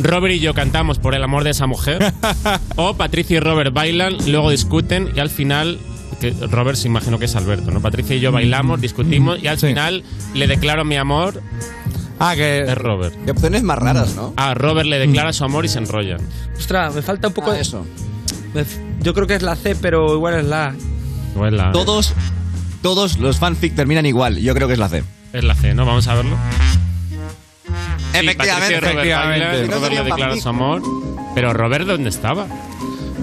Robert y yo cantamos por el amor de esa mujer. o Patricia y Robert bailan, luego discuten y al final. que Robert se imagino que es Alberto, ¿no? Patricia y yo Mm-hmm. bailamos, discutimos y al final le declaro mi amor. Ah, que. Es Robert. Qué opciones más raras, ¿no? A Robert le declara su amor y se enrollan. Ostras, me falta un poco de Ah, eso. Yo creo que es la C, pero igual es la A. No es la, Todos, todos los fanfic terminan igual. Yo creo que es la C. es la C, ¿no? Vamos a verlo. Sí, Efectivamente, Patricia y Robert efectivamente. bailan, Si no Robert sería le declara su fanfic. amor. Pero Robert, ¿dónde estaba?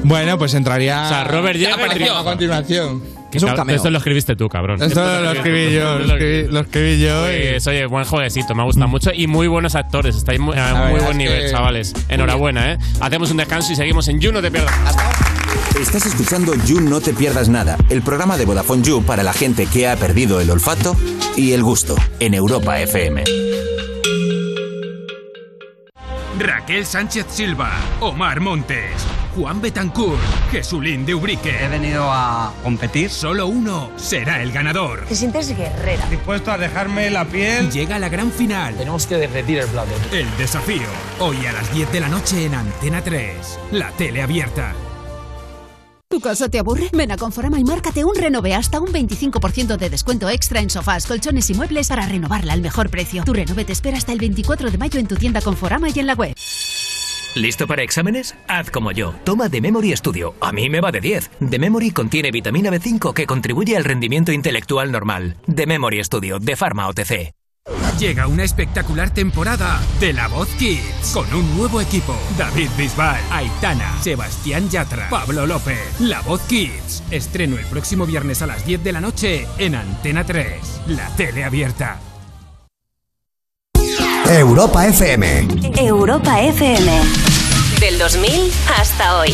Bueno, pues entraría. O sea, Robert llega y apareció triunfa. a continuación. Cab- Esto lo escribiste tú, cabrón. Esto lo escribí yo, lo escribí, lo escribí yo. y- Pues, oye, buen jueguecito, me ha gustado mucho y muy buenos actores, estáis muy, a La muy verdad buen es nivel, que- chavales. Enhorabuena, ¿eh? Hacemos un descanso y seguimos en You, no te pierdas. Estás escuchando You No Te Pierdas Nada, el programa de Vodafone You para la gente que ha perdido el olfato y el gusto en Europa FM. Raquel Sánchez Silva, Omar Montes, Juan Betancourt, Jesulín de Ubrique. He venido a competir. Solo uno será el ganador. Te sientes guerrera. Dispuesto a dejarme la piel. Llega la gran final. Tenemos que derretir el plato. El desafío. Hoy a las 10 de la noche en Antena 3. La tele abierta. ¿Tu casa te aburre? Ven a Conforama y márcate un renove hasta un 25% de descuento extra en sofás, colchones y muebles para renovarla al mejor precio. Tu renove te espera hasta el 24 de mayo en tu tienda Conforama y en la web. ¿Listo para exámenes? Haz como yo. Toma The Memory Studio. A mí me va de 10. The Memory contiene vitamina B5 que contribuye al rendimiento intelectual normal. The Memory Studio, de Pharma OTC. Llega una espectacular temporada de La Voz Kids con un nuevo equipo. David Bisbal, Aitana, Sebastián Yatra, Pablo López. La Voz Kids. Estreno el próximo viernes a las 10 de la noche en Antena 3, la tele abierta. Europa FM. Europa FM. Del 2000 hasta hoy.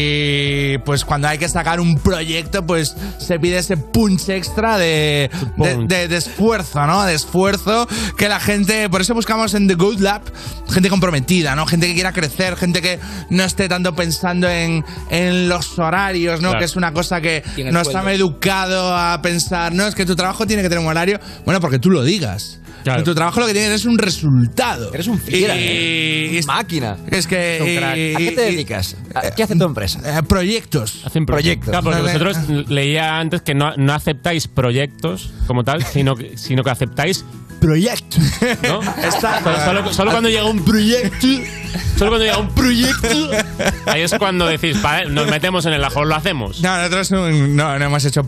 Y pues cuando hay que sacar un proyecto, pues se pide ese punch extra de, de, de- de esfuerzo, ¿no? De esfuerzo que la gente, por eso buscamos en The Good Lab gente comprometida, ¿no? Gente que quiera crecer, gente que no esté tanto pensando en, en los horarios, ¿no? Claro. Que es una cosa que Y en el nos han sueldo. educado a pensar, no, es que tu trabajo tiene que tener un horario. Bueno, porque tú lo digas. En tu trabajo lo que tienes es un resultado. Eres un fiera, eh. máquina. Es Es un crack. que. ¿A qué te dedicas? ¿Qué hace tu empresa? eh, proyectos. Hacen proyectos. Claro, porque No, no, vosotros leía antes que no, no aceptáis proyectos como tal, sino, que- sino que aceptáis. Proyectos. ¿No? Solo- solo, solo cuando llega un proyecto. Solo cuando llega un proyecto. Ahí es cuando decís, vale, nos metemos en el ajo, lo hacemos. No, nosotros no, no, no hemos hecho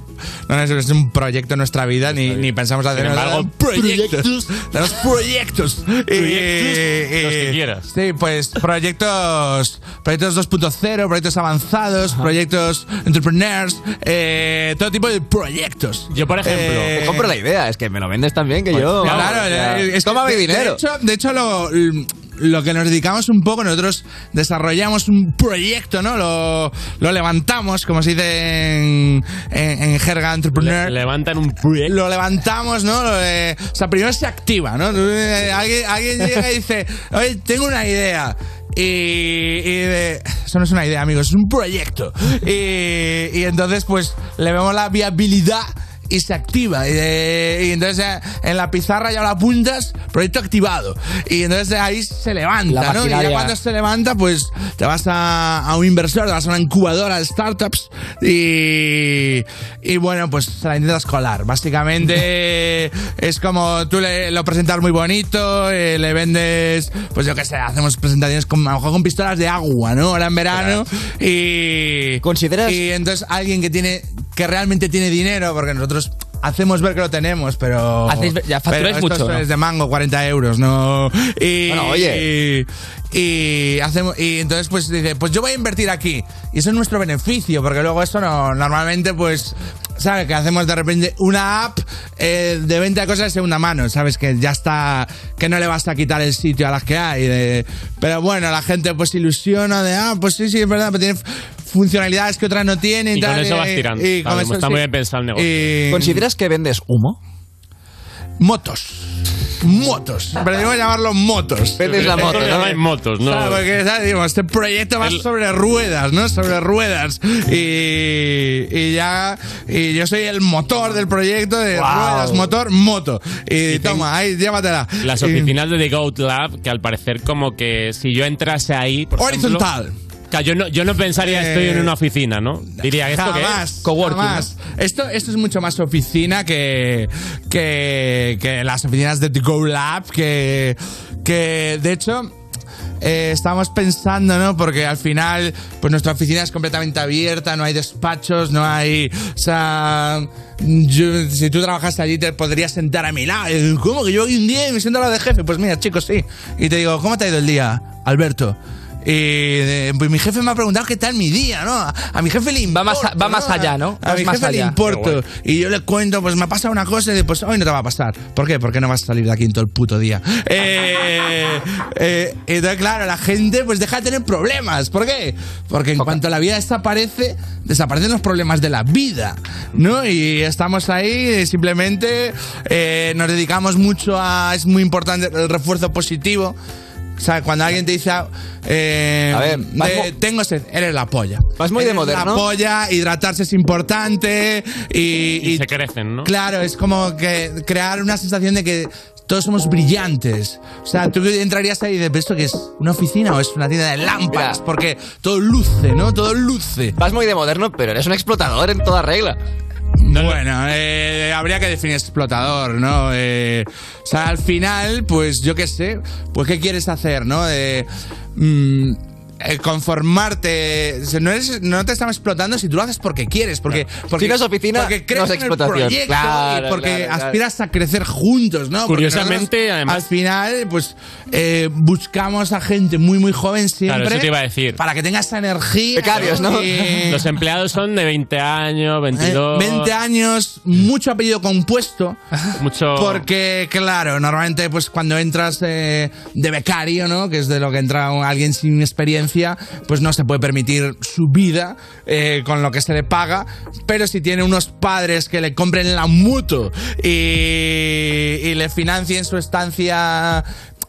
no hemos hecho un proyecto en nuestra vida ni, ni pensamos hacer Sin embargo, nosotros proyectos. Tenemos proyectos. Eh, Y- y- los que quieras. Sí, pues proyectos proyectos 2.0, proyectos avanzados, proyectos entrepreneurs, eh, todo tipo de proyectos. Eh, Yo, por ejemplo- Eh, Te compro la idea, es que me lo vendes también que yo. Claro, eh, es que toma mi de- de dinero. hecho- De hecho, lo, lo que nos dedicamos un poco, nosotros desarrollamos un proyecto, ¿no? Lo, lo levantamos, como se dice en, en- en jerga entrepreneur. levantan un proyecto. Lo levantamos, ¿no? Lo, eh, o sea, primero se activa, ¿no? Eh, alguien, alguien llega y dice, oye, tengo una idea. Y, y de- eso no es una idea, amigos, es un proyecto. Y, y entonces, pues, le vemos la viabilidad y se activa. Y, de- y entonces eh, en la pizarra ya lo apuntas, proyecto activado. Y entonces ahí se levanta, La ¿no? Y ya maquinaria. cuando se levanta, pues te vas a, a un inversor, te vas a una incubadora de startups y, y bueno, pues se la intentas colar. Básicamente es como tú le, lo presentas muy bonito, eh, le vendes, pues yo qué sé, hacemos presentaciones con, a lo mejor con pistolas de agua, ¿no? Ahora en verano y... ¿Consideras? Y entonces alguien que tiene, que realmente tiene dinero, porque nosotros... Hacemos ver que lo tenemos, pero. Hacéis ver- ya facturáis pero esto mucho, es ¿no? de mango, 40 euros, ¿no? Y, Bueno, oye. Y, y hacemos, y entonces, pues dice, pues yo voy a invertir aquí. Y eso es nuestro beneficio, porque luego eso no, normalmente, pues, ¿sabes? Que hacemos de repente una app eh, de venta de cosas de segunda mano, ¿sabes? Que ya está, que no le vas a quitar el sitio a las que hay. de- pero bueno, la gente pues se ilusiona de, ah, pues sí, sí, es verdad, pero tiene funcionalidades que otras no tienen y, Y con tal, eso y- vas tirando. y con Claro, pues eso está sí. muy bien pensado el negocio. Y- ¿Consideras que vendes humo? Motos. Motos. Pero debemos llamarlo motos. Vendes la moto, ¿no? No hay motos, no. Claro, porque ¿sabes? Digo, este proyecto va sobre ruedas, ¿no? Sobre ruedas. Y, y ya. Y yo soy el motor del proyecto de Wow. ruedas, motor, moto. Y, toma, ahí, llévatela. Las Y- oficinas de The Goat Lab, que al parecer como que si yo entrase ahí... por ejemplo- Horizontal. Claro, yo no, yo no pensaría Eh, estoy en una oficina, ¿no? Diría, ¿esto qué jamás, es? jamás. Esto, esto es mucho más oficina que, que, que las oficinas de The Go Lab, que, que de hecho... eh, estamos pensando, ¿no? Porque al final, pues nuestra oficina es completamente abierta, no hay despachos, no hay. O sea. yo- si tú trabajas allí, te podrías sentar a mi lado. Y, ¿Cómo que yo voy un día y me siento al lado de jefe? Pues mira, chicos, sí. Y te digo, ¿cómo te ha ido el día, Alberto? Y eh, pues mi jefe me ha preguntado qué tal mi día, ¿no? A, a mi jefe le importa. más a- va más allá, ¿no? A, Vas mi más jefe le allá. importa. Qué guay. Y yo le cuento, pues me ha pasado una cosa y digo, pues hoy no te va a pasar. ¿Por qué? Porque no vas a salir de aquí en todo el puto día. Eh, eh, entonces, claro, la gente pues deja de tener problemas. ¿Por qué? Porque en cuanto la vida desaparece, desaparecen los problemas de la vida, ¿no? Y estamos ahí eh, simplemente eh, nos dedicamos mucho a... Es muy importante el refuerzo positivo. O sea, cuando alguien te dice, ah, eh, A ver, vas de- mo- tengo sed, eres la polla. Vas Pues muy de Eres moderno. La polla, hidratarse es importante y, Y se crecen, ¿no? Claro, es como que crear una sensación de que todos somos brillantes. O sea, tú entrarías ahí y dices, ¿esto que es una oficina o es una tienda de lámparas? Porque todo luce, ¿no? Todo luce. Vas muy de moderno, pero eres un explotador en toda regla. Bueno, eh, habría que definir explotador, ¿no? Eh, o sea, al final, pues yo qué sé, pues qué quieres hacer, ¿no? Eh, mm, eh, conformarte, o sea, no, eres- no te estamos explotando si tú lo haces porque quieres, porque, porque Si no es oficina, porque no crees es en el explotación. proyecto y Claro, porque claro, claro. aspiras a crecer juntos, ¿no? Porque Curiosamente, nosotros, además- al final, pues eh, buscamos a gente muy muy joven siempre, Claro, eso te iba a decir. para que tenga esa energía, eh, y- Los empleados son de 20 años, 22... 20 eh, años, mucho apellido compuesto. Mucho... Porque, claro, normalmente pues cuando entras eh, de becario, ¿no? Que es de lo que entra un- alguien sin experiencia, pues no se puede permitir su vida eh, con lo que se le paga. Pero si tiene unos padres que le compren la moto y, y le financien su estancia...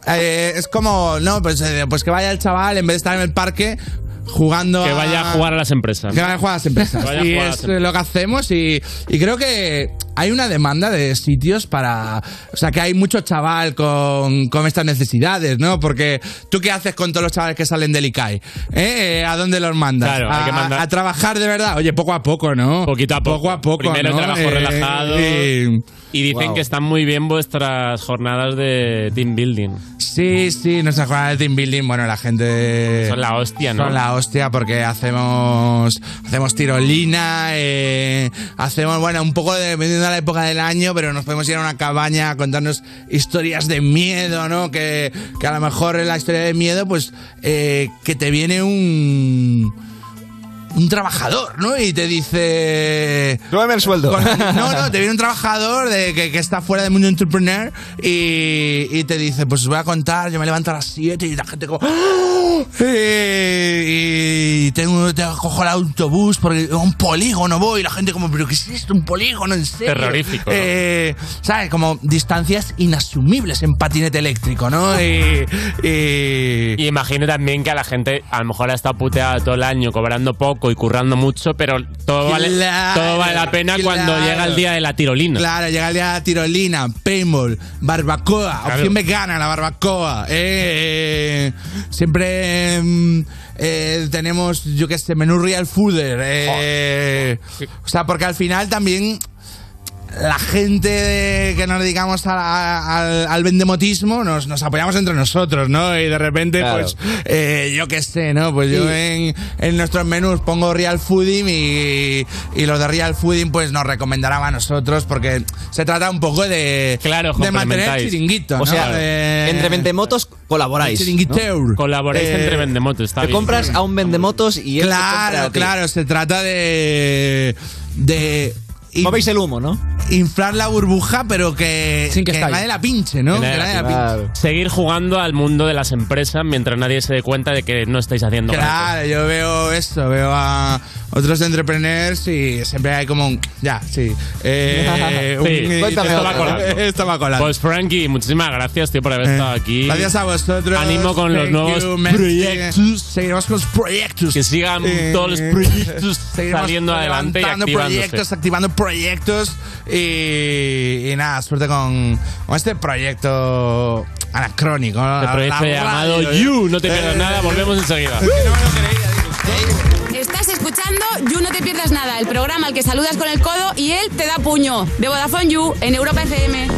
eh, es como, no, pues, eh, pues que vaya el chaval en vez de estar en el parque jugando Que vaya a jugar a las empresas. que van a jugar a las empresas. Que vaya a y jugar a es las eh, lo que hacemos y, y creo que hay una demanda de sitios para. O sea, que hay mucho chaval con, con estas necesidades, ¿no? Porque tú qué haces con todos los chavales que salen del ICAI? ¿Eh? Eh, ¿A dónde los mandas? Claro, hay que A- mandar- A, trabajar de verdad. Oye, poco a poco, ¿no? Poquito a poco. Poco a poco. Primero ¿no? trabajo Eh, relajado. y- Y dicen Wow. que están muy bien vuestras jornadas de team building. Sí, sí, nuestra jornada de team building, bueno, la gente... Son la hostia, ¿no? Son la hostia porque hacemos hacemos tirolina, eh, hacemos, bueno, un poco de- dependiendo de la época del año, pero nos podemos ir a una cabaña a contarnos historias de miedo, ¿no? Que, que a lo mejor en la historia de miedo, pues, eh, que te viene un... Un trabajador, ¿no? Y te dice... Dame el sueldo. No, no, te viene un trabajador de, que, que está fuera del mundo entrepreneur y, y te dice, pues os voy a contar, yo me levanto a las 7 y la gente como... "¡Ah!". Y, y tengo, te cojo el autobús porque a un polígono voy y la gente como, pero ¿qué es esto? Un polígono, en serio. Terrorífico, ¿no? Eh, ¿Sabes? Como distancias inasumibles en patinete eléctrico, ¿no? Y- Y imagino también que a la gente a lo mejor ha estado puteada todo el año cobrando poco y currando mucho, pero todo, vale, Claro, todo vale la pena cuando claro. llega el día de la tirolina. Claro, llega el día de la tirolina, paintball, barbacoa, Claro. opción vegana, la barbacoa. eh, eh, siempre mm, eh, tenemos, yo qué sé, menú real fooder. eh, o sea, porque al final también la gente de- que nos dedicamos a- a- al, al vendemotismo nos, nos apoyamos entre nosotros, ¿no? Y de repente, Claro. pues, eh, yo qué sé, ¿no? Pues yo Sí. en, en nuestros menús pongo Real Fooding y, y los de Real Fooding, pues nos recomendarán a nosotros porque se trata un poco de, de mantener el complementáis. chiringuito, O ¿no? sea, De- entre vendemotos colaboráis, El chiringuiteo. ¿no? Colaboráis Eh, entre vendemotos, está Te bien. compras a un vendemotos y este él te compra a Claro, ti. claro, se trata de. de Movéis el humo, ¿no? Inflar la burbuja, pero que, que nadie la pinche, ¿no? Que nadie la pinche. Seguir jugando al mundo de las empresas mientras nadie se dé cuenta de que no estáis haciendo gran cosa. Claro, yo veo esto, veo a otros entrepreneurs y siempre hay como un. Ya, sí. Eh, Sí, un- esto va otro. colando. Esto va colando. Pues Frankie, muchísimas gracias, tío, por haber estado aquí. Gracias a vosotros. Ánimo con los Thank nuevos you, merci. proyectos. Seguiremos con los proyectos. Eh, Que sigan todos los proyectos saliendo adelante y levantando activándose. proyectos, activando proyectos. Y, y nada, suerte con, con este proyecto anacrónico. ¿no? Este La- proyecto la llamado radio, You. No te pierdas Eh, nada, volvemos enseguida. Estás escuchando You No Te Pierdas Nada, el programa al que saludas con el codo y él te da puño. De Vodafone You en Europa FM.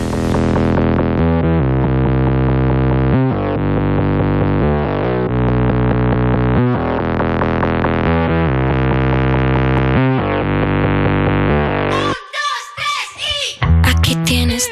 Aquí tienes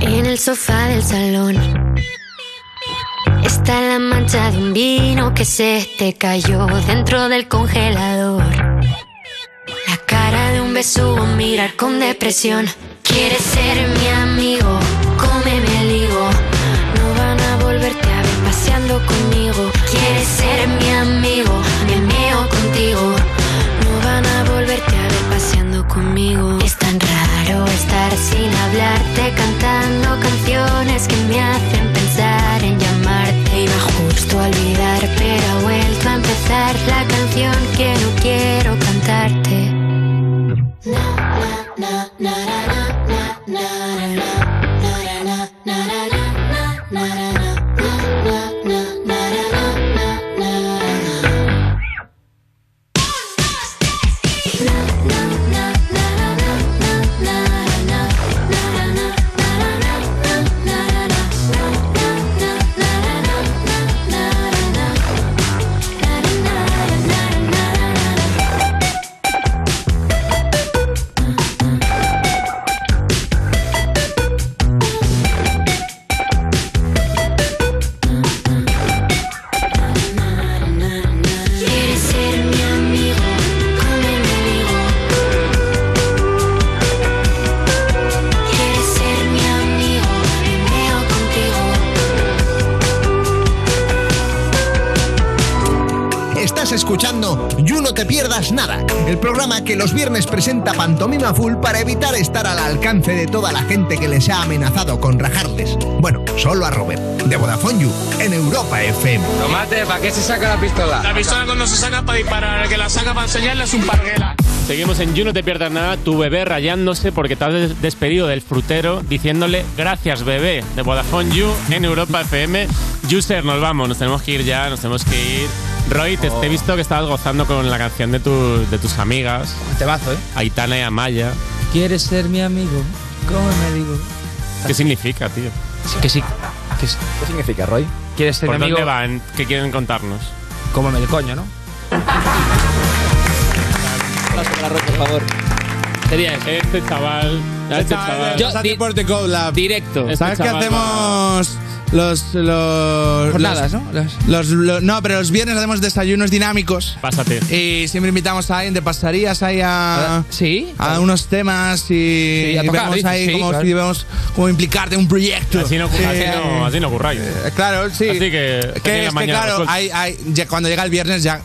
en el sofá del salón. Está la mancha de un vino que se te cayó dentro del congelador. La cara de un besugo, mirar con depresión. Quieres ser mi amigo, cómeme el higo. No van a volverte a ver paseando conmigo. Quieres ser mi amigo, me meo contigo. No van a volverte a ver paseando conmigo. Es tan raro estar sin hablarte, cantando canciones que me hacen pensar en llamarte. Iba justo a olvidar, pero ha vuelto a empezar la canción que no quiero cantarte. Estás escuchando You No Te Pierdas Nada, el programa que los viernes presenta Pantomima Full para evitar estar al alcance de toda la gente que les ha amenazado con rajarles. Bueno, solo a Robert, de Vodafone You, en Europa FM. Tomate, ¿para qué se saca la pistola? La pistola cuando se saca para disparar, el que la saca para enseñarle es un parguela. Seguimos en You, no te pierdas nada, tu bebé rayándose porque te has des- despedido del frutero diciéndole gracias bebé de Vodafone You en Europa FM. User, nos vamos, nos tenemos que ir ya, nos tenemos que ir. Roy, te, te he visto que estabas gozando con la canción de, tu- de tus amigas. Temazo, ¿eh? Aitana y Amaya. ¿Quieres ser mi amigo? ¿Cómo me digo? ¿Qué significa, tío? Que sí. Que sí. ¿Qué significa, Roy? ¿Quieres ser ¿Por mi amigo? dónde van? ¿Qué quieren contarnos? Cómeme el coño, ¿no? por favor. Sería Este chaval. Este chaval. Este Yo, di- Directo. ¿Sabes qué hacemos? Los, los, Jornadas, los- ¿no? Las- los- lo- no, pero los viernes hacemos desayunos dinámicos. Pásate. Y siempre invitamos a alguien, te pasarías ahí Ah, a, ¿Sí? a unos temas y, Sí, a y tocar, vemos dices, ahí sí, cómo, claro. si vemos cómo implicarte en un proyecto. Así no, Sí. así no, así no curráis. Eh, Claro, sí. Así que. Que la es que, mañana pues, claro, resuelta. hay, hay- ya cuando llega el viernes ya.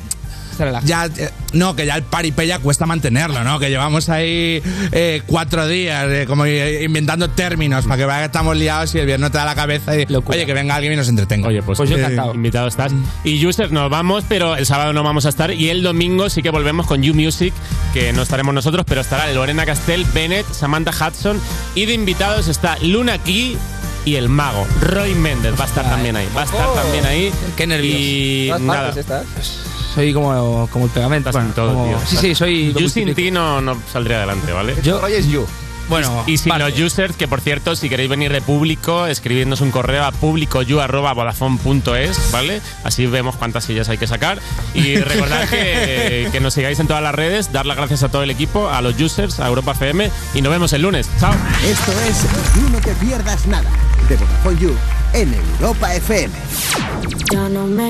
Ya, eh, no, que ya el paripé ya cuesta mantenerlo, ¿no? Que llevamos ahí eh, cuatro días eh, como eh, inventando términos para que vea que estamos liados y el viernes te da la cabeza y oye, que venga alguien y nos entretenga. Oye, pues, yo eh, encantado. invitado estás. Y User nos vamos, pero el sábado no vamos a estar. Y el domingo sí que volvemos con You Music, que no estaremos nosotros, pero estará Lorena Castell, Bennett, Samantha Hudson. Y de invitados está Luna Key y el mago, Roy Méndez. Va a estar también ahí. Va a oh. estar también ahí. Qué nervios. Y Todas nada. partes Soy como, como el pegamento. Estás en bueno, todo, como- tío. Sí, sí, soy... lo Yo sin multiplico. ti no, no saldré adelante, ¿vale? Yo- Roy es You. Bueno, y, y sin los users, que por cierto, si queréis venir de público, escribidnos un correo a publicoyu.vodafone.es, ¿vale? Así vemos cuántas sillas hay que sacar. Y recordad que, que nos sigáis en todas las redes, dar las gracias a todo el equipo, a los users, a Europa FM, y nos vemos el lunes. Chao. Esto es You No Te Pierdas Nada, de Vodafone You, en Europa FM. Yo no me